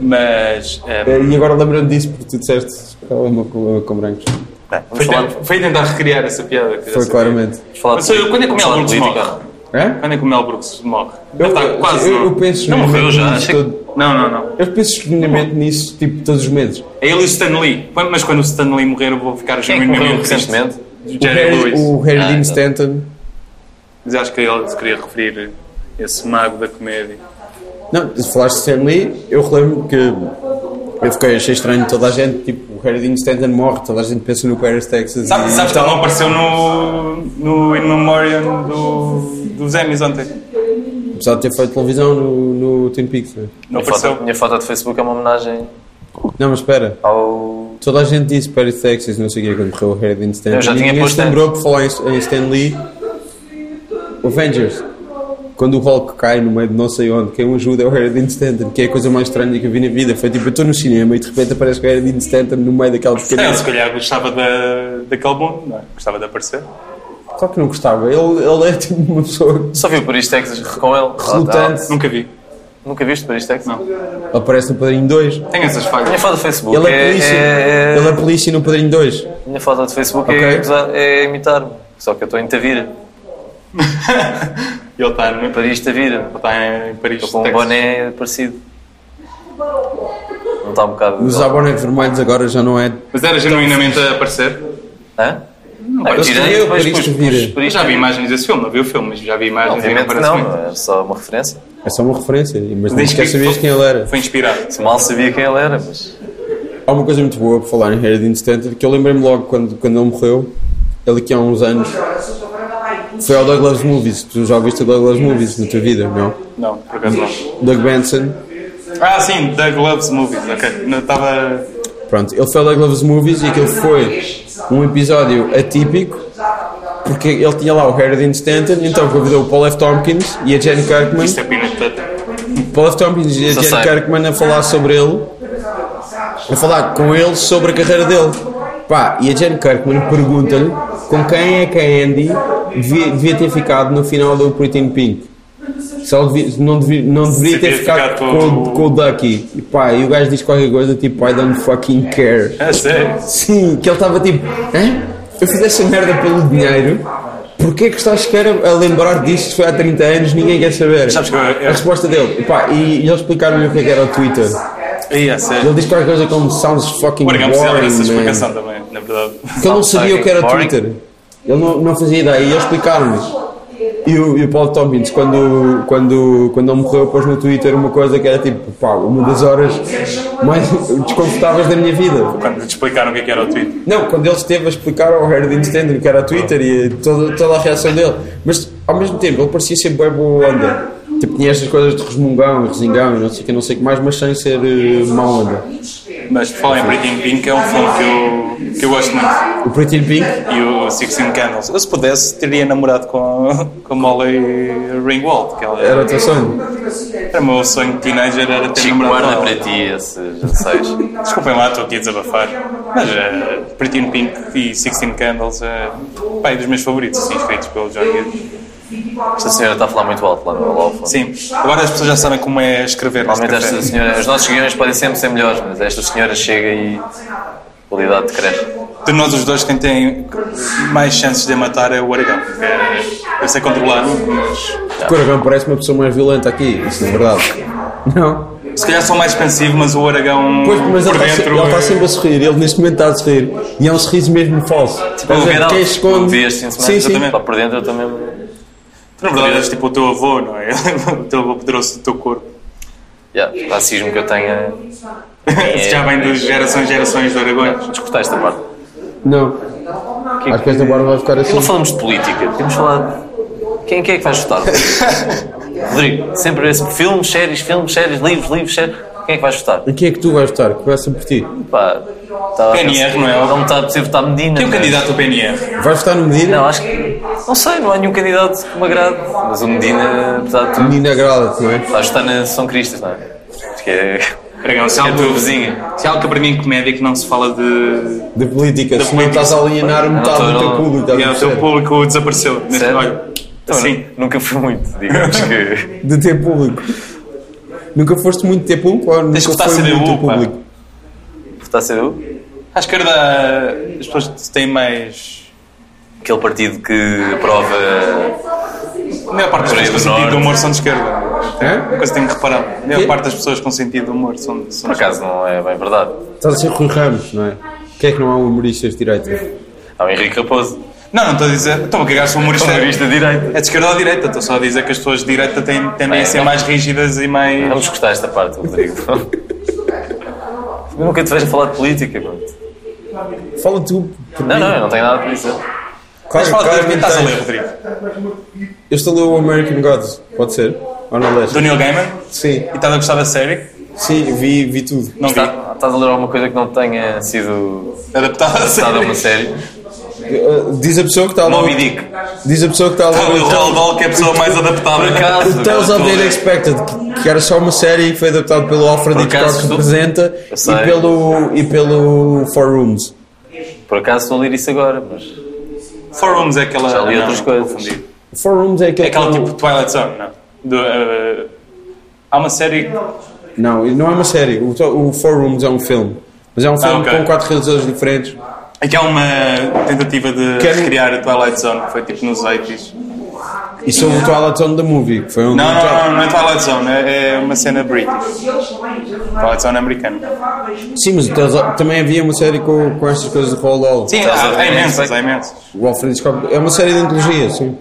Speaker 4: Mas. eh,
Speaker 5: Eh, E agora lembrando disso porque tu disseste qual é o meu com, com brancos.
Speaker 2: Bem, vamos
Speaker 4: foi,
Speaker 2: falar,
Speaker 4: ten- foi tentar recriar essa piada. que eu já
Speaker 5: Foi
Speaker 4: sabia.
Speaker 5: claramente.
Speaker 2: vamos falar
Speaker 4: é. Mas eu- quando é que o Mel
Speaker 2: vamos
Speaker 4: Brooks
Speaker 2: falar de
Speaker 4: morre?
Speaker 5: É?
Speaker 4: Quando é que o Mel Brooks morre?
Speaker 5: Eu,
Speaker 4: Deve estar quase.
Speaker 5: eu,
Speaker 4: não?
Speaker 5: eu penso
Speaker 2: Não morreu já,
Speaker 5: genuinamente
Speaker 2: achei que-
Speaker 5: todo-
Speaker 4: Não, não, não.
Speaker 5: Eu penso genuinamente nisso, tipo, todos os meses.
Speaker 4: É ele e o Stan Lee. Quando- Mas quando o Stan Lee morrer, eu vou ficar
Speaker 2: Quem é que morreu
Speaker 4: genuinamente triste.
Speaker 2: recentemente?
Speaker 5: O
Speaker 4: Jerry
Speaker 5: Harry,
Speaker 4: Lewis.
Speaker 5: o Harry
Speaker 2: Ah,
Speaker 5: Dean
Speaker 2: exato.
Speaker 5: Stanton.
Speaker 4: Mas acho que ele se queria referir esse mago da comédia.
Speaker 5: Não, tu falaste de Stan Lee, eu relembro que eu fiquei, achei estranho toda a gente, tipo, o Harry Dean Stanton morre, toda a gente pensa no Paris, Texas.
Speaker 4: Sabe,
Speaker 5: e-
Speaker 4: Tá, sabes que ele não apareceu no, no In Memoriam do, dos Emmys ontem?
Speaker 5: Apesar de ter feito televisão no, no Twin Peaks, né?
Speaker 4: Não
Speaker 2: Minha foto,
Speaker 4: apareceu.
Speaker 2: minha foto de Facebook é uma homenagem
Speaker 5: Não, mas espera,
Speaker 2: ao.
Speaker 5: toda a gente disse Paris, Texas, não sei o que, é, quando morreu o Harry Dean Stanton.
Speaker 2: Eu já
Speaker 5: E
Speaker 2: tinha
Speaker 5: ninguém se
Speaker 2: posto
Speaker 5: lembrou por falar em, em Stan Lee. Avengers. Quando o Hulk cai no meio de não sei onde, quem o ajuda é o Harry Dean Stanton, que é a coisa mais estranha que eu vi na vida. Foi tipo, eu estou no cinema e de repente aparece o Harry Dean Stanton no meio daquela pequena.
Speaker 4: Ele se calhar gostava da, daquele mundo, não é? Gostava de aparecer.
Speaker 5: Claro que não gostava, ele, ele é tipo uma pessoa
Speaker 2: Só viu Paris, Texas com ele.
Speaker 5: relutante.
Speaker 4: Nunca vi.
Speaker 2: Nunca viste Paris, Texas?
Speaker 4: Não.
Speaker 5: Ele Aparece no Padrinho 2. Ele
Speaker 4: Tenho essas
Speaker 2: Minha
Speaker 4: falhas.
Speaker 2: foto de Facebook
Speaker 5: é
Speaker 2: é,
Speaker 5: polícia.
Speaker 2: é-
Speaker 5: Ele é polícia no Padrinho 2.
Speaker 2: Minha foto de Facebook é
Speaker 5: Ok.
Speaker 2: acusar- é, imitar-me. Só que eu estou em Tavira.
Speaker 4: Ele está no Paris.
Speaker 2: Paris, Tavira.
Speaker 4: Está em Paris.
Speaker 2: Estou com um
Speaker 4: Texas.
Speaker 2: boné parecido. Não está um bocado.
Speaker 5: Usar bonecos vermelhos agora já não é.
Speaker 4: Mas era genuinamente a aparecer.
Speaker 2: Hã? Não, eu
Speaker 5: parece
Speaker 2: tirei
Speaker 5: que eu,
Speaker 2: depois
Speaker 5: Paris,
Speaker 2: pus-
Speaker 5: Tavira.
Speaker 2: pus
Speaker 4: Eu
Speaker 2: Paris.
Speaker 4: já vi imagens desse filme, não vi o filme, mas já vi imagens e não
Speaker 2: Obviamente
Speaker 4: parece
Speaker 2: não,
Speaker 4: muito.
Speaker 2: é só uma referência.
Speaker 5: É só uma referência, mas nem
Speaker 4: Diz que
Speaker 5: sequer sabias quem ele era.
Speaker 4: Foi inspirado.
Speaker 2: Mal sabia quem ele era, mas.
Speaker 5: Há uma coisa muito boa para falar em Harry Dean Stanton que eu lembrei-me logo quando, quando ele morreu. Ele aqui há uns anos foi ao Douglas Movies. Tu já ouviste o Douglas Movies na tua vida, não?
Speaker 4: Não, por acaso não.
Speaker 5: Doug Benson.
Speaker 4: Ah, sim, Doug Loves Movies, ok. Não estava.
Speaker 5: Pronto, ele foi ao Douglas Movies e aquilo foi um episódio atípico porque ele tinha lá o Harry Dean Stanton, então convidou o Paul F. Tompkins e a Jane Kirkman.
Speaker 4: Isto é peanut butter.
Speaker 5: Paul F. Tompkins e a
Speaker 2: Só
Speaker 5: Jane
Speaker 2: sei.
Speaker 5: Kirkman a falar sobre ele, a falar com ele sobre a carreira dele. Pá, e a Jane Kirkman pergunta-lhe com quem é que a Andy devia, devia ter ficado no final do Pretty in Pink. Se ela devia- não, devia, não deveria ter
Speaker 4: devia
Speaker 5: ficado
Speaker 4: ficar
Speaker 5: com, o-
Speaker 4: com-
Speaker 5: com o Ducky. E pá, e o gajo diz qualquer coisa tipo I don't fucking care.
Speaker 4: É sério.
Speaker 5: Sim, que ele estava tipo, Hã? eu fiz essa merda pelo dinheiro. Porquê que estás sequer a a lembrar disso? Isso foi há 30 anos, ninguém quer saber.
Speaker 4: Sabes que eu- eu-
Speaker 5: A resposta dele, pá, e, e eles explicaram-lhe o que é que era o Twitter.
Speaker 4: Aí, é
Speaker 5: Ele
Speaker 4: sério.
Speaker 5: disse qualquer coisa como sounds fucking
Speaker 4: O Oregon precisava
Speaker 5: boring,
Speaker 4: dessa
Speaker 5: man.
Speaker 4: explicação também, na verdade.
Speaker 5: Porque ele não sabia o que era o
Speaker 2: Boring.
Speaker 5: Twitter. Ele não, não fazia ideia, e eles explicaram-lhe. E o, e o Paul Tompkins, quando, quando, quando ele morreu, pôs no Twitter uma coisa que era tipo, pá, uma das horas mais desconfortáveis da minha vida.
Speaker 4: Quando te explicaram o que é que era o tweet.
Speaker 5: Não, quando ele esteve a explicar ao Harry Dean Stanton que era a Twitter e toda, toda a reação dele. Mas ao mesmo tempo ele parecia ser bem boa onda. Tipo, tinha estas coisas de resmungão e resingão e não sei o que, não sei o que mais, mas sem ser eh, má onda.
Speaker 4: Mas por falar em Breaking Pink, é um filme que eu, que eu gosto muito.
Speaker 5: O Pretty in Pink,
Speaker 4: E o Sixteen Candles. Eu, se pudesse, teria namorado com, com a Molly Ringwald, que ela
Speaker 5: era o teu sonho.
Speaker 4: Era o meu sonho de teenager era ter
Speaker 2: Chico
Speaker 4: namorado
Speaker 2: guarda
Speaker 4: com
Speaker 2: para
Speaker 4: ela.
Speaker 2: ti esses anseios.
Speaker 4: Desculpem lá, estou aqui a desabafar. Mas uh, Pretty in Pink e Sixteen Candles é pai dos meus favoritos, assim, escritos pelo John Hughes.
Speaker 2: Esta senhora está a falar muito alto lá no Alofa.
Speaker 4: Sim, agora as pessoas já sabem como é escrever neste
Speaker 2: Normalmente esta
Speaker 4: café.
Speaker 2: senhora, os nossos guiões podem sempre ser melhores, mas esta senhora chega e a qualidade decresce.
Speaker 4: De nós os dois, quem tem mais chances de a matar é o Oregão. Eu sei controlar, mas...
Speaker 5: O Coragão parece uma pessoa mais violenta aqui, isso é verdade. Não?
Speaker 4: Se calhar sou mais expansivo, mas o Oregão
Speaker 5: Pois, mas
Speaker 4: por
Speaker 5: ele está, se-
Speaker 4: dentro...
Speaker 5: ele está
Speaker 4: é-
Speaker 5: sempre a sorrir, ele neste momento está a sorrir. E é um sorriso mesmo falso. Tipo,
Speaker 2: o Geraldo,
Speaker 5: quem
Speaker 2: como
Speaker 4: Um
Speaker 5: esconde.
Speaker 2: dias de fim de semana,
Speaker 5: Sim, sim.
Speaker 2: também, pá, por dentro eu também.
Speaker 4: é? [laughs] Tu, Na verdade, és tipo o teu avô, não é? O teu avô poderoso do teu corpo.
Speaker 2: Yeah, o racismo que eu tenho é.
Speaker 4: [laughs] Isso já vem de gerações e gerações de Aragões.
Speaker 2: Descortar esta parte.
Speaker 5: Não. Acho que esta barba vai ficar
Speaker 2: Aqui
Speaker 5: assim.
Speaker 2: não falamos de política, temos falado. Quem, quem é que vais votar? Rodrigo, sempre esse filmes, séries, filmes, séries, livros, livros, séries. Quem é que vais votar?
Speaker 5: Em quem é que tu vais votar? Começa por ti.
Speaker 2: Pá, tá,
Speaker 4: PNR, não é?
Speaker 2: Não está a possível votar Medina.
Speaker 4: Tem um
Speaker 2: mas-
Speaker 4: candidato ao PNR.
Speaker 5: Vais votar no Medina?
Speaker 2: Não, acho que. Não sei, não há nenhum candidato que me agrade. Mas o Medina, apesar de
Speaker 4: Ah.
Speaker 2: tudo,
Speaker 5: Medina agrada-te, não é?
Speaker 2: está a votar na São Cristas, não é? Porque é.
Speaker 4: Aragão, se há
Speaker 2: É a
Speaker 4: algo,
Speaker 2: tua vizinha.
Speaker 4: se há algo que para mim é comédia que não se fala de.
Speaker 5: De política. Se não
Speaker 4: política.
Speaker 5: estás a alienar metade do
Speaker 2: não,
Speaker 5: teu
Speaker 2: não.
Speaker 5: público,
Speaker 4: e é o
Speaker 5: estás a
Speaker 4: teu
Speaker 5: perceber?
Speaker 4: público desapareceu. Neste-
Speaker 2: Sério?
Speaker 4: Olha,
Speaker 2: Então,
Speaker 4: sim.
Speaker 2: Nunca fui muito, digamos que.
Speaker 5: De ter público. Nunca foste muito ter público ou nunca
Speaker 2: que votar
Speaker 5: foi
Speaker 2: CDU,
Speaker 5: muito ter
Speaker 2: pá.
Speaker 5: público?
Speaker 2: Votar CDU?
Speaker 4: [laughs] À esquerda, as pessoas têm mais.
Speaker 2: Aquele partido que aprova.
Speaker 4: A maior parte das
Speaker 2: Coreia
Speaker 4: pessoas com
Speaker 2: do
Speaker 4: sentido de
Speaker 2: Norte.
Speaker 4: humor são de esquerda.
Speaker 5: Hã?
Speaker 4: Uma coisa que tenho que reparar. A
Speaker 5: Quê?
Speaker 4: maior parte das pessoas com sentido de humor são, são
Speaker 2: Por
Speaker 4: de esquerda.
Speaker 2: acaso não é bem verdade.
Speaker 5: Estás a ser Rui Ramos, não é? Quem é que não há humoristas de direita?
Speaker 2: Há o Henrique Raposo.
Speaker 4: Não, não estou a dizer. Estou a cagar, sou humorista.
Speaker 2: Humorista de direita.
Speaker 4: É de esquerda ou de direita, estou só a dizer que as pessoas de direita têm, tendem a ser mais rígidas e mais.
Speaker 2: Vamos cortar esta parte, Rodrigo. Eu nunca te vejo falar de política, mano.
Speaker 5: Fala tu. por
Speaker 2: Não,
Speaker 5: mim.
Speaker 2: não, eu não tenho nada a dizer.
Speaker 5: Claro,
Speaker 4: Mas fala de
Speaker 5: claro
Speaker 4: o que
Speaker 5: que
Speaker 4: estás a
Speaker 5: tens.
Speaker 4: ler, Rodrigo.
Speaker 5: Eu estou a ler o American Gods, pode ser? Ou não leste?
Speaker 4: Do Neil Gaiman?
Speaker 5: Sim,
Speaker 4: E estás a gostar da série?
Speaker 5: sim, vi, vi tudo.
Speaker 4: Não vi.
Speaker 2: Está- estás a ler alguma coisa que não tenha sido
Speaker 4: Adaptada à
Speaker 2: adaptada a uma
Speaker 4: série.
Speaker 2: série?
Speaker 5: Uh, Diz a pessoa que está a ler.
Speaker 2: Moby Dick.
Speaker 5: Diz a pessoa que está a
Speaker 4: Está a
Speaker 5: ler.
Speaker 4: ler o Roald Dahl, que é a pessoa mais adaptada.
Speaker 2: Por acaso,
Speaker 5: O Tales of the Unexpected, que, que era só uma série e foi adaptado pelo Alfred
Speaker 2: Por acaso,
Speaker 5: Hitchcock que
Speaker 2: tu-
Speaker 5: representa
Speaker 2: Eu sei.
Speaker 5: e pelo, e pelo Four Rooms.
Speaker 2: Por acaso estou a ler isso agora, mas
Speaker 4: Four Rooms é aquela.
Speaker 2: já li
Speaker 4: não,
Speaker 2: outras
Speaker 4: não,
Speaker 2: coisas.
Speaker 4: confundi.
Speaker 5: Four Rooms é aquele.
Speaker 4: É aquela
Speaker 5: que-
Speaker 4: tipo Twilight Zone, não? Do, eh, há uma série.
Speaker 5: Não, não é uma série. O, to- o Four Rooms é um filme. Mas é um filme
Speaker 4: ok.
Speaker 5: com quatro realizadores diferentes.
Speaker 4: É que há uma tentativa de
Speaker 5: Quero-
Speaker 4: recriar a Twilight Zone, que foi tipo nos 80s.
Speaker 5: E sobre o Twilight Zone da Movie, que foi um.
Speaker 4: Não, não, não, não é Twilight Zone, é é uma cena british. Twilight Zone é americana.
Speaker 5: Sim, mas o Tales of- também havia uma série com, com estas coisas de Roll Doll.
Speaker 4: Sim,
Speaker 2: Twilight Zone
Speaker 4: há, há
Speaker 2: é
Speaker 4: imensas,
Speaker 2: americana.
Speaker 4: há imensas.
Speaker 5: O Alfred Hitchcock. É uma série de antologia, sim.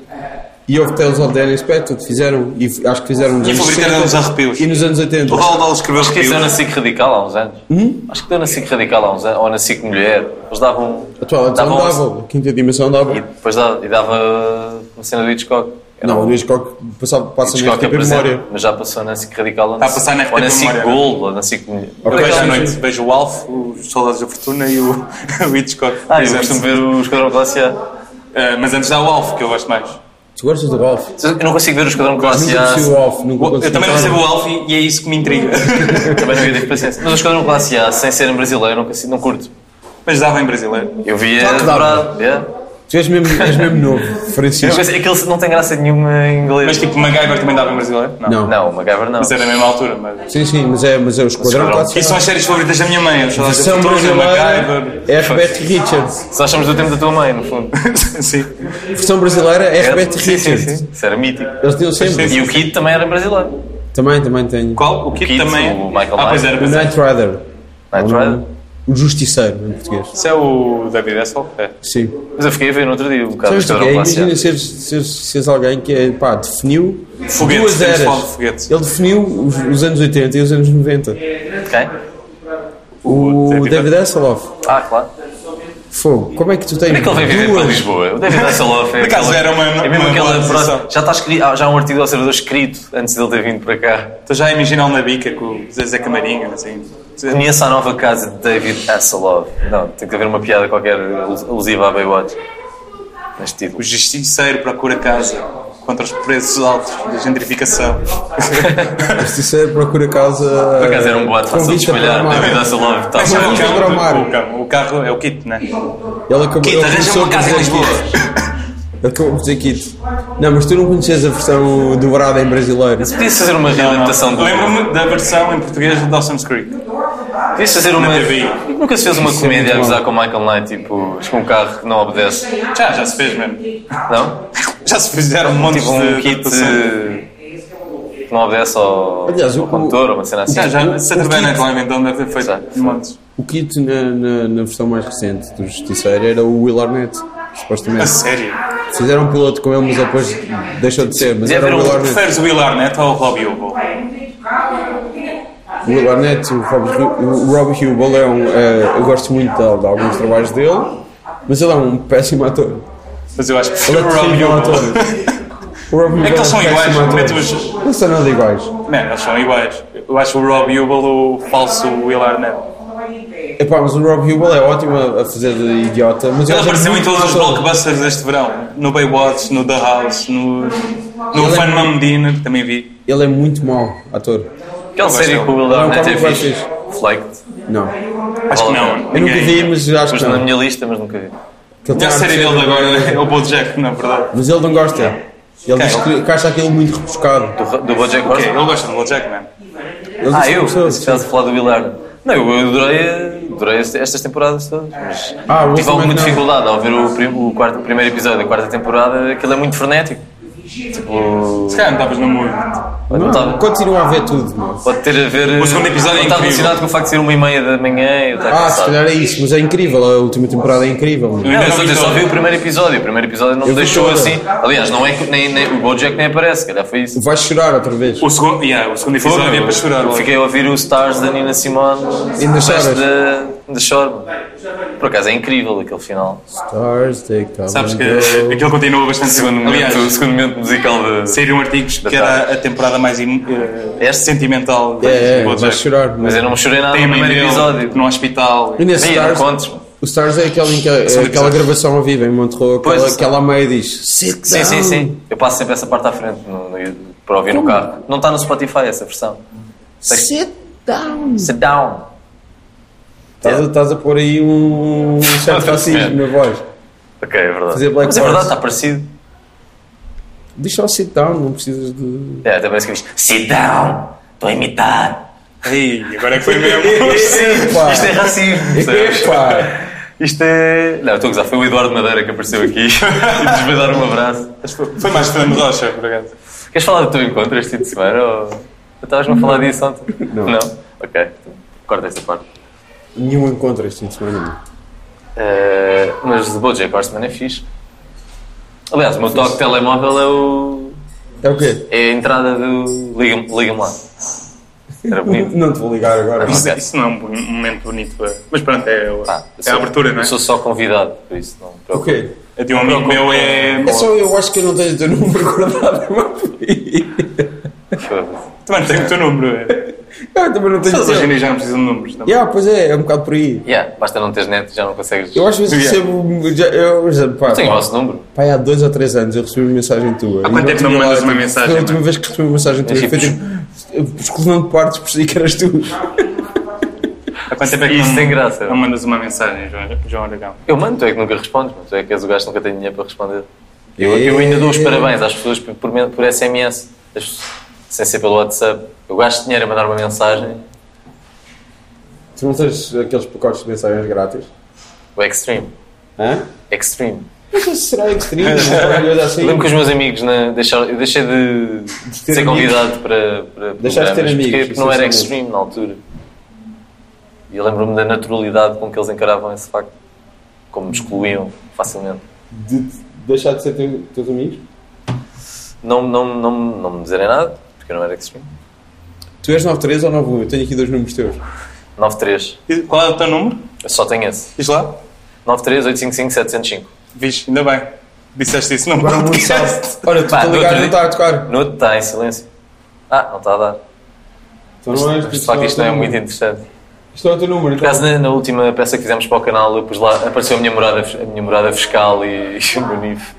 Speaker 5: E houve Tales of the Unexpected, fizeram, e f- acho que fizeram nos
Speaker 4: E
Speaker 5: anos
Speaker 4: foi gritar
Speaker 5: 60
Speaker 4: nos Tá arrepios.
Speaker 5: e nos anos 80.
Speaker 4: O Roald Dahl escreveu
Speaker 2: Acho que isso deu na
Speaker 4: arrepios.
Speaker 2: SIC Radical há uns anos.
Speaker 5: Hum?
Speaker 2: Acho que deu na SIC Radical há uns anos, ou na SIC Mulher. Eles davam.
Speaker 5: A Twilight Zone
Speaker 2: davam- um
Speaker 5: dava, a quinta dimensão
Speaker 2: E
Speaker 5: dava.
Speaker 2: depois dava, e dava uma cena do Hitchcock. Era
Speaker 5: Não,
Speaker 2: um-
Speaker 5: o Hitchcock passava, passa neste
Speaker 2: Hitchcock
Speaker 5: tipo de
Speaker 2: apresenta,
Speaker 5: memória.
Speaker 2: mas já passou na SIC Radical ou
Speaker 4: Está a passar na
Speaker 2: ou na
Speaker 4: RTP
Speaker 2: SIC
Speaker 4: Memória,
Speaker 2: Gold ou na SIC Mulher.
Speaker 5: Ok.
Speaker 4: Vejo à
Speaker 5: Sim.
Speaker 4: noite, vejo o Alf, os Soldados da Fortuna e o, [laughs] o Hitchcock.
Speaker 2: Ah, eu
Speaker 4: Mas
Speaker 2: costumo
Speaker 4: antes-
Speaker 2: ver o Esquadrão Classe A.
Speaker 4: eh, mas antes dá o Alf, que eu gosto mais.
Speaker 5: Tu gostas do Alf?
Speaker 2: Eu não consigo ver o Esquadrão Classe
Speaker 5: Nunca
Speaker 2: A.
Speaker 5: percebi o Alf, nunca consegui.
Speaker 4: Eu também
Speaker 5: um.
Speaker 4: recebo o Alf e- e é isso que me
Speaker 5: [laughs]
Speaker 4: intriga.
Speaker 2: [laughs] Também não ia ter paciência. Mas o Esquadrão Classe A, sem ser em brasileiro, não, consigo, não curto.
Speaker 4: Mas dava em brasileiro.
Speaker 2: Eu via
Speaker 5: Claro que dá,
Speaker 2: dobrado. Yeah.
Speaker 5: Tu és mesmo, és mesmo
Speaker 2: [laughs]
Speaker 5: novo,
Speaker 2: Eu não
Speaker 5: Francisco.
Speaker 2: consigo- Aquilo não tem graça nenhuma em inglês.
Speaker 4: Mas tipo, MacGyver também dava em brasileiro?
Speaker 5: Não.
Speaker 2: Não, o MacGyver não.
Speaker 4: Mas é da mesma altura, mas...
Speaker 5: Sim, sim, mas é, mas é o Esquadrão
Speaker 2: Esquadrão.
Speaker 5: Classe
Speaker 4: E são
Speaker 5: A.
Speaker 4: as séries favoritas da minha mãe, os Soldados da
Speaker 5: Versão
Speaker 4: Fortuna,
Speaker 5: brasileira
Speaker 4: MacGyver... [laughs]
Speaker 5: é Rbert Richards.
Speaker 2: Só achamos do tempo da tua mãe, no fundo.
Speaker 4: Sim.
Speaker 5: Versão brasileira é Rbert
Speaker 2: sim, sim,
Speaker 5: Richards.
Speaker 2: sim. Isso era mítico.
Speaker 5: Eles tinham sempre.
Speaker 2: E o Kid também era brasileiro.
Speaker 5: Também, também tenho.
Speaker 4: Qual? O Kid,
Speaker 2: Kid,
Speaker 4: também.
Speaker 2: o Michael
Speaker 4: ah, pois
Speaker 2: Myers.
Speaker 4: era,
Speaker 5: O
Speaker 4: pois era.
Speaker 5: Knight Rider.
Speaker 2: é Knight Rider.
Speaker 5: O Justiceiro, em português.
Speaker 4: Isso é o David Hasselhoff? É.
Speaker 5: Sim.
Speaker 2: Mas eu fiquei a ver no outro dia um bocado o
Speaker 5: Sabes o que
Speaker 2: Esquadrão
Speaker 5: é?
Speaker 2: Classe A.
Speaker 5: Imagina seres, seres, seres alguém que é, pá, definiu
Speaker 4: Foguetes,
Speaker 5: duas
Speaker 4: temos
Speaker 5: eras.
Speaker 4: falado de foguetes.
Speaker 5: Ele definiu os, os anos 80 e os anos 90.
Speaker 2: Quem?
Speaker 5: O
Speaker 2: é
Speaker 4: David-
Speaker 5: David Hasselhoff.
Speaker 2: Ah, claro.
Speaker 5: Fogo. Como é que tu tens
Speaker 2: Como é que ele veio viver para
Speaker 5: duas-
Speaker 2: Lisboa? O David Hasselhoff é.
Speaker 4: [laughs] Por acaso
Speaker 2: aquela-
Speaker 4: era uma-
Speaker 2: é mesmo
Speaker 4: uma
Speaker 2: aquela
Speaker 4: boa
Speaker 2: frase-
Speaker 4: decisão.
Speaker 2: Já está escrito. há Já há um artigo do Observador escrito antes dele ter vindo para cá.
Speaker 4: Estou já a imaginar um Nabica com o Zezé Camarinha, assim.
Speaker 2: Conheça a nova casa de David Hasselhoff. Não, tem que haver uma piada qualquer alusiva à Baywatch. tipo, Neste
Speaker 4: O
Speaker 2: título.
Speaker 4: justiceiro procura casa contra os preços altos da [laughs] gentrificação.
Speaker 5: Justiceiro é procura eh, casa.
Speaker 2: Por acaso era um boato fácil de espalhar. David Hasselhoff tá está
Speaker 5: Mas
Speaker 2: a
Speaker 5: não,
Speaker 2: falar.
Speaker 5: Pedro Amaro.
Speaker 4: Tá, o, carro, o carro é o kit, né?
Speaker 5: Ele acabou
Speaker 4: Kit,
Speaker 5: ele
Speaker 4: arranja
Speaker 5: começou
Speaker 4: uma
Speaker 5: por
Speaker 4: casa em
Speaker 5: dizer
Speaker 4: Lisboa.
Speaker 5: Kit. Ele acabou por dizer kit. Não, mas tu não conheces a versão dobrada em brasileiro.
Speaker 2: Podias fazer uma readaptação do.
Speaker 4: Lembro-me da versão em português do Dawson's Creek.
Speaker 2: Podias fazer uma.
Speaker 4: Na TV.
Speaker 2: Nunca se fez uma
Speaker 5: é
Speaker 2: comédia a
Speaker 5: muito
Speaker 2: gozar com o Michael Knight, tipo, com um carro que não obedece.
Speaker 4: Já, já se fez mesmo.
Speaker 2: Não?
Speaker 4: Já se fizeram um monte
Speaker 2: Tipo um
Speaker 4: de
Speaker 2: kit
Speaker 4: adaptação.
Speaker 2: eh, que não obedece ao,
Speaker 5: Aliás,
Speaker 2: ao
Speaker 5: o-
Speaker 2: condutor, ou uma cena assim.
Speaker 4: Já, já.
Speaker 5: o
Speaker 4: Saturday
Speaker 5: kit-
Speaker 4: Night Live então deve ter feito
Speaker 2: Exato.
Speaker 4: montes.
Speaker 5: O kit na, na, na versão mais recente do Justiceiro era o Will Arnett,
Speaker 4: A
Speaker 5: supostamente.
Speaker 4: sério?
Speaker 5: Fizeram um piloto com ele, mas depois deixou de ser. Mas
Speaker 2: Devia
Speaker 5: era
Speaker 2: haver
Speaker 5: o Will
Speaker 2: um-
Speaker 5: Arnett.
Speaker 4: Preferes o Will Arnett ou o Robbie Hugo?
Speaker 5: O Will Arnett, o Rob, o Rob Hubel é um, eh, eu gosto muito de, de alguns trabalhos dele, mas ele é um péssimo ator.
Speaker 4: Mas eu acho que
Speaker 5: Ele
Speaker 4: prefiro
Speaker 5: é
Speaker 4: o Rob
Speaker 5: terrível ator.
Speaker 4: Hubel. [laughs]
Speaker 5: O Rob Hubel
Speaker 4: É que eles são
Speaker 5: um
Speaker 4: iguais,
Speaker 5: péssimo ator.
Speaker 4: metem os-
Speaker 5: Não são nada iguais.
Speaker 4: Man, eles são iguais. Eu acho o Rob Hubel o falso Will Arnett.
Speaker 5: Epá, mas o Rob Hubel é ótimo a a fazer de idiota, mas
Speaker 4: Ele
Speaker 5: acho
Speaker 4: apareceu em
Speaker 5: muito
Speaker 4: todos os
Speaker 5: mau ator.
Speaker 4: blockbusters deste verão. No Baywatch, no The House, no, no
Speaker 5: Ele é-
Speaker 4: Fan Mam Dinner, que também vi.
Speaker 5: Ele é muito mau ator.
Speaker 2: Aquela série que o Will
Speaker 5: Não,
Speaker 2: Arnett é
Speaker 5: qual é que
Speaker 2: fixe. Flight.
Speaker 5: Não.
Speaker 4: Acho que não.
Speaker 5: Eu nunca vi, mas acho
Speaker 2: Pus
Speaker 5: que
Speaker 2: na
Speaker 5: não.
Speaker 2: minha lista, mas nunca vi.
Speaker 5: Que
Speaker 4: A
Speaker 5: ele tem
Speaker 4: melhor
Speaker 5: ar de
Speaker 4: série
Speaker 5: ser-
Speaker 4: dele
Speaker 5: [laughs]
Speaker 4: agora é o BoJack, na verdade.
Speaker 5: Mas ele não gosta. Ele diz que, que acha aquilo muito rebuscado.
Speaker 2: Do, do Bojack
Speaker 4: Ok,
Speaker 2: Horseman?
Speaker 4: eu gosto tipo do BoJack, man.
Speaker 5: Ele diz
Speaker 2: Ah,
Speaker 5: que
Speaker 2: eu?
Speaker 5: gostou,
Speaker 2: Estás a falar do Will Arnett. Não, eu adorei, adorei este- estas temporadas todas, mas
Speaker 5: Ah, o
Speaker 2: tive
Speaker 5: último
Speaker 2: alguma
Speaker 5: não.
Speaker 2: dificuldade ao ver o, prim- o quarto- o primeiro episódio da quarta temporada, aquilo é muito frenético. Tipo,
Speaker 4: Se calhar não estavas no mood.
Speaker 2: não
Speaker 5: Não,
Speaker 2: tava- É
Speaker 5: continua a ver tudo, Ah, mano.
Speaker 2: pode ter a ver...
Speaker 4: O segundo episódio é
Speaker 2: Não estava
Speaker 4: incrível.
Speaker 2: emocionado com o facto de ser uma e meia da manhã e eu estar
Speaker 5: Ah, se
Speaker 2: cansado.
Speaker 5: calhar é isso, mas é incrível, a última temporada é incrível. mano.
Speaker 2: Não,
Speaker 4: Eu ainda
Speaker 2: mas
Speaker 4: não
Speaker 2: eu
Speaker 4: vi
Speaker 2: só
Speaker 4: toda.
Speaker 2: vi o primeiro episódio. O primeiro episódio não
Speaker 5: Eu
Speaker 2: me
Speaker 5: vi
Speaker 2: deixou
Speaker 5: toda.
Speaker 2: assim. Aliás, não é que nem, nem- o Bojack nem aparece, calhar foi isso.
Speaker 5: Vais chorar outra vez.
Speaker 4: O segundo, yeah, o segundo
Speaker 2: Fogo,
Speaker 4: episódio é para chorar.
Speaker 2: eu Fiquei a ouvir o Stars da Nina Simone.
Speaker 5: Ainda
Speaker 2: O
Speaker 5: choras?
Speaker 2: resto da- Ainda choro. Por acaso é incrível aquele final.
Speaker 5: Stars, they come
Speaker 4: Sabes
Speaker 5: and
Speaker 4: que
Speaker 2: [laughs]
Speaker 5: go.
Speaker 4: aquilo continua bastante segundo.
Speaker 2: Aliás,
Speaker 4: Aliás,
Speaker 2: o segundo momento musical de.
Speaker 4: saíram artigos que era a temporada mais im- eh,
Speaker 2: Este?
Speaker 4: sentimental do
Speaker 5: É, é, vais
Speaker 4: BoJack.
Speaker 5: chorar.
Speaker 2: Mas eu não me chorei nada
Speaker 4: Tem a
Speaker 2: no
Speaker 4: mãe
Speaker 2: primeiro
Speaker 4: dele
Speaker 2: episódio.
Speaker 4: no hospital.
Speaker 5: E nesse
Speaker 2: Sim, não
Speaker 5: Stars,
Speaker 2: contes.
Speaker 5: o Stars é aquele em que- é
Speaker 4: Segundo
Speaker 5: aquela
Speaker 4: episódio.
Speaker 5: gravação ao vivo em Montreux,
Speaker 2: Pois,
Speaker 5: aquela,
Speaker 2: eu sei.
Speaker 5: aquela meia diz Sit
Speaker 2: Sim, sim,
Speaker 5: down."
Speaker 2: sim. Eu passo sempre essa parte à frente no, no, para ouvir no carro. Não está no Spotify essa versão.
Speaker 5: Sit down.
Speaker 2: Sit down.
Speaker 5: Estás a- Estás a pôr
Speaker 2: [laughs]
Speaker 5: aí um um certo racismo na voz.
Speaker 2: Ok, é verdade.
Speaker 5: Fazer Black
Speaker 2: Mas é verdade,
Speaker 5: Forest.
Speaker 2: está parecido.
Speaker 5: Diz só sit down, não precisas de.
Speaker 2: É, até parece que diz Sit down. Estou a imitar.
Speaker 4: Ei, agora é que foi mesmo. [laughs]
Speaker 5: Sim, pá.
Speaker 2: Isto é racismo. percebes?
Speaker 5: Epá.
Speaker 2: Isto é. Não, estou a gozar. Foi o Eduardo Madeira que apareceu aqui [laughs] e nos veio dar um abraço.
Speaker 4: Foi mais Fernando Rocha, por acaso.
Speaker 2: Queres falar do teu encontro este fim de semana? Ou... Eu estavas a falar disso ontem? Não. Ok, então, corta esta parte.
Speaker 5: Nenhum encontro este fim de semana.
Speaker 2: Eh, mas o Bojack Horseman é fixe. Aliás, o meu toque de telemóvel é, o...
Speaker 5: É o quê?
Speaker 2: é a entrada do. Liga-me liga lá. Era bonito.
Speaker 5: Não te vou ligar agora.
Speaker 4: Isso,
Speaker 2: Ok.
Speaker 4: isso não é um bo- um momento bonito. é. Mas pronto, é, o-
Speaker 2: Pá, eu
Speaker 4: é a
Speaker 2: sou-
Speaker 4: abertura, não é?
Speaker 2: Eu sou só convidado, por isso não me
Speaker 5: O
Speaker 2: preocupo.
Speaker 5: quê?
Speaker 4: É de um amigo meu, é.
Speaker 5: É só eu acho que eu não tenho o teu número [laughs] guardado. é mas-
Speaker 2: Foda-se.
Speaker 4: Também tenho o teu número. É.
Speaker 5: Eu também não tenho o
Speaker 4: Mas hoje em
Speaker 5: teu.
Speaker 4: dia já não precisam de números. Também.
Speaker 5: Yeah, pois é, é um bocado por aí.
Speaker 2: Yeah, basta não teres net, já não consegues.
Speaker 5: Eu às vezes
Speaker 4: Yeah.
Speaker 5: recebo. já- Eu, já, pá,
Speaker 2: tenho o vosso número.
Speaker 5: pá, há dois ou três anos eu recebi uma mensagem tua.
Speaker 4: Há quanto tempo não me mandas uma mensagem,
Speaker 5: Foi a última
Speaker 4: mano?
Speaker 5: vez que recebi uma mensagem tua.
Speaker 2: É
Speaker 5: Foi tipo. Escolhendo partes, percebi que eras tu.
Speaker 4: Há quanto tempo é que
Speaker 2: Isso
Speaker 4: não-
Speaker 2: tem graça.
Speaker 4: não mandas uma mensagem, João, João Aragão?
Speaker 2: Eu mando, tu é que nunca respondes, mas tu é que és o gajo que nunca tem dinheiro para responder. Eu,
Speaker 5: É.
Speaker 2: eu ainda dou os parabéns às pessoas por, por, men- por SMS, as- sem ser pelo WhatsApp. Eu gasto dinheiro a mandar uma mensagem,
Speaker 5: Tu não tens aqueles pacotes de mensagens grátis?
Speaker 2: o Extreme.
Speaker 5: Hã?
Speaker 2: Extreme.
Speaker 5: Mas isso será extremo? [laughs] uma coisa assim.
Speaker 2: Eu lembro que os meus amigos na, deixaram, eu deixei de,
Speaker 5: ter
Speaker 2: ser
Speaker 5: amigos.
Speaker 2: convidado para, para
Speaker 5: Deixaste de ter
Speaker 2: programas,
Speaker 5: amigos, é
Speaker 2: porque, porque não era
Speaker 5: essencialmente.
Speaker 2: Extreme na altura. E eu lembro-me da naturalidade com que eles encaravam esse facto, como me excluíam facilmente.
Speaker 5: de de deixar de ser teu- teus amigos?
Speaker 2: Não, não, não, não me dizerem nada, porque eu não era Extreme.
Speaker 5: Tu és 93 ou 91? Eu tenho aqui dois números teus.
Speaker 2: 93.
Speaker 4: E Qual é o teu número?
Speaker 2: Eu só tenho esse.
Speaker 4: Diz lá.
Speaker 2: 93855-705.
Speaker 4: Vixe, ainda bem. Disseste isso, não
Speaker 5: Agora o mundo sabe. Olha, tu
Speaker 2: Pá,
Speaker 5: a
Speaker 2: no
Speaker 5: ligar
Speaker 2: outro
Speaker 5: não está a tocar.
Speaker 2: No outro está tá em silêncio. Ah, não está a dar.
Speaker 5: Então não és,
Speaker 2: Mas de facto isto não é muito interessante.
Speaker 5: Isto é o teu número.
Speaker 2: Por
Speaker 5: Então.
Speaker 2: acaso na, na última peça que fizemos para o canal eu pus lá, apareceu a minha morada, a minha morada fiscal e, [laughs] e o meu NIF.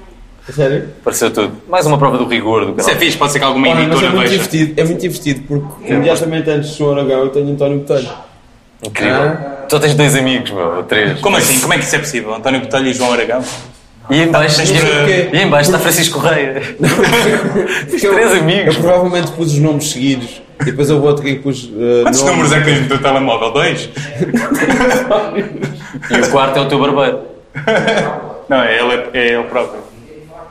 Speaker 5: Sério?
Speaker 2: Apareceu tudo. Mais uma prova do rigor do
Speaker 4: Isso é
Speaker 2: canal.
Speaker 4: fixe, pode ser que alguma
Speaker 5: Olha, mas é
Speaker 4: editora
Speaker 5: muito
Speaker 4: veja.
Speaker 5: divertido. É muito divertido porque imediatamente antes de João Aragão eu tenho António Botelho.
Speaker 2: Incrível. Só tens dois amigos, meu, ou três.
Speaker 4: Ah. Como assim? Como é que isso é possível? António Botelho e João Aragão?
Speaker 2: E em baixo,
Speaker 4: Não sei
Speaker 5: porquê.
Speaker 2: e, em baixo está Francisco
Speaker 4: [laughs]
Speaker 2: Correia. Tens
Speaker 5: Eu-
Speaker 2: três amigos.
Speaker 5: Eu provavelmente pus os nomes seguidos e depois eu vou e pus. eh,
Speaker 4: Quantos
Speaker 5: nomes.
Speaker 4: números é que tens no teu telemóvel? Dois?
Speaker 2: E o quarto é o teu barbeiro.
Speaker 4: Não, é ele, é- é ele próprio.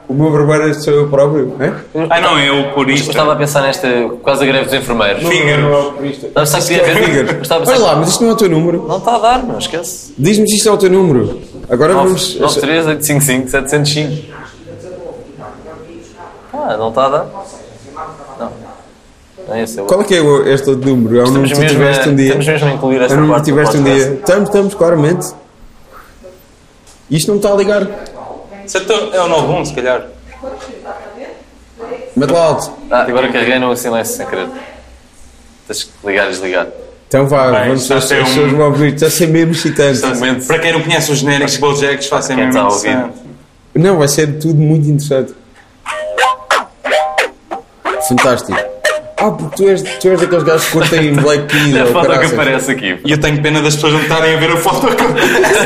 Speaker 5: O meu barbeiro sou eu próprio, é?
Speaker 4: Ah, não, é o
Speaker 2: Eu
Speaker 4: corista.
Speaker 2: estava a pensar nesta quase a greve dos enfermeiros.
Speaker 4: Fingers.
Speaker 5: Não, não é o purista.
Speaker 2: Não, sabe que devia haver- eu estava a
Speaker 5: Olha
Speaker 2: pensar-
Speaker 5: lá, mas isto não é o teu número.
Speaker 2: Não está a dar, não esquece.
Speaker 5: Diz-me se isto é o teu número. Agora vamos.
Speaker 2: 93855-705. Ah, não está a dar? Não. Não é esse é o-
Speaker 5: Qual é que é o- este outro número? É o número
Speaker 2: Estamos
Speaker 5: que tu
Speaker 2: mesmo,
Speaker 5: tiveste
Speaker 2: a,
Speaker 5: um dia.
Speaker 2: estamos mesmo a incluir
Speaker 5: É
Speaker 2: essa
Speaker 5: o número que
Speaker 2: parte. do
Speaker 5: tiveste um dia.
Speaker 2: podcast.
Speaker 5: Estamos, estamos, claramente. Isto não me está a ligar.
Speaker 4: Certo, é o 91, se calhar.
Speaker 5: Mete lá alto.
Speaker 2: Ah, agora carreguei no silêncio sem querer. Tens que ligar e desligar.
Speaker 5: Então vá,
Speaker 4: Bem,
Speaker 5: vamos
Speaker 4: está
Speaker 5: ver
Speaker 4: a
Speaker 5: se
Speaker 4: ser
Speaker 5: as
Speaker 4: um-
Speaker 5: pessoas vão ouvir. Está a ser mesmo excitante.
Speaker 2: Momento.
Speaker 4: Para quem não conhece os genéricos Bojacks, façam
Speaker 2: Quem
Speaker 4: mesmo
Speaker 2: está a ouvir?
Speaker 4: interessante.
Speaker 2: um-
Speaker 5: Não, vai ser tudo muito interessante. Fantástico. Ah, porque tu és, tu és daqueles gajos
Speaker 2: [laughs]
Speaker 5: que curtem Black Keys
Speaker 2: É a
Speaker 5: ou
Speaker 2: foto que
Speaker 5: caraças.
Speaker 2: aparece aqui.
Speaker 4: E eu tenho pena das pessoas não estarem a ver a foto. [laughs]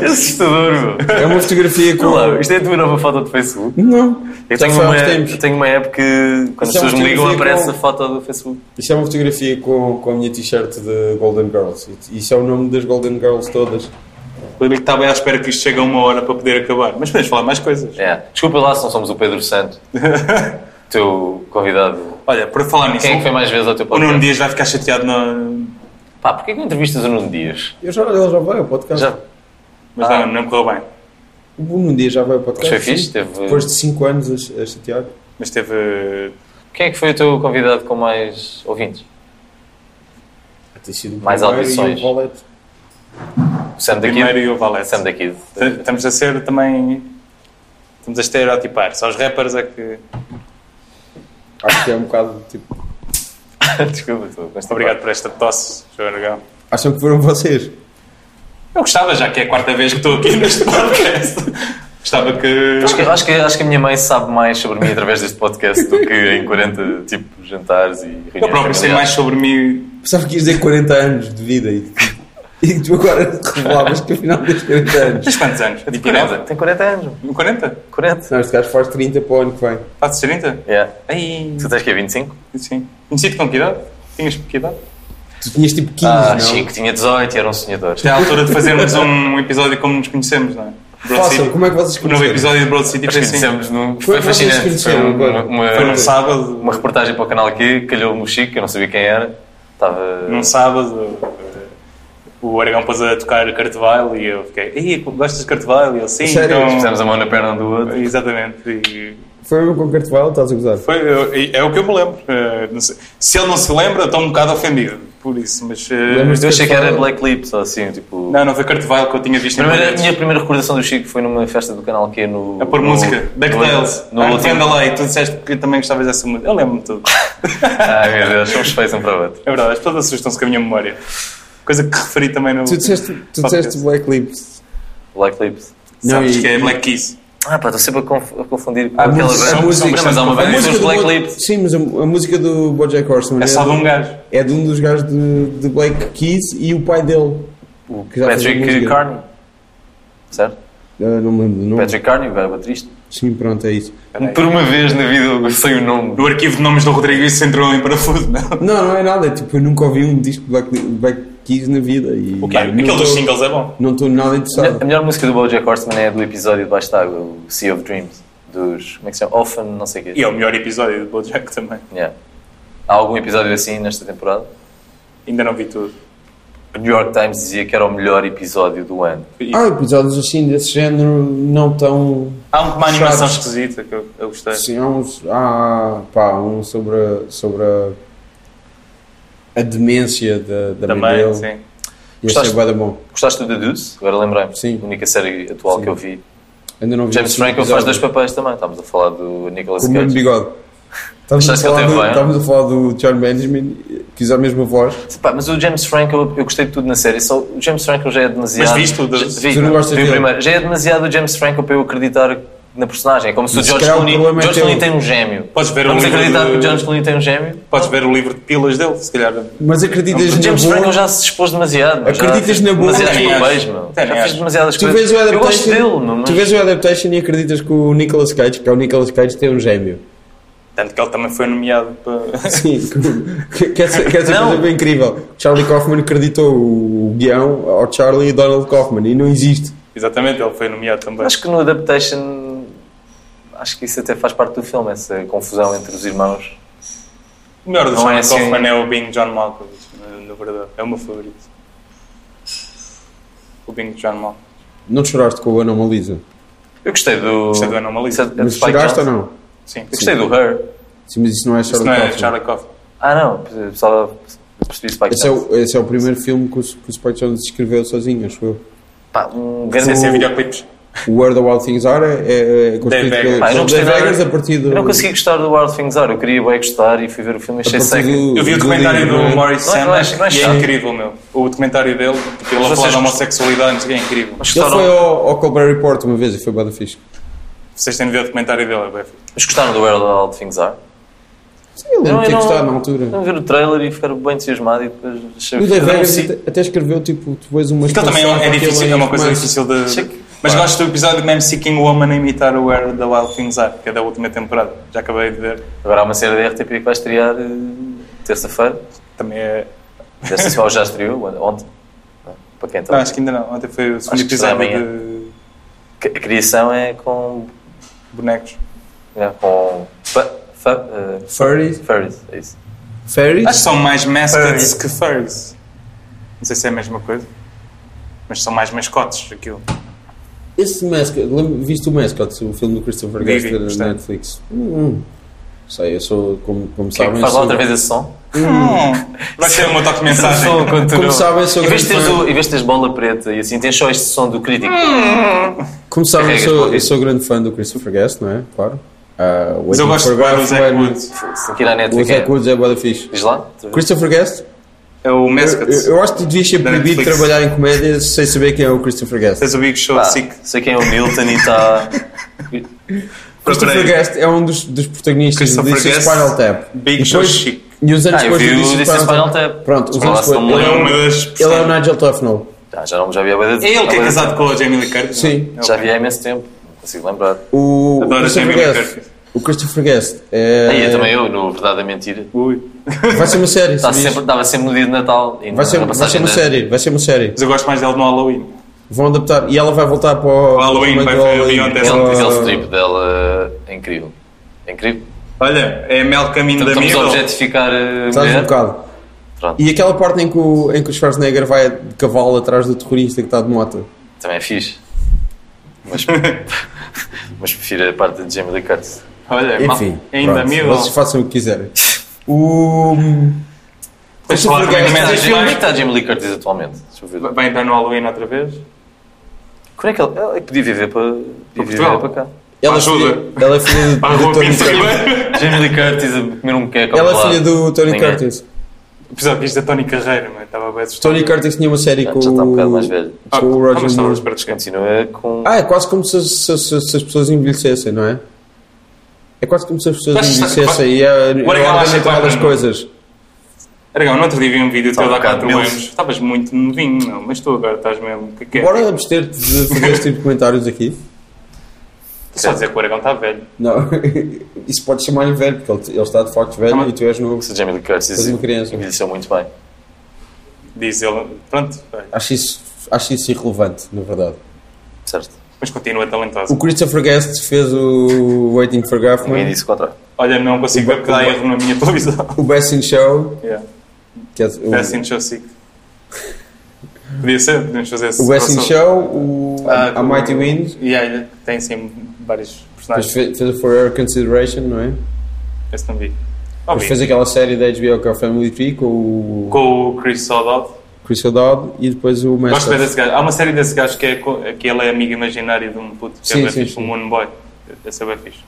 Speaker 2: É assustador, meu.
Speaker 5: É uma fotografia [laughs] com...
Speaker 2: Olá, isto é a tua nova foto do Facebook?
Speaker 5: Não,
Speaker 2: Eu
Speaker 5: já
Speaker 4: é
Speaker 2: tenho,
Speaker 5: foi há
Speaker 2: uma,
Speaker 5: uns tempos.
Speaker 2: eu tenho uma app que quando
Speaker 5: Isso é
Speaker 2: as pessoas
Speaker 5: uma
Speaker 2: me ligam
Speaker 5: fotografia
Speaker 2: aparece
Speaker 5: com-
Speaker 2: a foto do Facebook.
Speaker 5: Isto é uma fotografia com, com a minha t-shirt de Golden Girls. Isto é o nome das Golden Girls todas.
Speaker 4: Eu digo que está bem à espera que isto chegue a uma hora para poder acabar. Mas podemos falar mais coisas.
Speaker 2: É. Desculpa lá se não somos o Pedro
Speaker 4: [laughs]
Speaker 2: Santo, teu convidado.
Speaker 4: Olha, para falar nisso,
Speaker 2: Quem é que foi mais vezes ao teu
Speaker 4: o Nuno
Speaker 2: podcast?
Speaker 4: Dias vai ficar chateado na...
Speaker 2: Pá, porquê que não entrevistas o Nuno Dias?
Speaker 5: Eu já, ele já vai ao podcast.
Speaker 2: Já
Speaker 4: Mas
Speaker 2: Ah.
Speaker 4: não, não correu bem.
Speaker 5: O Bruno Dias já vai ao podcast.
Speaker 2: Mas foi é fixe,
Speaker 5: sim.
Speaker 2: teve-
Speaker 5: Depois de 5 anos a, a chatear.
Speaker 4: Mas teve...
Speaker 2: Quem é que foi o teu convidado com mais ouvintes?
Speaker 5: a ter sido o
Speaker 2: Mais
Speaker 5: primeiro
Speaker 2: audições.
Speaker 5: E um o Valete.
Speaker 2: O Sam da
Speaker 4: Primeiro
Speaker 2: Kid?
Speaker 4: e o Valete.
Speaker 2: Sam da Kid.
Speaker 4: T- Estamos a ser também... Estamos a estereotipar. Só os rappers é que...
Speaker 5: Acho que é um bocado tipo.
Speaker 2: [laughs] Desculpa, estou com esta
Speaker 4: Obrigado por esta tosse, João Aragão.
Speaker 5: Acham que foram vocês?
Speaker 4: Eu gostava, já que é a quarta vez que estou aqui [laughs] neste podcast. Gostava que...
Speaker 2: Acho que, é acho, que, acho que a minha mãe sabe mais sobre mim através deste podcast do que em 40 tipo, jantares e reuniões.
Speaker 4: Eu próprio sei
Speaker 2: familiares.
Speaker 4: mais sobre mim.
Speaker 5: Pensava que ias dizer 40 anos de vida e, e tu agora revelavas que afinal tens 40 anos.
Speaker 4: Tens quantos anos? Tipo,
Speaker 2: Tem 40, tem 40 anos.
Speaker 4: 40?
Speaker 2: 40.
Speaker 5: Não, este gajo faz 30 para o ano que vem.
Speaker 4: Fazes 30?
Speaker 2: Yeah.
Speaker 4: Ai,
Speaker 2: Tu tens que é 25?
Speaker 4: sim. Conheci-te com que idade? Tinhas que idade?
Speaker 5: Tu tinhas tipo 15,
Speaker 2: Ah,
Speaker 5: não?
Speaker 2: Chico tinha 18 e era um sonhador.
Speaker 4: Já é a altura de fazermos [laughs] um episódio como nos conhecemos, não é? Broad
Speaker 5: Façam,
Speaker 4: City.
Speaker 5: como é que vocês
Speaker 4: O novo
Speaker 5: conheceram?
Speaker 4: episódio de Broad City
Speaker 2: Nós
Speaker 4: foi assim.
Speaker 2: conhecemos num.
Speaker 5: Como
Speaker 2: Foi
Speaker 5: é que vocês
Speaker 2: fascinante. Foi
Speaker 5: conheceram
Speaker 2: uma,
Speaker 5: agora? um-
Speaker 2: uma,
Speaker 4: Foi num sábado.
Speaker 2: uma reportagem para o canal aqui, calhou-me o Chico, eu não sabia quem era. Estava.
Speaker 4: Num sábado. O Aragão pôs a tocar Carteval e eu fiquei, Ei, gostas de Carteval? E ele, sim,
Speaker 5: Sério?
Speaker 2: Pusemos
Speaker 4: então...
Speaker 2: a mão na perna um do outro.
Speaker 4: Exatamente. E
Speaker 5: Foi mesmo com o Cartoval, estás a gozar?
Speaker 4: foi, eu- e- é o que eu me lembro. Eh, não sei- Se ele não se lembra, estou um bocado ofendido por isso, mas... eh,
Speaker 5: Lembras-te
Speaker 2: Eu achei que era
Speaker 5: Cartoval?
Speaker 2: Black Lips ou assim, tipo.
Speaker 4: Não, não foi Carteval que eu tinha visto
Speaker 2: Primeira-
Speaker 4: em
Speaker 2: a minha primeira recordação do Chico foi numa festa do canal Q no.
Speaker 4: A pôr
Speaker 2: no-
Speaker 4: música, DuckTales,
Speaker 5: Ah,
Speaker 2: No, no último.
Speaker 4: Arcandalei, Ah, tu disseste que também gostavas dessa música. Eu lembro-me de tudo.
Speaker 2: [laughs] Ai meu Deus, somos feios um para o outro.
Speaker 4: É verdade, as pessoas assustam-se com a minha memória. Coisa que referi também no.
Speaker 5: Tu disseste, tu
Speaker 4: podcast.
Speaker 5: disseste Black Lips.
Speaker 2: Black Lips.
Speaker 4: Sabes
Speaker 5: e-
Speaker 4: que é Black Kiss.
Speaker 2: Ah pá, estou sempre a, conf- a confundir com
Speaker 5: A
Speaker 2: aquela
Speaker 5: música-
Speaker 2: banda.
Speaker 5: a música-
Speaker 2: Mas há uma
Speaker 5: a
Speaker 2: banda que
Speaker 5: música
Speaker 2: chama
Speaker 5: do
Speaker 2: Black
Speaker 5: Bo-
Speaker 2: Lips.
Speaker 5: Sim, mas a, a música do Bojack Horseman
Speaker 4: É só de um gajo.
Speaker 5: é de um dos gajos de, de Black Keys e o pai dele.
Speaker 2: O
Speaker 5: que já fez a
Speaker 2: Patrick
Speaker 5: música.
Speaker 2: Carney. Certo?
Speaker 5: Ah, não me lembro do nome.
Speaker 2: Patrick Carney, o baterista.
Speaker 5: Sim, pronto, é isso.
Speaker 2: Por uma vez na vida eu sei o nome.
Speaker 4: No arquivo de nomes do Rodrigo, isso entrou em
Speaker 2: [laughs]
Speaker 4: parafuso, não?
Speaker 5: Não, não é nada. Tipo, eu nunca ouvi um disco de Black, Black Keys na vida. E
Speaker 4: O quê? Aquele dos singles é bom.
Speaker 5: Não estou nada
Speaker 2: A
Speaker 5: interessado.
Speaker 2: melhor música do Bojack Horseman é a do episódio de Baixo d'Água, o Sea of Dreams, dos. Como é que se chama? Often, não sei o quê.
Speaker 4: E é o melhor episódio do Bojack também.
Speaker 2: Yeah. Há algum episódio assim nesta temporada?
Speaker 4: Ainda não vi tudo.
Speaker 2: O New York Times dizia que era o melhor episódio do ano.
Speaker 5: Ah, episódios assim desse género não tão.
Speaker 4: Há uma animação
Speaker 5: Chaves.
Speaker 4: esquisita que eu, eu gostei.
Speaker 5: Sim, há uns. Há, pá, um sobre a, sobre a, a demência da, da mãe
Speaker 4: Também,
Speaker 5: dele.
Speaker 4: sim.
Speaker 5: E esse é
Speaker 2: Gostaste?
Speaker 5: bué da bom.
Speaker 2: Gostaste do The Deuce? Agora lembrei-me.
Speaker 5: Sim.
Speaker 2: A única série atual que eu vi.
Speaker 5: Ainda não vi
Speaker 2: James
Speaker 5: esse
Speaker 2: Franco faz
Speaker 5: episódio.
Speaker 2: dois papéis também. Estávos a falar do Nicolas
Speaker 5: Com o mesmo
Speaker 2: Cage.
Speaker 5: bigode. Estávamos a,
Speaker 2: Achaste que ele
Speaker 5: falar
Speaker 2: teve
Speaker 5: do,
Speaker 2: bem?
Speaker 5: estávamos a falar do John Benjamin, que usa a mesma voz.
Speaker 2: Pá, mas o James Franco, eu gostei de tudo na série. Só o James Franco já é demasiado.
Speaker 4: Mas viste o The-
Speaker 2: Já- vi,
Speaker 5: Tu não gostas
Speaker 2: vi o
Speaker 5: dele?
Speaker 2: primeiro. Já é demasiado o James Franco para eu acreditar na personagem. É como se o
Speaker 5: Mas se
Speaker 2: George
Speaker 5: calhar o
Speaker 2: Clooney.
Speaker 5: problema é
Speaker 2: George
Speaker 5: teu.
Speaker 2: Clooney tem um gêmeo.
Speaker 4: Podes ver o
Speaker 2: Vamos
Speaker 4: livro
Speaker 2: acreditar
Speaker 4: de-
Speaker 2: que o George Clooney tem um gêmeo?
Speaker 4: Podes ver o livro de pilas dele, se calhar.
Speaker 5: Mas acreditas
Speaker 2: O
Speaker 5: na
Speaker 2: É um James Franco
Speaker 5: boa...
Speaker 2: já se expôs demasiado. meu. Já
Speaker 5: Acreditas
Speaker 2: fez
Speaker 5: na boa-
Speaker 2: Demasiados
Speaker 4: Também acho.
Speaker 2: papéis, meu.
Speaker 4: Também
Speaker 2: Já fez
Speaker 4: acho.
Speaker 2: demasiadas
Speaker 5: Tu
Speaker 2: coisas.
Speaker 5: vês, o
Speaker 2: Eu
Speaker 5: Adaptation,
Speaker 2: gosto dele, meu, mas...
Speaker 5: tu vês o Adaptation e acreditas que o Nicolas Cage, que é o Nicolas Cage, tem um gêmeo.
Speaker 4: Tanto que ele também foi nomeado para.
Speaker 5: Sim, [laughs] que, que essa, que essa
Speaker 2: Não.
Speaker 5: coisa é bem incrível. Charlie Kaufman acreditou o guião ao Charlie e Donald Kaufman e não existe.
Speaker 4: Exatamente, ele foi nomeado também.
Speaker 2: Acho que no Adaptation. Acho que isso até faz parte do filme, essa confusão entre os irmãos.
Speaker 4: O melhor do
Speaker 2: Não é
Speaker 4: Sean
Speaker 2: assim-
Speaker 4: Kaufman é o Bing John Malkovich, na na verdade. É o meu favorito. O Bing John Malkovich.
Speaker 5: Não choraste com o Anomalisa?
Speaker 2: Eu gostei do.
Speaker 4: Gostei do Anomaly.
Speaker 2: Isso é- é do é
Speaker 5: Mas
Speaker 2: Spike
Speaker 5: choraste ou
Speaker 2: Jonze.
Speaker 5: não?
Speaker 4: Sim.
Speaker 2: Eu gostei do Her.
Speaker 5: Sim, mas isso não é
Speaker 4: Isso
Speaker 5: Charlie
Speaker 4: não é
Speaker 5: Kaufman.
Speaker 4: Charlie Kaufman.
Speaker 2: Ah, não, só percebi Spike
Speaker 5: Esse é,
Speaker 2: Jones.
Speaker 5: o, esse é o primeiro filme que o, que o Spike Jones escreveu sozinho, acho eu.
Speaker 2: Pá, um
Speaker 4: Sem
Speaker 5: é
Speaker 2: grande
Speaker 4: ser videoclipes.
Speaker 5: O Where the Wild Things Are é, é, é construído
Speaker 4: Vegas.
Speaker 5: pelo
Speaker 4: Pá,
Speaker 2: Ah, eu não
Speaker 5: pelo
Speaker 2: gostei
Speaker 5: Dave
Speaker 2: nada.
Speaker 5: Eggers a partir do...
Speaker 2: Eu não consegui gostar do Wild Things Are, eu queria bem gostar e fui ver o filme e
Speaker 5: a
Speaker 2: achei
Speaker 5: partir
Speaker 2: seco.
Speaker 5: do-
Speaker 4: Eu vi o
Speaker 5: do
Speaker 4: documentário
Speaker 5: livro,
Speaker 4: do
Speaker 5: não é?
Speaker 4: Maurice
Speaker 2: Não é- não é-
Speaker 4: Sanders
Speaker 2: não é
Speaker 4: e é
Speaker 2: chato.
Speaker 4: incrível, meu. O documentário dele, tipo, ele a
Speaker 2: Mas
Speaker 4: falar
Speaker 2: vocês-
Speaker 4: da homossexualidade, não sei o quê, é incrível.
Speaker 2: Mas
Speaker 5: Ele foi
Speaker 2: gostaram,
Speaker 5: ao, ao Colbert Report uma vez e foi bada fixe.
Speaker 4: Vocês têm de ver o documentário dele, é bem fixe.
Speaker 2: mas gostaram do Where the Wild Things Are?
Speaker 5: Sim, ele
Speaker 2: Não,
Speaker 5: não
Speaker 2: eu
Speaker 5: tinha
Speaker 2: não-
Speaker 5: gostado na altura.
Speaker 2: Não ver o trailer e ficar bem entusiasmado e depois achei
Speaker 5: E o Dave
Speaker 2: Eu não
Speaker 5: Eggers
Speaker 2: sei-
Speaker 5: até, até escreveu, tipo, depois umas
Speaker 4: Aquilo também é, é difícil, é uma coisa difícil de.
Speaker 2: Sei que-
Speaker 4: Mas gosto do episódio de Man Seeking Woman a imitar o Where the Wild Things Are, que é da última temporada. Já acabei de ver.
Speaker 2: Agora há uma série da RTP que vai estrear eh, terça-feira.
Speaker 4: Também é.
Speaker 2: Desta semana já estreou, on- ontem. Não, Para quem está.
Speaker 4: Não, Ah, acho que ainda não. Ontem foi o segundo
Speaker 2: Acho que será
Speaker 4: episódio
Speaker 2: amanhã.
Speaker 4: de
Speaker 2: Que A criação é com.
Speaker 4: bonecos.
Speaker 2: É, com. Fa, fa, eh,
Speaker 5: Furries?
Speaker 2: furries, é
Speaker 5: Tá
Speaker 2: isso.
Speaker 5: Fairies?
Speaker 4: Acho que são mais mascots
Speaker 2: Furry.
Speaker 4: que furries. Não sei se é a mesma coisa. Mas são mais mascotes aquilo.
Speaker 5: Esse Mascot, lembra- viste o Mascot, o filme do Christopher
Speaker 4: Vi, vi,
Speaker 5: Guest na
Speaker 4: gostei.
Speaker 5: Netflix? Hum. Sei, eu sou, como, como
Speaker 2: Que é que
Speaker 5: sabem,
Speaker 2: faz lá
Speaker 5: sou-
Speaker 2: outra vez esse som?
Speaker 4: Hum. Vai ser uma toque de mensagem.
Speaker 2: Som quando tu
Speaker 5: Como
Speaker 2: não-
Speaker 5: sabem, sou
Speaker 2: em vez de
Speaker 5: grande
Speaker 2: teres
Speaker 5: fã.
Speaker 2: o- em vez de teres bola preta e assim, tens só este som do crítico.
Speaker 5: Hum. como sabem, eu
Speaker 2: Carregas
Speaker 5: sou,
Speaker 2: para
Speaker 5: eu sou grande fã do Christopher Guest, não é? Claro. Ah,
Speaker 4: Mas eu
Speaker 5: Waiting
Speaker 4: gosto
Speaker 5: for
Speaker 4: de ver o
Speaker 5: Godot,
Speaker 4: Zack
Speaker 5: é-
Speaker 4: Woods.
Speaker 2: Se tem que ir à
Speaker 5: O
Speaker 2: Netflix.
Speaker 5: Zack
Speaker 2: é.
Speaker 5: Woods é bada fixe.
Speaker 2: Diz lá? outra vez.
Speaker 5: Christopher Guest,
Speaker 4: É o
Speaker 5: eu,
Speaker 4: mascots.
Speaker 5: eu acho que devia ser
Speaker 4: Da
Speaker 5: proibido
Speaker 4: Netflix.
Speaker 5: trabalhar em comédia sem saber quem é o Christopher Guest.
Speaker 4: Tens o Big Show
Speaker 2: Pá,
Speaker 4: Sick.
Speaker 2: sei quem é o Milton e
Speaker 5: [laughs]
Speaker 2: está.
Speaker 5: Christopher Guest é um dos, dos protagonistas do
Speaker 4: Christopher
Speaker 5: This is
Speaker 4: Guest,
Speaker 5: Spinal Tap.
Speaker 4: Big
Speaker 5: E depois-
Speaker 4: Joe Chic.
Speaker 5: E os anos
Speaker 2: Ah, eu
Speaker 5: depois
Speaker 2: vi
Speaker 5: do
Speaker 2: o This is Spinal Tap.
Speaker 5: Pronto, os
Speaker 2: Mas lá
Speaker 5: anos
Speaker 2: se não
Speaker 5: depois.
Speaker 2: me
Speaker 4: Ele é
Speaker 2: lembro.
Speaker 4: uma das
Speaker 5: Ele é o
Speaker 4: personagens.
Speaker 5: Nigel Tufnell.
Speaker 2: Ah, já não já vi a
Speaker 4: É ele que é casado com a Jamie Lee Curtis?
Speaker 5: Sim.
Speaker 4: não é?
Speaker 2: Já vi há imenso tempo, não consigo lembrar.
Speaker 5: O
Speaker 4: Adoro
Speaker 5: Christopher
Speaker 4: Jamie Lee
Speaker 5: Guest.
Speaker 4: Curtis.
Speaker 5: O Christopher Guest. É...
Speaker 2: Aí eu também eu, no Verdade é Mentira.
Speaker 4: Ui.
Speaker 5: Vai ser uma série.
Speaker 2: Tá
Speaker 5: sabias?
Speaker 2: sempre, dava sempre no dia de Natal. E
Speaker 5: Vai, ser,
Speaker 2: na
Speaker 5: vai ser
Speaker 2: passagem
Speaker 5: uma
Speaker 2: da-
Speaker 5: série. Vai ser uma série.
Speaker 4: Mas eu gosto mais dele no Halloween.
Speaker 5: Vão adaptar. E ela vai voltar para o.
Speaker 4: O Halloween,
Speaker 5: para
Speaker 4: vai
Speaker 5: o
Speaker 4: ver
Speaker 5: Halloween.
Speaker 4: Leon Tess.
Speaker 2: Aquele, aquele
Speaker 5: Ah,
Speaker 2: strip dela é incrível. É incrível.
Speaker 4: Olha, é Mel Caminho da
Speaker 2: Então Estamos a
Speaker 4: Mirror.
Speaker 2: objetificar a
Speaker 5: Estás um
Speaker 2: mulher.
Speaker 5: bocado.
Speaker 2: É. Pronto.
Speaker 5: E aquela parte em que, o, em que o Schwarzenegger vai de cavalo atrás do terrorista que está de moto.
Speaker 2: Também é fixe. Mas, [laughs] mas prefiro a parte de Jamie Lee Curtis.
Speaker 4: Olha,
Speaker 5: Enfim.
Speaker 4: ainda
Speaker 5: pronto,
Speaker 4: Mirror.
Speaker 5: Vocês façam o que quiserem. O. Christopher
Speaker 4: falar também
Speaker 5: Guest.
Speaker 4: Mas
Speaker 2: Onde
Speaker 4: este
Speaker 2: é
Speaker 4: filme-
Speaker 2: que está a Jamie Lee Curtis atualmente? Deixa eu ver.
Speaker 4: Vai entrar no Halloween outra vez?
Speaker 2: Como é que ele, ele podia viver para, podia viver
Speaker 4: Portugal.
Speaker 2: para cá?
Speaker 5: Ela é
Speaker 4: Ajuda.
Speaker 5: filha, ela é filha do,
Speaker 4: Para a rua
Speaker 5: do Tony
Speaker 4: Pinto
Speaker 5: Curtis.
Speaker 4: Ribeiro.
Speaker 2: Jamie Lee Curtis a comer um queco. ao
Speaker 5: Ela é
Speaker 2: lado.
Speaker 5: filha do Tony
Speaker 2: Ninguém.
Speaker 5: Curtis.
Speaker 4: [laughs] Apesar que isto é Tony Carreira, mas estava bem assustado.
Speaker 5: Tony Curtis tinha uma série
Speaker 2: Já
Speaker 5: com
Speaker 2: está um bocado
Speaker 5: o-
Speaker 2: mais velho.
Speaker 4: Ah,
Speaker 5: Com o
Speaker 4: ah, mas
Speaker 5: Roger
Speaker 4: estava à
Speaker 5: Moore.
Speaker 4: espera de quem?
Speaker 2: Continua com.
Speaker 5: Ah, é quase como se, se- se- se as pessoas envelhecessem, não é? É quase como se as pessoas
Speaker 4: Mas está-
Speaker 5: envelhecessem e é a, a
Speaker 4: que ela
Speaker 5: ordem
Speaker 4: acha
Speaker 5: natural
Speaker 4: que
Speaker 5: das
Speaker 4: vai-
Speaker 5: coisas.
Speaker 4: Aragão, não te vi um vídeo
Speaker 2: Estava
Speaker 4: teu de há
Speaker 2: um bocado
Speaker 4: 4
Speaker 2: milf.
Speaker 4: anos. Estavas muito novinho, não, mas tu agora estás mesmo. O que é que é?
Speaker 5: Bora abster-te de fazer este tipo de comentários aqui.
Speaker 4: Só dizer que o Aragão está velho.
Speaker 5: Não, [laughs] isso pode chamar-lhe velho, porque ele, ele está de facto velho
Speaker 4: Também.
Speaker 5: e tu és novo.
Speaker 2: Se Jamie Lee Curtis
Speaker 5: Fazia uma criança.
Speaker 2: envelheceu muito bem.
Speaker 4: Diz ele. Pronto, vai.
Speaker 5: Acho isso, acho isso irrelevante, na verdade.
Speaker 2: Certo.
Speaker 4: mas continua talentoso.
Speaker 5: O Christopher Guest fez o Waiting for
Speaker 2: Ninguém
Speaker 5: Guffman,
Speaker 2: disse o contrário.
Speaker 4: Olha, não consigo ver porque dá erro na minha televisão.
Speaker 5: [laughs] o Best in Show,
Speaker 4: Yeah.
Speaker 5: que é o,
Speaker 4: Best in Show Sick. Podia ser, podemos fazer esse
Speaker 5: o Best in
Speaker 4: crossover.
Speaker 5: Show, o
Speaker 4: Ah,
Speaker 5: A
Speaker 4: do-
Speaker 5: Mighty Wind,
Speaker 4: E aí, tem sim vários
Speaker 5: depois
Speaker 4: personagens.
Speaker 5: fez, fez o For Your Consideration, não é?
Speaker 4: Esse não vi. Não
Speaker 5: Depois
Speaker 4: vi.
Speaker 5: fez aquela série da HBO que é o Family Tree com o
Speaker 4: Com o Chris O'Dowd.
Speaker 5: Chris O'Dowd e depois o
Speaker 4: Gosto
Speaker 5: Master.
Speaker 4: bem desse gajo. Há uma série desse gajo que, é, co- que ele é amigo imaginário de um puto que
Speaker 5: Sim,
Speaker 4: é bem
Speaker 5: sim,
Speaker 4: fixe,
Speaker 5: sim.
Speaker 4: o Moon Boy. Esse é bem fixe.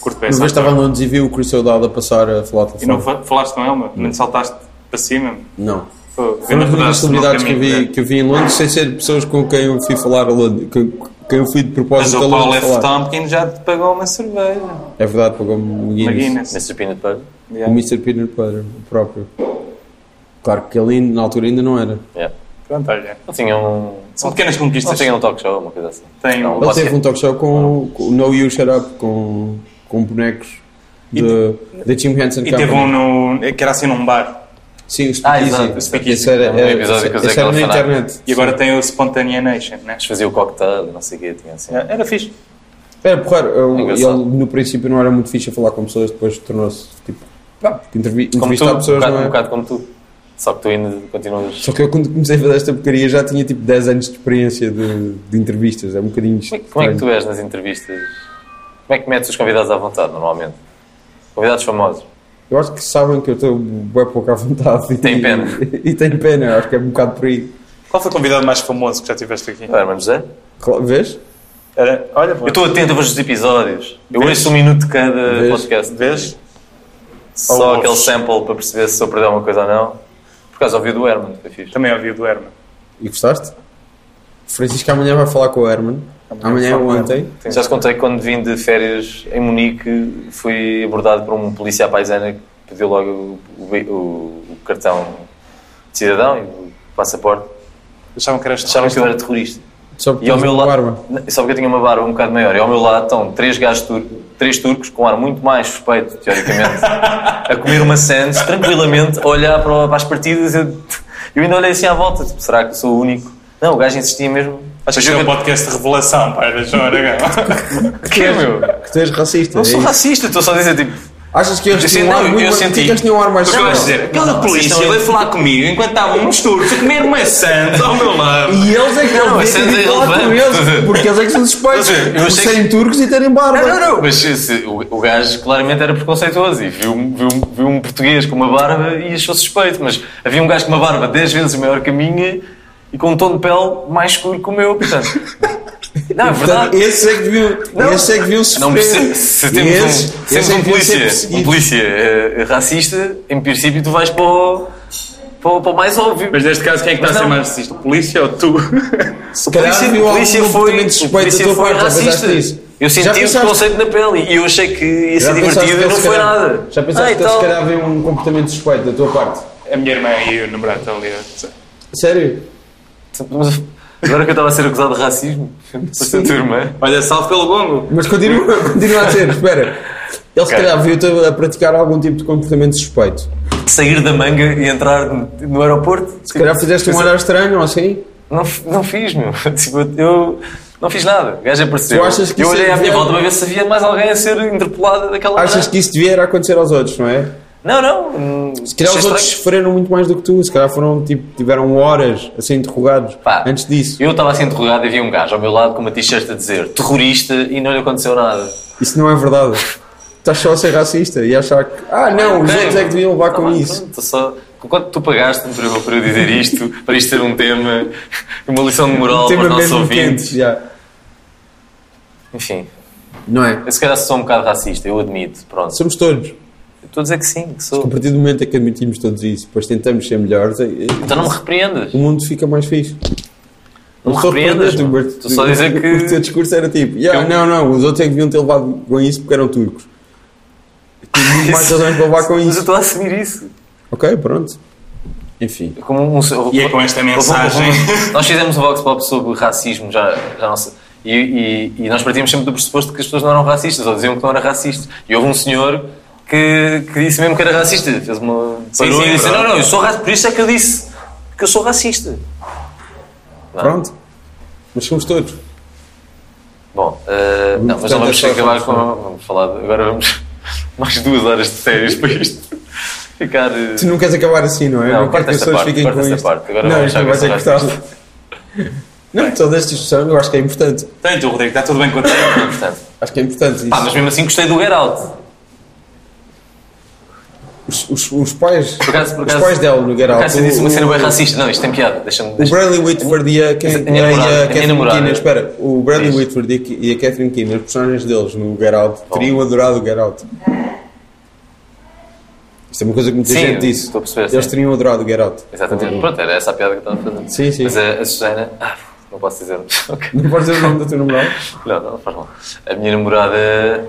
Speaker 4: Curto bem
Speaker 5: Uma
Speaker 4: essa
Speaker 5: vez estava
Speaker 4: história.
Speaker 5: em Londres e vi o Chris O'Dowd a passar a falar
Speaker 4: E não
Speaker 5: telefone.
Speaker 4: fa- falaste com ele, meu? Nem saltaste para cima? meu?
Speaker 5: Não.
Speaker 4: Pô,
Speaker 5: Foi
Speaker 4: grande
Speaker 5: uma das
Speaker 4: pedaço do meu
Speaker 5: celebridades que eu, vi,
Speaker 4: caminho, né?
Speaker 5: que eu vi em Londres, sem ser pessoas com quem eu fui falar a Londres, com quem eu fui de
Speaker 4: Mas
Speaker 5: propósito a
Speaker 4: o é Paulo
Speaker 5: Londres
Speaker 4: F.
Speaker 5: falar.
Speaker 4: Tompkins já te pagou uma cerveja. Uma
Speaker 5: É verdade, pagou-me o Guinness.
Speaker 4: Guinness.
Speaker 2: Mr. Peanut Butter.
Speaker 5: O
Speaker 4: Yeah.
Speaker 5: Mr. Peanut Butter, o próprio. Claro que ele ainda- na altura ainda não era.
Speaker 2: Yeah.
Speaker 4: Pronto, olha.
Speaker 2: Não tinha um.
Speaker 4: São pequenas
Speaker 2: Não
Speaker 4: conquistas.
Speaker 2: tinha um talk show, uma coisa assim.
Speaker 4: Tem-
Speaker 2: Não,
Speaker 4: Ele
Speaker 5: Ele
Speaker 2: pode
Speaker 5: teve
Speaker 2: ser.
Speaker 5: um talk show com, com o No You Shut Up, com, com bonecos de- da Jim Henson é
Speaker 4: E teve
Speaker 5: Company.
Speaker 4: um no, que era assim num bar.
Speaker 5: Sim, o
Speaker 2: Ah,
Speaker 5: Speakeasy.
Speaker 2: exato, o
Speaker 4: Speakeasy.
Speaker 5: Esse era,
Speaker 2: É um
Speaker 5: era-
Speaker 2: episódio que eu
Speaker 5: esse
Speaker 2: sei que
Speaker 5: era
Speaker 2: ela
Speaker 5: na
Speaker 2: fala.
Speaker 5: internet.
Speaker 4: E agora tem o Spontanea Nation, né? É,
Speaker 2: Mas fazia o cocktail e não sei o quê, tinha
Speaker 5: É,
Speaker 2: assim.
Speaker 4: Era fixe.
Speaker 5: Era porra, É, ele
Speaker 2: É Engraçado.
Speaker 5: no princípio não era muito fixe a falar com pessoas, depois tornou-se tipo. pá, Intervi
Speaker 2: Como tu,
Speaker 5: entrevistar
Speaker 2: um
Speaker 5: pessoas,
Speaker 2: bocado,
Speaker 5: não
Speaker 2: um
Speaker 5: é?
Speaker 2: bocado como tu. Só que tu ainda continuas.
Speaker 5: Só que eu quando comecei a fazer esta porcaria já tinha tipo 10 anos de experiência de, de entrevistas, é um bocadinho.
Speaker 2: Como é que
Speaker 5: estranho.
Speaker 2: tu és nas entrevistas? Como é que metes os convidados à vontade, normalmente? Convidados famosos.
Speaker 5: Eu acho que sabem que eu estou bem pouco à vontade. E
Speaker 2: Tem pena.
Speaker 5: [laughs] E, tem pena, eu acho que é um bocado por aí.
Speaker 4: Qual foi o convidado mais famoso que já tiveste aqui?
Speaker 2: O Herman José?
Speaker 5: Cla- Vês?
Speaker 4: Era, olha,
Speaker 2: Eu estou atento a ver os episódios. Eu
Speaker 4: Vês?
Speaker 2: ouço um minuto de cada
Speaker 5: Vês?
Speaker 2: podcast.
Speaker 4: Vês?
Speaker 2: Só
Speaker 4: Ouves.
Speaker 2: aquele sample para perceber se estou a perder alguma coisa ou não. Por causa ouvi do Herman, foi fixe.
Speaker 4: Também ouvi o do Herman.
Speaker 5: E gostaste? Francisco amanhã vai falar com o Herman. Amanhã
Speaker 4: vou
Speaker 5: ou
Speaker 4: falar com
Speaker 5: ontem.
Speaker 2: Já te contei que quando vim de férias em Munique fui abordado por um polícia à paisana que pediu logo o, o- o cartão de cidadão e o passaporte.
Speaker 4: Achavam que eras
Speaker 2: Acharam que eu
Speaker 4: terrorista.
Speaker 2: era terrorista.
Speaker 5: Só porque
Speaker 2: E ao meu
Speaker 5: uma
Speaker 2: lado.
Speaker 5: arma.
Speaker 2: Só porque eu tinha uma barba um bocado maior. E ao meu lado estão três gajos tur três turcos com um ar muito mais suspeito,
Speaker 5: [laughs]
Speaker 2: teoricamente, a comer uma sandes, tranquilamente, a olhar para, para as partidas. Eu, [laughs] eu ainda olhei assim à volta, tipo, será que eu sou o único? Não, o gajo insistia mesmo.
Speaker 4: Acho que
Speaker 2: Mas
Speaker 4: era um
Speaker 2: eu-
Speaker 4: podcast de revelação, pá, era um João Aragão.
Speaker 2: que é, meu?
Speaker 5: Que tu és racista.
Speaker 2: Não
Speaker 5: é
Speaker 2: sou
Speaker 5: isso?
Speaker 2: racista, estou só a dizer tipo.
Speaker 5: Achas que
Speaker 2: Eu
Speaker 5: eles
Speaker 2: sei,
Speaker 5: tinham um
Speaker 2: não,
Speaker 5: ar
Speaker 2: eu
Speaker 5: muito mais-
Speaker 2: senti.
Speaker 5: Porquê que eles tinham um ar mais
Speaker 2: Porque eu
Speaker 5: mau?
Speaker 2: acho dizer,
Speaker 4: Aquela polícia veio falar comigo enquanto estavam uns turcos a comer maçãs ao meu lado.
Speaker 5: E eles é que
Speaker 2: Não,
Speaker 5: não,
Speaker 2: isso é
Speaker 5: com
Speaker 2: irrelevante.
Speaker 5: eles, porque eles é que são suspeitos
Speaker 2: Quer dizer, eu
Speaker 5: por
Speaker 2: achei que-
Speaker 5: serem turcos e terem barba.
Speaker 2: Não, não, não. Mas esse- o, o gajo claramente era preconceituoso e viu, viu, viu um português com uma barba e achou suspeito. Mas havia um gajo com uma barba 10 vezes maior que a minha e com um tom de pele mais escuro que o meu,
Speaker 5: [laughs]
Speaker 2: portanto. Não, é
Speaker 5: Portanto,
Speaker 2: verdade.
Speaker 5: esses é que deviam,
Speaker 2: Não.
Speaker 5: esses é que deviam sofrer.
Speaker 2: Não percebo. Se temos um,
Speaker 5: Esses-
Speaker 2: se
Speaker 5: esses
Speaker 2: temos
Speaker 5: é
Speaker 2: um
Speaker 5: que deviam ser
Speaker 2: polícia, um
Speaker 5: perseguidos.
Speaker 2: polícia eh, racista, em princípio tu vais para o, para o, para o mais óbvio.
Speaker 4: Mas neste caso, quem é que está
Speaker 2: Mas
Speaker 4: a ser
Speaker 2: não.
Speaker 4: mais racista? O polícia ou tu?
Speaker 5: Se calhar
Speaker 2: polícia-
Speaker 5: viu algum
Speaker 2: polícia foi-
Speaker 5: comportamento
Speaker 2: o
Speaker 5: suspeito da
Speaker 2: polícia
Speaker 5: tua
Speaker 2: foi
Speaker 5: parte, já
Speaker 2: racista.
Speaker 5: pensaste nisso?
Speaker 2: Eu
Speaker 5: Já
Speaker 2: senti o
Speaker 5: pensaste-
Speaker 2: preconceito na pele e eu achei que ia
Speaker 5: já
Speaker 2: ser
Speaker 5: pensaste
Speaker 2: divertido e
Speaker 5: que
Speaker 2: não
Speaker 5: se
Speaker 2: foi
Speaker 5: calhar-
Speaker 2: nada.
Speaker 5: Já
Speaker 2: Ah,
Speaker 5: pensaste
Speaker 2: e
Speaker 5: que eles
Speaker 2: tal.
Speaker 5: se calhar viu um comportamento suspeito da tua parte?
Speaker 4: A minha irmã e o namorado estão ali. a-
Speaker 5: Sério?
Speaker 2: Mas Agora que eu estava a ser acusado de racismo, foste a tua irmã.
Speaker 4: Olha, salve pelo gongo.
Speaker 5: Mas continua, [laughs] continua a dizer, espera. Ele se
Speaker 2: Ok.
Speaker 5: calhar viu-te a praticar algum tipo de comportamento suspeito.
Speaker 2: Sair da manga e entrar no aeroporto?
Speaker 5: Se calhar fizeste um olhar estranho ou assim.
Speaker 2: Não, f- não fiz, meu. [laughs] Tipo, eu não fiz nada. O gajo apareceu.
Speaker 5: Tu achas que
Speaker 2: eu
Speaker 5: isso
Speaker 2: olhei
Speaker 5: é
Speaker 2: à minha
Speaker 5: viado?
Speaker 2: volta para ver se havia mais alguém a ser interpelado daquela
Speaker 5: Achas
Speaker 2: maneira.
Speaker 5: que isso devia era acontecer aos outros, não é?
Speaker 2: Não, não. hum,
Speaker 5: Se calhar os
Speaker 2: achei
Speaker 5: outros
Speaker 2: estranho.
Speaker 5: sofreram muito mais do que tu. Se calhar foram, tipo, tiveram horas a ser interrogados
Speaker 2: Pá,
Speaker 5: antes disso.
Speaker 2: Eu estava assim interrogado e havia um gajo ao meu lado com uma t-shirt a dizer terrorista e não lhe aconteceu nada.
Speaker 5: Isso não é verdade. Estás só a ser racista e a achar que. Ah, não, os
Speaker 2: Tenho.
Speaker 5: outros é que deviam levar
Speaker 2: Tá
Speaker 5: com
Speaker 2: bem,
Speaker 5: isso.
Speaker 2: pronto, tô só... Quanto tu pagaste-me para eu, para eu dizer isto, [laughs] para isto ser um tema, uma lição de moral para
Speaker 5: Um Tema
Speaker 2: os nossos
Speaker 5: mesmo
Speaker 2: ouvintes?
Speaker 5: quente. já.
Speaker 2: Enfim,
Speaker 5: Não é?
Speaker 2: eu se calhar sou um bocado racista, eu admito, pronto.
Speaker 5: Somos todos.
Speaker 2: Estou a dizer que sim, que
Speaker 5: A
Speaker 2: sou.
Speaker 5: partir do momento em que admitimos todos isso, depois tentamos ser melhores, eh,
Speaker 2: Então não me repreendas.
Speaker 5: o mundo fica mais fixe.
Speaker 2: Não me
Speaker 5: Estou a
Speaker 2: repreendas.
Speaker 5: repreender-te,
Speaker 2: mano.
Speaker 5: Humberto.
Speaker 2: Estou só a dizer
Speaker 5: O teu
Speaker 2: [laughs] que.
Speaker 5: discurso era tipo: "Yeah,
Speaker 2: Eu-
Speaker 5: não, não, os outros é que deviam ter levado com isso porque eram turcos. Tive muito mais razões para levar com
Speaker 2: Mas eu
Speaker 5: isso.
Speaker 2: estou a assumir isso.
Speaker 5: Ok, pronto. Enfim.
Speaker 2: Como um- um-
Speaker 4: E é com esta
Speaker 2: Houve-
Speaker 4: mensagem.
Speaker 2: houve- Nós fizemos um Vox Pop sobre racismo, já, já não sei. E, e- e nós partíamos sempre do pressuposto que as pessoas não eram racistas, ou diziam que não eram racistas. E houve um senhor que, que disse mesmo que era racista. Fez uma.
Speaker 4: Sim,
Speaker 2: parou
Speaker 4: sim,
Speaker 2: e disse:
Speaker 4: verdade.
Speaker 2: Não, não, eu sou racista. Por isso é que eu disse que eu sou racista. Não.
Speaker 5: Pronto. Mas somos todos.
Speaker 2: Bom, eh, não, mas
Speaker 5: Portanto,
Speaker 2: não vamos
Speaker 5: é só
Speaker 2: acabar
Speaker 5: falar
Speaker 2: com. Vamos falar. de- Agora vamos. [laughs] mais duas horas de séries para isto. [laughs] Ficar. eh,
Speaker 5: Tu não queres acabar assim, não é?
Speaker 2: Não,
Speaker 5: quero
Speaker 2: corta
Speaker 5: que as
Speaker 2: essa
Speaker 5: pessoas
Speaker 2: parte,
Speaker 5: fiquem
Speaker 2: corta
Speaker 5: com
Speaker 2: essa
Speaker 5: isto.
Speaker 2: parte. Agora
Speaker 5: não,
Speaker 2: vamos
Speaker 5: isto não vai ser
Speaker 2: deixar que
Speaker 5: cortado. Não, toda esta discussão eu acho que é importante.
Speaker 4: Portanto, Rodrigo, está tudo bem contigo?
Speaker 2: portanto.
Speaker 5: Acho que é importante isso.
Speaker 2: Pá, mas mesmo assim gostei do Get Out.
Speaker 5: os, os- os pais,
Speaker 2: Por acaso- por
Speaker 5: os
Speaker 2: acaso-
Speaker 5: pais dela no Get
Speaker 2: Por
Speaker 5: Out,
Speaker 2: acaso eu disse
Speaker 5: o-
Speaker 2: uma cena bem
Speaker 5: o-
Speaker 2: racista. Não, isto tem piada. Deixa-me.
Speaker 5: O
Speaker 2: deixa-me-
Speaker 5: Bradley Whitford e a, Ca-
Speaker 2: a minha
Speaker 5: e a
Speaker 2: namorada, a minha
Speaker 5: Catherine
Speaker 2: namorada.
Speaker 5: Keener. Espera, o Bradley Whitford e a- e a Catherine Keener, os personagens deles no Get Out, teriam adorado o Get Out. Isto é uma coisa que muita
Speaker 2: Sim,
Speaker 5: gente disse.
Speaker 2: estou a perceber,
Speaker 5: Eles
Speaker 2: sim.
Speaker 5: teriam adorado o Get Out.
Speaker 2: Exatamente. Pronto, era essa a piada que eu estava a fazer.
Speaker 5: Sim, sim.
Speaker 2: Mas a, a Susana. Ah, não posso dizer. [laughs] Ok.
Speaker 5: Não podes dizer o nome da tua namorada?
Speaker 2: Não, não, faz mal. A minha namorada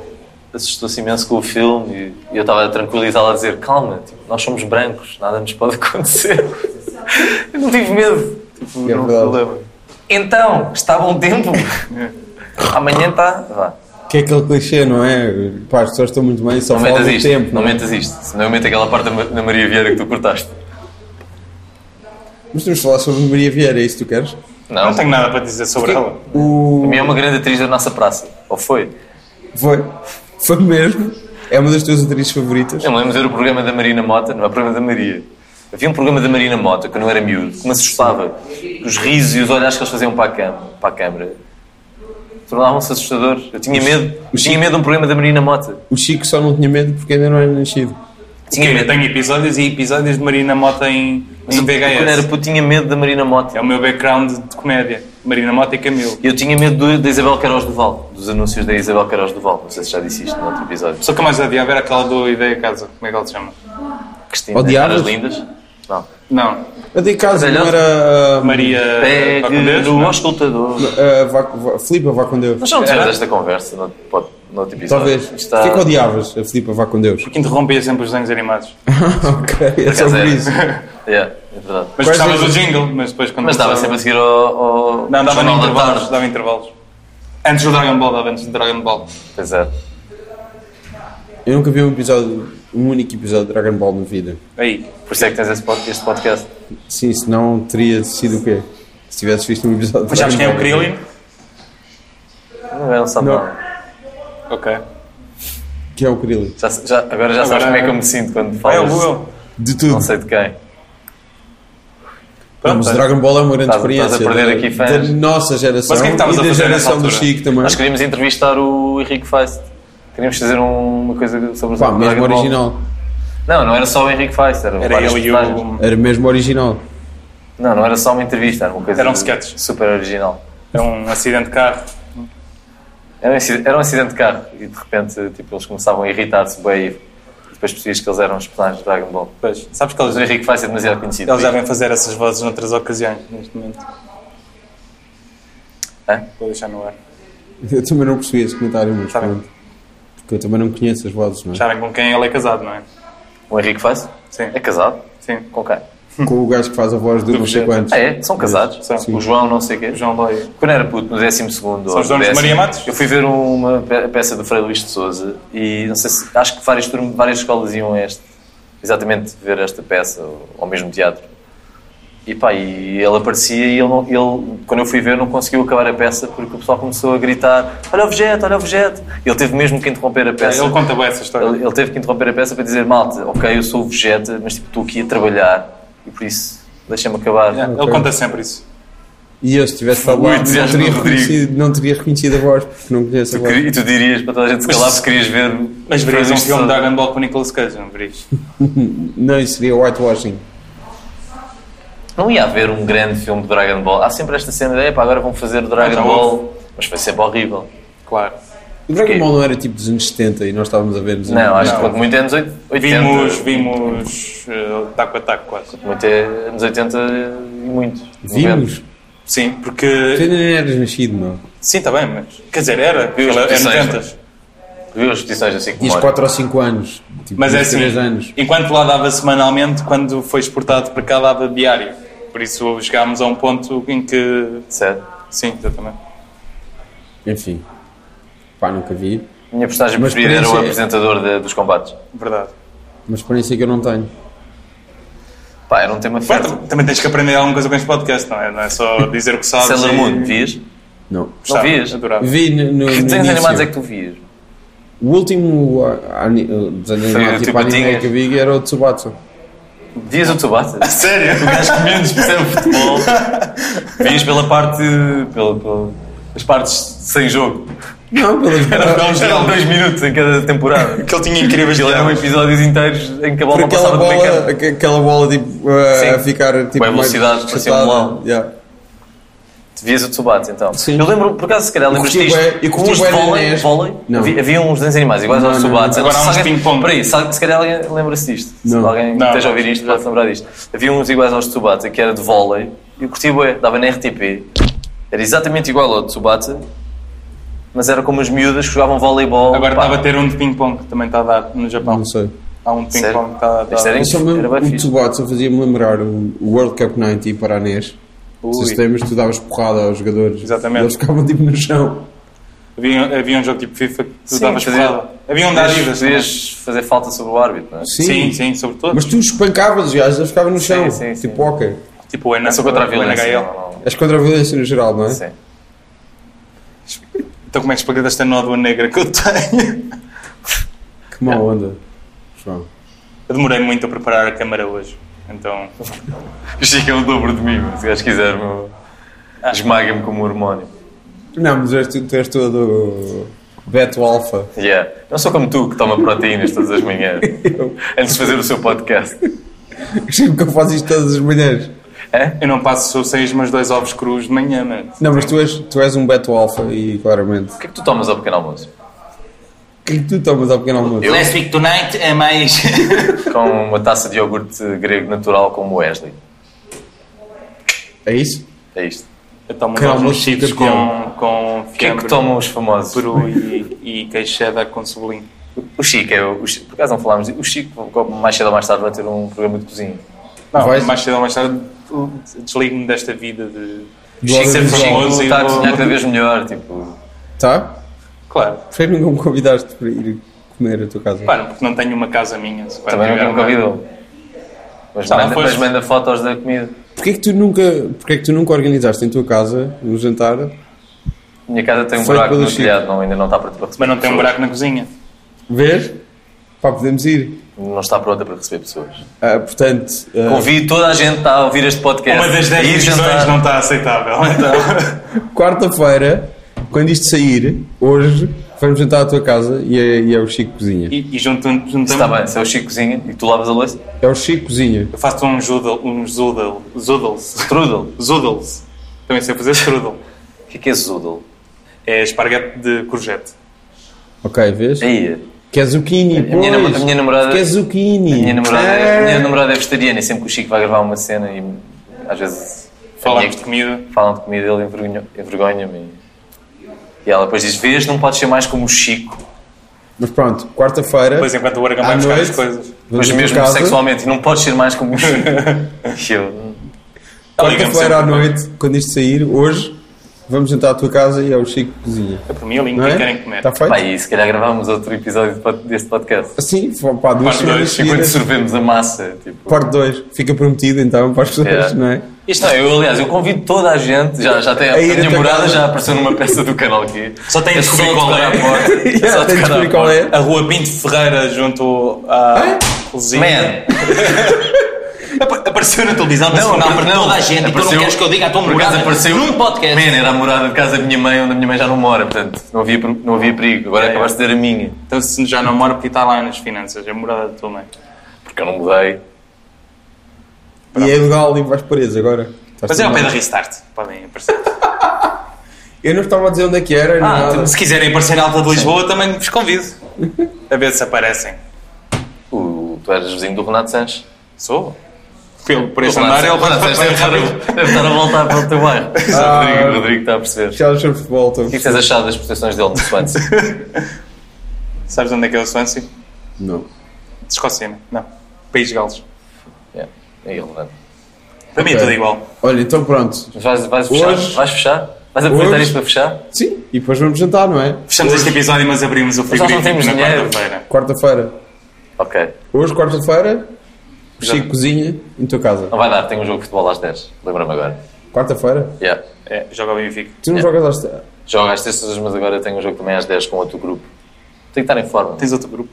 Speaker 2: assustou-se imenso com o filme e eu estava a tranquilizá-la a dizer: calma, tipo, nós somos brancos, nada nos pode [laughs] acontecer. eu não tive medo. Tipo,
Speaker 5: É
Speaker 2: não
Speaker 5: verdade.
Speaker 2: problema. Então, está bom tempo? [laughs] Amanhã está. Vá.
Speaker 5: Que é aquele clichê, não é? Pá, as pessoas estão muito bem, só
Speaker 2: Não
Speaker 5: falam
Speaker 2: metas
Speaker 5: do
Speaker 2: isto,
Speaker 5: tempo.
Speaker 2: não
Speaker 5: é?
Speaker 2: metas isto, senão eu meto aquela parte da Ma- da Maria Vieira que tu cortaste.
Speaker 5: Mas temos de falar sobre Maria Vieira, é isso que tu queres?
Speaker 2: Não,
Speaker 5: é
Speaker 4: Não tenho nada para dizer sobre ela.
Speaker 5: O...
Speaker 2: a minha é uma grande atriz da nossa praça, ou foi?
Speaker 5: Foi. Foi mesmo. É uma das tuas atrizes favoritas.
Speaker 2: Eu me lembro de ver o programa da Marina Mota, não é o programa da Maria. Havia um programa da Marina Mota, quando eu era miúdo, que me assustava. Os risos e os olhares que eles faziam para a, cam para a câmara. tornavam-se assustadores. Eu tinha medo. Eu tinha medo de um programa da Marina Mota.
Speaker 5: O Chico só não tinha medo porque ainda não era nascido.
Speaker 2: Tinha
Speaker 4: Ok, eu
Speaker 2: medo.
Speaker 4: tenho episódios e episódios de Marina Mota em,
Speaker 2: Mas
Speaker 4: em
Speaker 2: eu, quando era
Speaker 4: VHS.
Speaker 2: puto, tinha medo da Marina Mota.
Speaker 4: É o meu background de comédia. Marina Mota e Camilo.
Speaker 2: Eu tinha medo do- da Isabel Queiroz Duval, dos anúncios da Isabel Queiroz Duval. Não sei se já disse isto no outro episódio.
Speaker 4: Só que eu mais adiava era aquela do Ideia Casa. Como é que ela se chama?
Speaker 2: Cristina,
Speaker 5: Odiavas?
Speaker 2: né? Caras lindas. Não.
Speaker 4: Não.
Speaker 5: Eu dei casa,
Speaker 2: Mas é
Speaker 5: não
Speaker 2: não?
Speaker 5: era. ah,
Speaker 4: Maria
Speaker 2: Pegue
Speaker 4: Faculdez,
Speaker 2: no
Speaker 4: tá não?
Speaker 2: auscultador.
Speaker 5: ah, vá, vá, Filipa, vá com Deus.
Speaker 2: Nós já não tivemos
Speaker 4: Era?
Speaker 2: esta conversa no, outro pod- no outro episódio.
Speaker 5: Talvez.
Speaker 2: Isto
Speaker 5: Está... Porquê que odiavas a Filipa, vá com Deus?
Speaker 4: que interrompia sempre os desenhos animados.
Speaker 5: [laughs] ok, é só
Speaker 2: Quer
Speaker 5: por
Speaker 2: dizer,
Speaker 5: isso.
Speaker 2: [laughs] yeah, é verdade.
Speaker 4: Mas
Speaker 5: Quais
Speaker 4: gostava
Speaker 5: é-
Speaker 4: do jingle, mas depois quando
Speaker 2: Mas dava
Speaker 4: começava-
Speaker 2: sempre a seguir ao, ao
Speaker 4: Não, dava em
Speaker 2: Jornal da
Speaker 4: intervalos,
Speaker 2: Tarde.
Speaker 4: dava em intervalos. Antes do Dragon Ball, dava antes do Dragon Ball.
Speaker 2: Pois é.
Speaker 5: Eu nunca vi um episódio, um único episódio de Dragon Ball na vida.
Speaker 4: Aí.
Speaker 2: Por isso é que tens esse pod- este podcast.
Speaker 5: Sim, senão teria sido o quê? Se tivesse visto um episódio de
Speaker 4: Mas sabes quem é
Speaker 5: Dragon
Speaker 4: o
Speaker 5: Ball.
Speaker 4: Krillin?
Speaker 2: Não, é um não sabe
Speaker 5: Não.
Speaker 2: nada.
Speaker 4: Ok.
Speaker 5: Quem é o Krillin?
Speaker 2: Já, já- agora já sabes
Speaker 4: Agora-
Speaker 2: como é que eu me sinto quando
Speaker 4: Ah, é
Speaker 2: falas.
Speaker 4: o Will.
Speaker 5: De tudo.
Speaker 2: Não sei de quem.
Speaker 5: Não, mas Dragon Ball é uma grande
Speaker 2: Estás- estás a perder
Speaker 5: experiência. da-
Speaker 2: aqui fãs.
Speaker 5: Da nossa geração
Speaker 4: Mas o que é que estavas a
Speaker 5: e da
Speaker 4: fazer nessa
Speaker 5: geração do
Speaker 4: altura?
Speaker 5: Chico também.
Speaker 2: Nós queríamos entrevistar o Henrique Feist. Queríamos fazer um- uma coisa sobre o
Speaker 5: Pá,
Speaker 2: Dragon
Speaker 5: mesmo
Speaker 2: Ball.
Speaker 5: original.
Speaker 2: Não, não era só o Henrique Feist. Era,
Speaker 4: Era
Speaker 2: vários
Speaker 4: ele e
Speaker 2: personagens.
Speaker 4: o...
Speaker 5: Era mesmo original.
Speaker 2: Não, não era só uma entrevista. Era uma coisa
Speaker 4: Eram sketches.
Speaker 2: super original.
Speaker 4: Era um acidente de carro.
Speaker 2: Era um, acidente, era um acidente de carro e de repente tipo, eles começavam a irritar-se bem e depois percebias que eles eram os personagens de Dragon Ball.
Speaker 4: Pois. Sabes que
Speaker 2: Mas o
Speaker 4: eles,
Speaker 2: Henrique Feist é demasiado conhecido.
Speaker 4: eles já vêm fazer essas vozes noutras ocasiões, neste momento.
Speaker 2: Hã?
Speaker 4: Vou deixar no ar.
Speaker 5: Eu também não percebi esse comentário, mas
Speaker 4: Tá bem.
Speaker 5: pronto. Porque eu também não conheço as vozes, não é?
Speaker 4: Sabem com quem ele é casado, não é?
Speaker 2: O Henrique Feist
Speaker 4: Sim.
Speaker 2: é casado?
Speaker 4: Sim.
Speaker 2: Com quem?
Speaker 5: Com o gajo que faz a voz do não sei
Speaker 4: Vegeta.
Speaker 5: quantos.
Speaker 2: Ah, é? São casados?
Speaker 4: São.
Speaker 2: O João não sei o quê.
Speaker 4: O João Lóia.
Speaker 2: Quando era puto, no 12 segundo
Speaker 4: São os donos de Maria Matos?
Speaker 2: Eu fui ver uma pe- peça do Frei Luís de Souza e não sei se... Acho que várias, turmas- várias escolas iam a este. Exatamente ver esta peça ou- ao mesmo teatro. E pá, e ele aparecia e ele, não- ele, quando eu fui ver, não conseguiu acabar a peça porque o pessoal começou a gritar Olha o objeto, olha o objeto! Ele teve mesmo que interromper a peça.
Speaker 4: É, Ele conta bem essa história.
Speaker 2: Ele, ele teve que interromper a peça para dizer, malta, ok, eu sou o Vegeta, mas tipo, estou aqui a trabalhar e por isso deixa-me acabar.
Speaker 4: Yeah, É, Ele
Speaker 5: Ok.
Speaker 4: conta sempre isso.
Speaker 5: E eu, se tivesse falado, não
Speaker 2: entusiasmo
Speaker 5: teria,
Speaker 2: do Rodrigo.
Speaker 5: reconhecido, não teria reconhecido a voz, porque não conheço a
Speaker 2: Tu
Speaker 5: voz.
Speaker 2: queri- E tu dirias para toda a gente se
Speaker 4: Mas-
Speaker 2: calhar se querias ver.
Speaker 4: Mas verias um
Speaker 2: Frederico
Speaker 4: filme de
Speaker 2: Sousa.
Speaker 4: Dragon Ball com o Nicolas Cage, não verias?
Speaker 5: Não, isso seria whitewashing.
Speaker 2: Não ia haver um grande filme de Dragon Ball. Há sempre esta cena de, epá, agora vão fazer o Dragon
Speaker 4: Ah, já
Speaker 2: Ball. Mas foi sempre horrível.
Speaker 4: Claro.
Speaker 5: O Dragon
Speaker 2: Porquê?
Speaker 5: Ball não era tipo dos anos 70 e nós estávamos a ver nos anos
Speaker 2: Não, acho que
Speaker 4: Não.
Speaker 2: quanto muito é anos oit- 80.
Speaker 4: Vimos, vimos eh, taco a taco quase.
Speaker 2: Muito é anos 80 e muito. 90.
Speaker 5: Vimos?
Speaker 4: Sim,
Speaker 5: Tu
Speaker 4: porque.
Speaker 5: ainda nem eras nascido, meu.
Speaker 4: Sim, está bem, mas. Quer dizer, era. é porque
Speaker 2: Os
Speaker 4: Era era
Speaker 2: petições,
Speaker 4: 90.
Speaker 2: Viu as repetições assim como
Speaker 5: Tinhas
Speaker 2: olha.
Speaker 5: 4 ou 5 anos. Tipo,
Speaker 4: Mas é
Speaker 5: tinhas
Speaker 4: assim.
Speaker 5: três anos.
Speaker 4: Enquanto lá dava semanalmente, quando foi exportado para cá dava diário. Por isso chegámos a um ponto em que.
Speaker 2: Certo.
Speaker 4: Sim, exatamente.
Speaker 5: Enfim. Pá, nunca vi.
Speaker 2: A minha personagem
Speaker 5: Mas é-
Speaker 2: preferida era o
Speaker 5: podia ser-
Speaker 2: apresentador de- dos combates.
Speaker 4: Verdade.
Speaker 5: Uma experiência que eu não tenho.
Speaker 2: Pá, era um tema
Speaker 4: Bem,
Speaker 2: forte.
Speaker 4: tam- também tens que aprender alguma coisa com este podcast, não é? Não é só dizer o que sabes.
Speaker 2: Sailor
Speaker 4: e-
Speaker 2: Moon, vias?
Speaker 5: Não.
Speaker 4: Gostava,
Speaker 2: vias?
Speaker 4: Adorava.
Speaker 5: Vi no, no, no
Speaker 2: Que desenhos
Speaker 5: início.
Speaker 2: animados é que tu vias?
Speaker 5: O último ah, ani- ah, desenho
Speaker 2: Foi
Speaker 5: animado
Speaker 2: o
Speaker 5: tipo
Speaker 2: tipo
Speaker 5: anime
Speaker 2: Tinhas.
Speaker 5: que eu vi era o Tsubatsu.
Speaker 2: Vias o Tsubasa?
Speaker 4: Sério?
Speaker 2: gajo que menos percebe
Speaker 5: [laughs]
Speaker 2: futebol. Vias pela parte. Pela, pela- as partes sem jogo.
Speaker 5: Não, pelas
Speaker 4: Não, já
Speaker 2: Eram dois minutos em cada temporada.
Speaker 4: Que ele tinha incríveis
Speaker 2: Aquilo eram
Speaker 4: diálogos.
Speaker 2: episódios inteiros em que a bola
Speaker 5: Por
Speaker 2: não
Speaker 5: aquela
Speaker 2: passava do meio
Speaker 5: bola,
Speaker 2: campo.
Speaker 5: aqu- aquela bola tipo, a-
Speaker 2: Sim.
Speaker 5: a ficar tipo,
Speaker 2: Com a velocidade,
Speaker 5: mais
Speaker 2: parecia um
Speaker 5: chatada.
Speaker 2: melão.
Speaker 5: Yeah.
Speaker 2: Vias o Tsubasa então.
Speaker 5: Sim.
Speaker 2: Eu lembro, por acaso, se calhar, lembras
Speaker 5: curti bué-
Speaker 2: disto. E
Speaker 5: eu curti
Speaker 2: com os de
Speaker 5: bué de
Speaker 2: vôlei,
Speaker 5: Inés.
Speaker 2: vôlei
Speaker 5: Não.
Speaker 2: havia, havia uns desenhos animais iguais
Speaker 5: Não,
Speaker 2: ao
Speaker 5: não,
Speaker 2: Tsubasa.
Speaker 4: não. Agora há
Speaker 2: Se
Speaker 4: uns
Speaker 2: alguém-
Speaker 4: ping-pong.
Speaker 2: Peraí, se se calhar alguém lembra-se disto. Se
Speaker 5: Não.
Speaker 2: alguém
Speaker 4: Não.
Speaker 2: esteja a ouvir isto, vai se lembrar disto. Havia uns iguais aos de Tsubasa, que era de vôlei. E eu curti bué, dava na RTP. Era exatamente igual ao de Tsubasa, mas era como as miúdas que jogavam voleibol.
Speaker 4: Agora
Speaker 2: Pá,
Speaker 4: estava a ter um de ping-pong que também está a dar no Japão.
Speaker 5: Não sei.
Speaker 4: Há um de
Speaker 2: Sério?
Speaker 4: ping-pong que está a dar.
Speaker 2: Isto era
Speaker 5: Eu só me
Speaker 2: Era
Speaker 5: lembro
Speaker 2: bem
Speaker 5: o
Speaker 2: fixe.
Speaker 5: Tsubatsu fazia-me lembrar o o World Cup 90 para a NES.
Speaker 4: Ui.
Speaker 5: Se sistemas, tu davas porrada aos jogadores.
Speaker 4: Exatamente.
Speaker 5: Eles ficavam tipo no chão.
Speaker 4: Havia, havia um jogo tipo FIFA que tu
Speaker 2: Sim,
Speaker 4: davas
Speaker 2: fazia-
Speaker 4: porrada. Havia um da
Speaker 2: podias,
Speaker 4: Adidas. também.
Speaker 2: podias fazer falta sobre o árbitro, não é?
Speaker 5: Sim.
Speaker 4: Sim, sim, sobretudo.
Speaker 5: Mas tu espancavas os gajos, eles ficavam no chão.
Speaker 2: sim, sim.
Speaker 5: tipo, ok.
Speaker 4: tipo o
Speaker 2: Não
Speaker 4: Enas
Speaker 2: sou contra a violência.
Speaker 4: NHL.
Speaker 2: não, é? não, não.
Speaker 5: És contra a violência no geral, não é?
Speaker 2: Sim.
Speaker 4: Então como é que explicas esta nódoa negra que eu tenho?
Speaker 5: Que má onda. João.
Speaker 4: Eu demorei muito a preparar a câmara hoje. Então, Ah.
Speaker 2: Chega o dobro de mim, mas se o gajo quiser, meu, esmaga-me como um hormónio.
Speaker 5: Não, mas és tu, tu és todo Beto Alfa.
Speaker 2: Yeah. Eu sou como tu que toma proteínas todas as
Speaker 5: [laughs]
Speaker 2: manhãs
Speaker 5: Eu
Speaker 2: antes de fazer o seu podcast.
Speaker 5: sempre que [laughs] eu faço isto todas as manhãs.
Speaker 2: É?
Speaker 4: Eu não passo seis, mas dois ovos crus de manhã, mano.
Speaker 5: Não, mas tu és, tu és um Beto Alfa e claramente.
Speaker 2: O que é que tu tomas ao pequeno almoço?
Speaker 5: O que é que tu tomas ao pequeno almoço?
Speaker 2: Eu-
Speaker 6: Last Week Tonight é mais.
Speaker 2: Com uma taça de iogurte grego natural como Wesley.
Speaker 5: É isso?
Speaker 2: É isto.
Speaker 4: Eu tomo uns
Speaker 5: Calma,
Speaker 4: ovos mexidos com,
Speaker 5: campeão.
Speaker 4: com
Speaker 2: O que é
Speaker 4: fiambre,
Speaker 2: que tomam os famosos?
Speaker 4: peru e, e queijo cheddar com cebolinho.
Speaker 2: O Chico, é o, o Chico, por acaso não falámos, o Chico mais cedo ou mais tarde vai ter um programa de cozinha.
Speaker 4: Não,
Speaker 5: Vais-
Speaker 4: mais cedo ou mais tarde desligo-me desta vida de...
Speaker 5: Do
Speaker 2: Chico
Speaker 5: Alves
Speaker 2: sempre
Speaker 5: Visual.
Speaker 4: famoso e
Speaker 2: está a
Speaker 4: vou-
Speaker 2: cozinhar cada vez melhor, tipo...
Speaker 5: Tá?
Speaker 4: Claro,
Speaker 5: Por que nunca me convidaste para ir comer a tua casa?
Speaker 4: claro, porque não tenho uma casa minha. se
Speaker 2: Também nunca
Speaker 4: tiver
Speaker 2: me
Speaker 4: uma-
Speaker 2: convidou. Mas,
Speaker 4: Já não
Speaker 2: manda,
Speaker 4: foste?
Speaker 2: mas manda fotos da comida.
Speaker 5: Porquê que tu nunca, porquê que tu nunca organizaste em tua casa um jantar?
Speaker 2: Minha casa tem um
Speaker 5: Feito
Speaker 2: buraco
Speaker 5: pelo
Speaker 2: no
Speaker 5: Chico.
Speaker 2: telhado, não, ainda não está pronta para receber
Speaker 4: Mas não tem um
Speaker 2: pessoas.
Speaker 4: buraco na cozinha.
Speaker 5: Vês? Pá, podemos ir.
Speaker 2: Não está pronta para receber pessoas.
Speaker 5: Ah, portanto, ah,
Speaker 2: Convido toda a gente a ouvir este podcast.
Speaker 4: Uma das
Speaker 2: a
Speaker 4: 10
Speaker 2: ir
Speaker 4: divisões
Speaker 2: jantar.
Speaker 4: não está aceitável. Então,
Speaker 5: quarta-feira, quando isto sair, hoje, vamos jantar à tua casa e é, e é o Chico que Cozinha.
Speaker 4: e e juntam-
Speaker 2: Está
Speaker 4: juntamos.
Speaker 2: bem, se é o Chico cozinha e tu lavas a louça,
Speaker 5: É o Chico que Cozinha.
Speaker 4: Eu faço um zoodle. Um zoodle. Zoodles.
Speaker 2: strudel.
Speaker 4: Zoodles. Também sei fazer strudel.
Speaker 2: O que é que é strudel?
Speaker 4: É esparguete de courgette.
Speaker 5: Ok, vês?
Speaker 2: Aí,
Speaker 5: Quer zucchini, pois.
Speaker 2: minha namo- a minha namorada-
Speaker 5: Quer zucchini.
Speaker 2: a minha namorada,
Speaker 5: Ah.
Speaker 2: é, a minha namorada é vegetariana e sempre que o Chico vai gravar uma cena e às vezes
Speaker 4: Falamos de
Speaker 2: amigos
Speaker 4: comida.
Speaker 2: falam de comida ele envergonha- envergonha-me. e- e ela depois diz, vês, não podes ser mais como o Chico.
Speaker 5: Mas pronto, quarta-feira,
Speaker 4: Depois, enquanto o Aragão
Speaker 5: à
Speaker 4: vai buscar as
Speaker 5: noite,
Speaker 4: coisas.
Speaker 2: é, Mas
Speaker 5: vamos à tua
Speaker 2: mesmo
Speaker 5: casa.
Speaker 2: sexualmente, não podes ser mais como o [laughs] Chico. E eu,
Speaker 4: Liga-me
Speaker 5: Quarta-feira à
Speaker 4: sempre.
Speaker 5: noite, quando isto sair, hoje, vamos jantar à tua casa e é o Chico que Cozinha.
Speaker 4: É por mim, eu ligo
Speaker 5: Não
Speaker 4: quem
Speaker 5: é?
Speaker 4: querem comer.
Speaker 5: Está feito?
Speaker 2: pá, e se calhar gravámos outro episódio de pod- deste podcast.
Speaker 5: Sim, Assim, pá,
Speaker 4: Parte
Speaker 5: duas
Speaker 4: dois,
Speaker 5: semanas
Speaker 2: Enquanto
Speaker 5: seguidas.
Speaker 2: sorvemos a massa, tipo...
Speaker 5: Parte 2. Fica prometido então para as pessoas,
Speaker 2: É.
Speaker 5: não é?
Speaker 2: Isto não, eu aliás, eu convido toda a gente, já, já tem, a
Speaker 5: A ir
Speaker 2: minha
Speaker 5: até
Speaker 2: morada
Speaker 5: casa.
Speaker 2: já apareceu numa peça do canal aqui.
Speaker 4: Só tem de
Speaker 2: é
Speaker 4: descobrir
Speaker 2: só
Speaker 4: qual
Speaker 2: tocar
Speaker 4: é.
Speaker 2: à
Speaker 5: [laughs]
Speaker 2: porta. É
Speaker 5: Yeah,
Speaker 2: só tocar
Speaker 5: tem de
Speaker 2: à
Speaker 5: descobrir qual
Speaker 2: porta.
Speaker 5: é.
Speaker 4: A rua Pinto Ferreira junto
Speaker 2: Ah.
Speaker 4: à cozinha.
Speaker 2: Man,
Speaker 4: Apa- Apareceu na televisão
Speaker 2: não,
Speaker 4: nacional.
Speaker 2: não, não.
Speaker 6: toda a gente, e tu não
Speaker 2: Apareceu-
Speaker 6: queres que eu diga a tua
Speaker 2: por acaso
Speaker 6: morada
Speaker 2: apareceu,
Speaker 6: num podcast.
Speaker 2: Man, era a morada de casa da minha mãe, onde a minha mãe já não mora, portanto, não havia, per- não havia perigo. Agora
Speaker 4: É, é.
Speaker 2: acabaste de dizer a minha,
Speaker 4: Então se já não mora, porque está lá nas finanças. É a morada da tua mãe.
Speaker 2: porque eu não mudei.
Speaker 5: E é legal e vais paredes agora. Estás
Speaker 4: Mas é ao
Speaker 5: tudo
Speaker 4: pé da
Speaker 5: bem.
Speaker 4: Restart. Podem aparecer.
Speaker 5: Eu não estava a dizer onde é que era, nem
Speaker 2: então-
Speaker 4: Ah,
Speaker 5: nada.
Speaker 4: se quiserem aparecer na Alta de Lisboa, também vos convido. A ver se aparecem.
Speaker 2: O, tu eras vizinho do Renato Sanches.
Speaker 4: Sou? Pelo, por
Speaker 2: O
Speaker 4: este
Speaker 2: Renato
Speaker 4: andar, é ele
Speaker 2: Sanches-
Speaker 4: vai
Speaker 2: o Renato
Speaker 4: vai-
Speaker 6: é
Speaker 2: Sanches deve
Speaker 4: vai-
Speaker 2: estar a- deve estar a voltar para o teu bairro.
Speaker 5: Ah.
Speaker 2: O Rodrigo, o Rodrigo está a perceber.
Speaker 5: Já sobre futebol, então.
Speaker 2: O que é que tens achado das proteções dele no Swansea?
Speaker 4: Sabes onde é que é o Swansea?
Speaker 5: Não.
Speaker 4: De Escócia, não? Não. País de Gales.
Speaker 2: Yeah, É irrelevante.
Speaker 4: Para mim é
Speaker 5: Ok.
Speaker 4: tudo igual.
Speaker 5: Olha, então pronto.
Speaker 2: Mas vais, vais fechar?
Speaker 5: Hoje-
Speaker 2: Vais fechar? Vais aproveitar
Speaker 5: Hoje-
Speaker 2: isto para fechar?
Speaker 5: Sim, e depois vamos jantar, não é?
Speaker 4: Fechamos este episódio, mas abrimos o
Speaker 2: não
Speaker 4: frigorífico
Speaker 2: temos
Speaker 4: na
Speaker 2: dinheiro.
Speaker 4: quarta-feira.
Speaker 5: Quarta-feira.
Speaker 2: Ok.
Speaker 5: Hoje, quarta-feira, o
Speaker 2: Já.
Speaker 5: Chico cozinha em tua casa.
Speaker 2: Não vai dar, tenho um jogo de futebol às 10. Lembra-me agora.
Speaker 5: Quarta-feira?
Speaker 2: Yeah.
Speaker 4: É, joga o Benfica.
Speaker 5: Tu não jogas às... te-
Speaker 2: Jogo às terças, mas agora tenho um jogo também às 10 com outro grupo. Tenho que estar em forma.
Speaker 4: Tens outro grupo.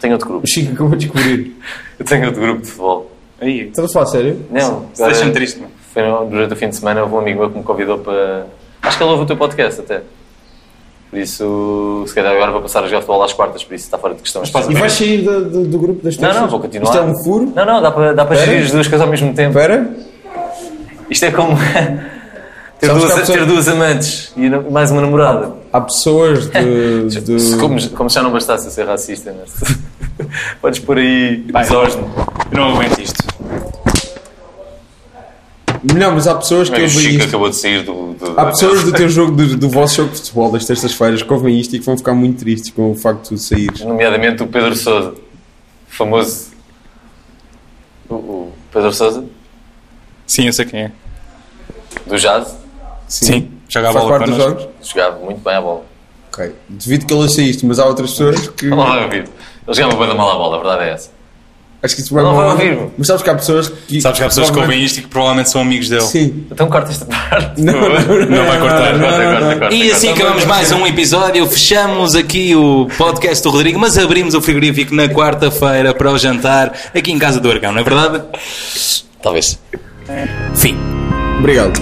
Speaker 2: Tenho outro
Speaker 5: [laughs]
Speaker 2: grupo.
Speaker 5: O Chico acabou de descobrir.
Speaker 2: Eu tenho outro grupo de futebol.
Speaker 4: Aí.
Speaker 5: Estás a falar sério?
Speaker 2: Não,
Speaker 4: Isso
Speaker 2: agora-
Speaker 4: Deixa-me triste, mano.
Speaker 2: Foi no- durante o fim de semana, houve um amigo meu que me convidou para. Acho que ele ouve o teu podcast até. Por isso, se calhar agora vou passar a jogar futebol às quartas, por isso está fora de questão.
Speaker 4: Mas faz-
Speaker 5: E vais sair da- do, do grupo das
Speaker 2: Não,
Speaker 5: terças?
Speaker 2: não, vou continuar.
Speaker 5: Isto é um furo?
Speaker 2: Não, não, dá para, dá para
Speaker 5: Espera.
Speaker 2: gerir as duas coisas ao mesmo tempo.
Speaker 5: Espera.
Speaker 2: Isto é como ter,
Speaker 5: Sabes
Speaker 2: duas,
Speaker 5: que há pessoas-
Speaker 2: ter duas amantes e não- mais uma namorada.
Speaker 5: Há
Speaker 2: [laughs]
Speaker 5: pessoas de... de-
Speaker 2: Se Como, como se já não bastasse eu ser racista, né? [laughs] podes pôr aí
Speaker 4: Vai.
Speaker 2: misógino.
Speaker 4: Eu não aguento isto.
Speaker 5: Não, mas há pessoas que
Speaker 2: O
Speaker 5: ouvem
Speaker 2: Chico
Speaker 5: isto.
Speaker 2: acabou de sair do. do-
Speaker 5: Há pessoas do teu jogo, do, do vosso jogo de futebol das terças-feiras que ouvem isto e que vão ficar muito tristes com o facto de tu saíres.
Speaker 2: Nomeadamente o Pedro Souza, famoso. O, o Pedro Souza,
Speaker 4: Sim, eu sei quem é.
Speaker 2: do Jazz,
Speaker 4: Sim. Joga a
Speaker 5: Faz
Speaker 4: bola
Speaker 5: parte dos
Speaker 4: connosco.
Speaker 5: jogos?
Speaker 2: jogava muito bem a bola.
Speaker 5: Ok. Devido que ele ouça isto, mas há outras pessoas que.
Speaker 2: Não vai ouvir. Ele jogava bem da mal à bola, a verdade é essa.
Speaker 5: Acho que isso vai
Speaker 2: Não vai
Speaker 5: mal.
Speaker 2: ouvir.
Speaker 5: Mas sabes que há pessoas que.
Speaker 4: Sabes que há pessoas que ouvem isto e que provavelmente são amigos dele.
Speaker 5: Sim.
Speaker 2: Então corta esta parte.
Speaker 5: Não,
Speaker 2: por favor.
Speaker 5: não, não,
Speaker 4: Não vai cortar.
Speaker 5: não,
Speaker 2: Corta,
Speaker 5: não,
Speaker 2: corta,
Speaker 5: não.
Speaker 2: corta,
Speaker 6: E
Speaker 4: Então,
Speaker 6: assim
Speaker 2: corta.
Speaker 6: acabamos mais um episódio. Fechamos aqui o podcast do Rodrigo, mas abrimos o frigorífico na quarta-feira para o jantar aqui em casa do Arcão, não é verdade?
Speaker 2: Talvez.
Speaker 6: Fim.
Speaker 5: Obrigado.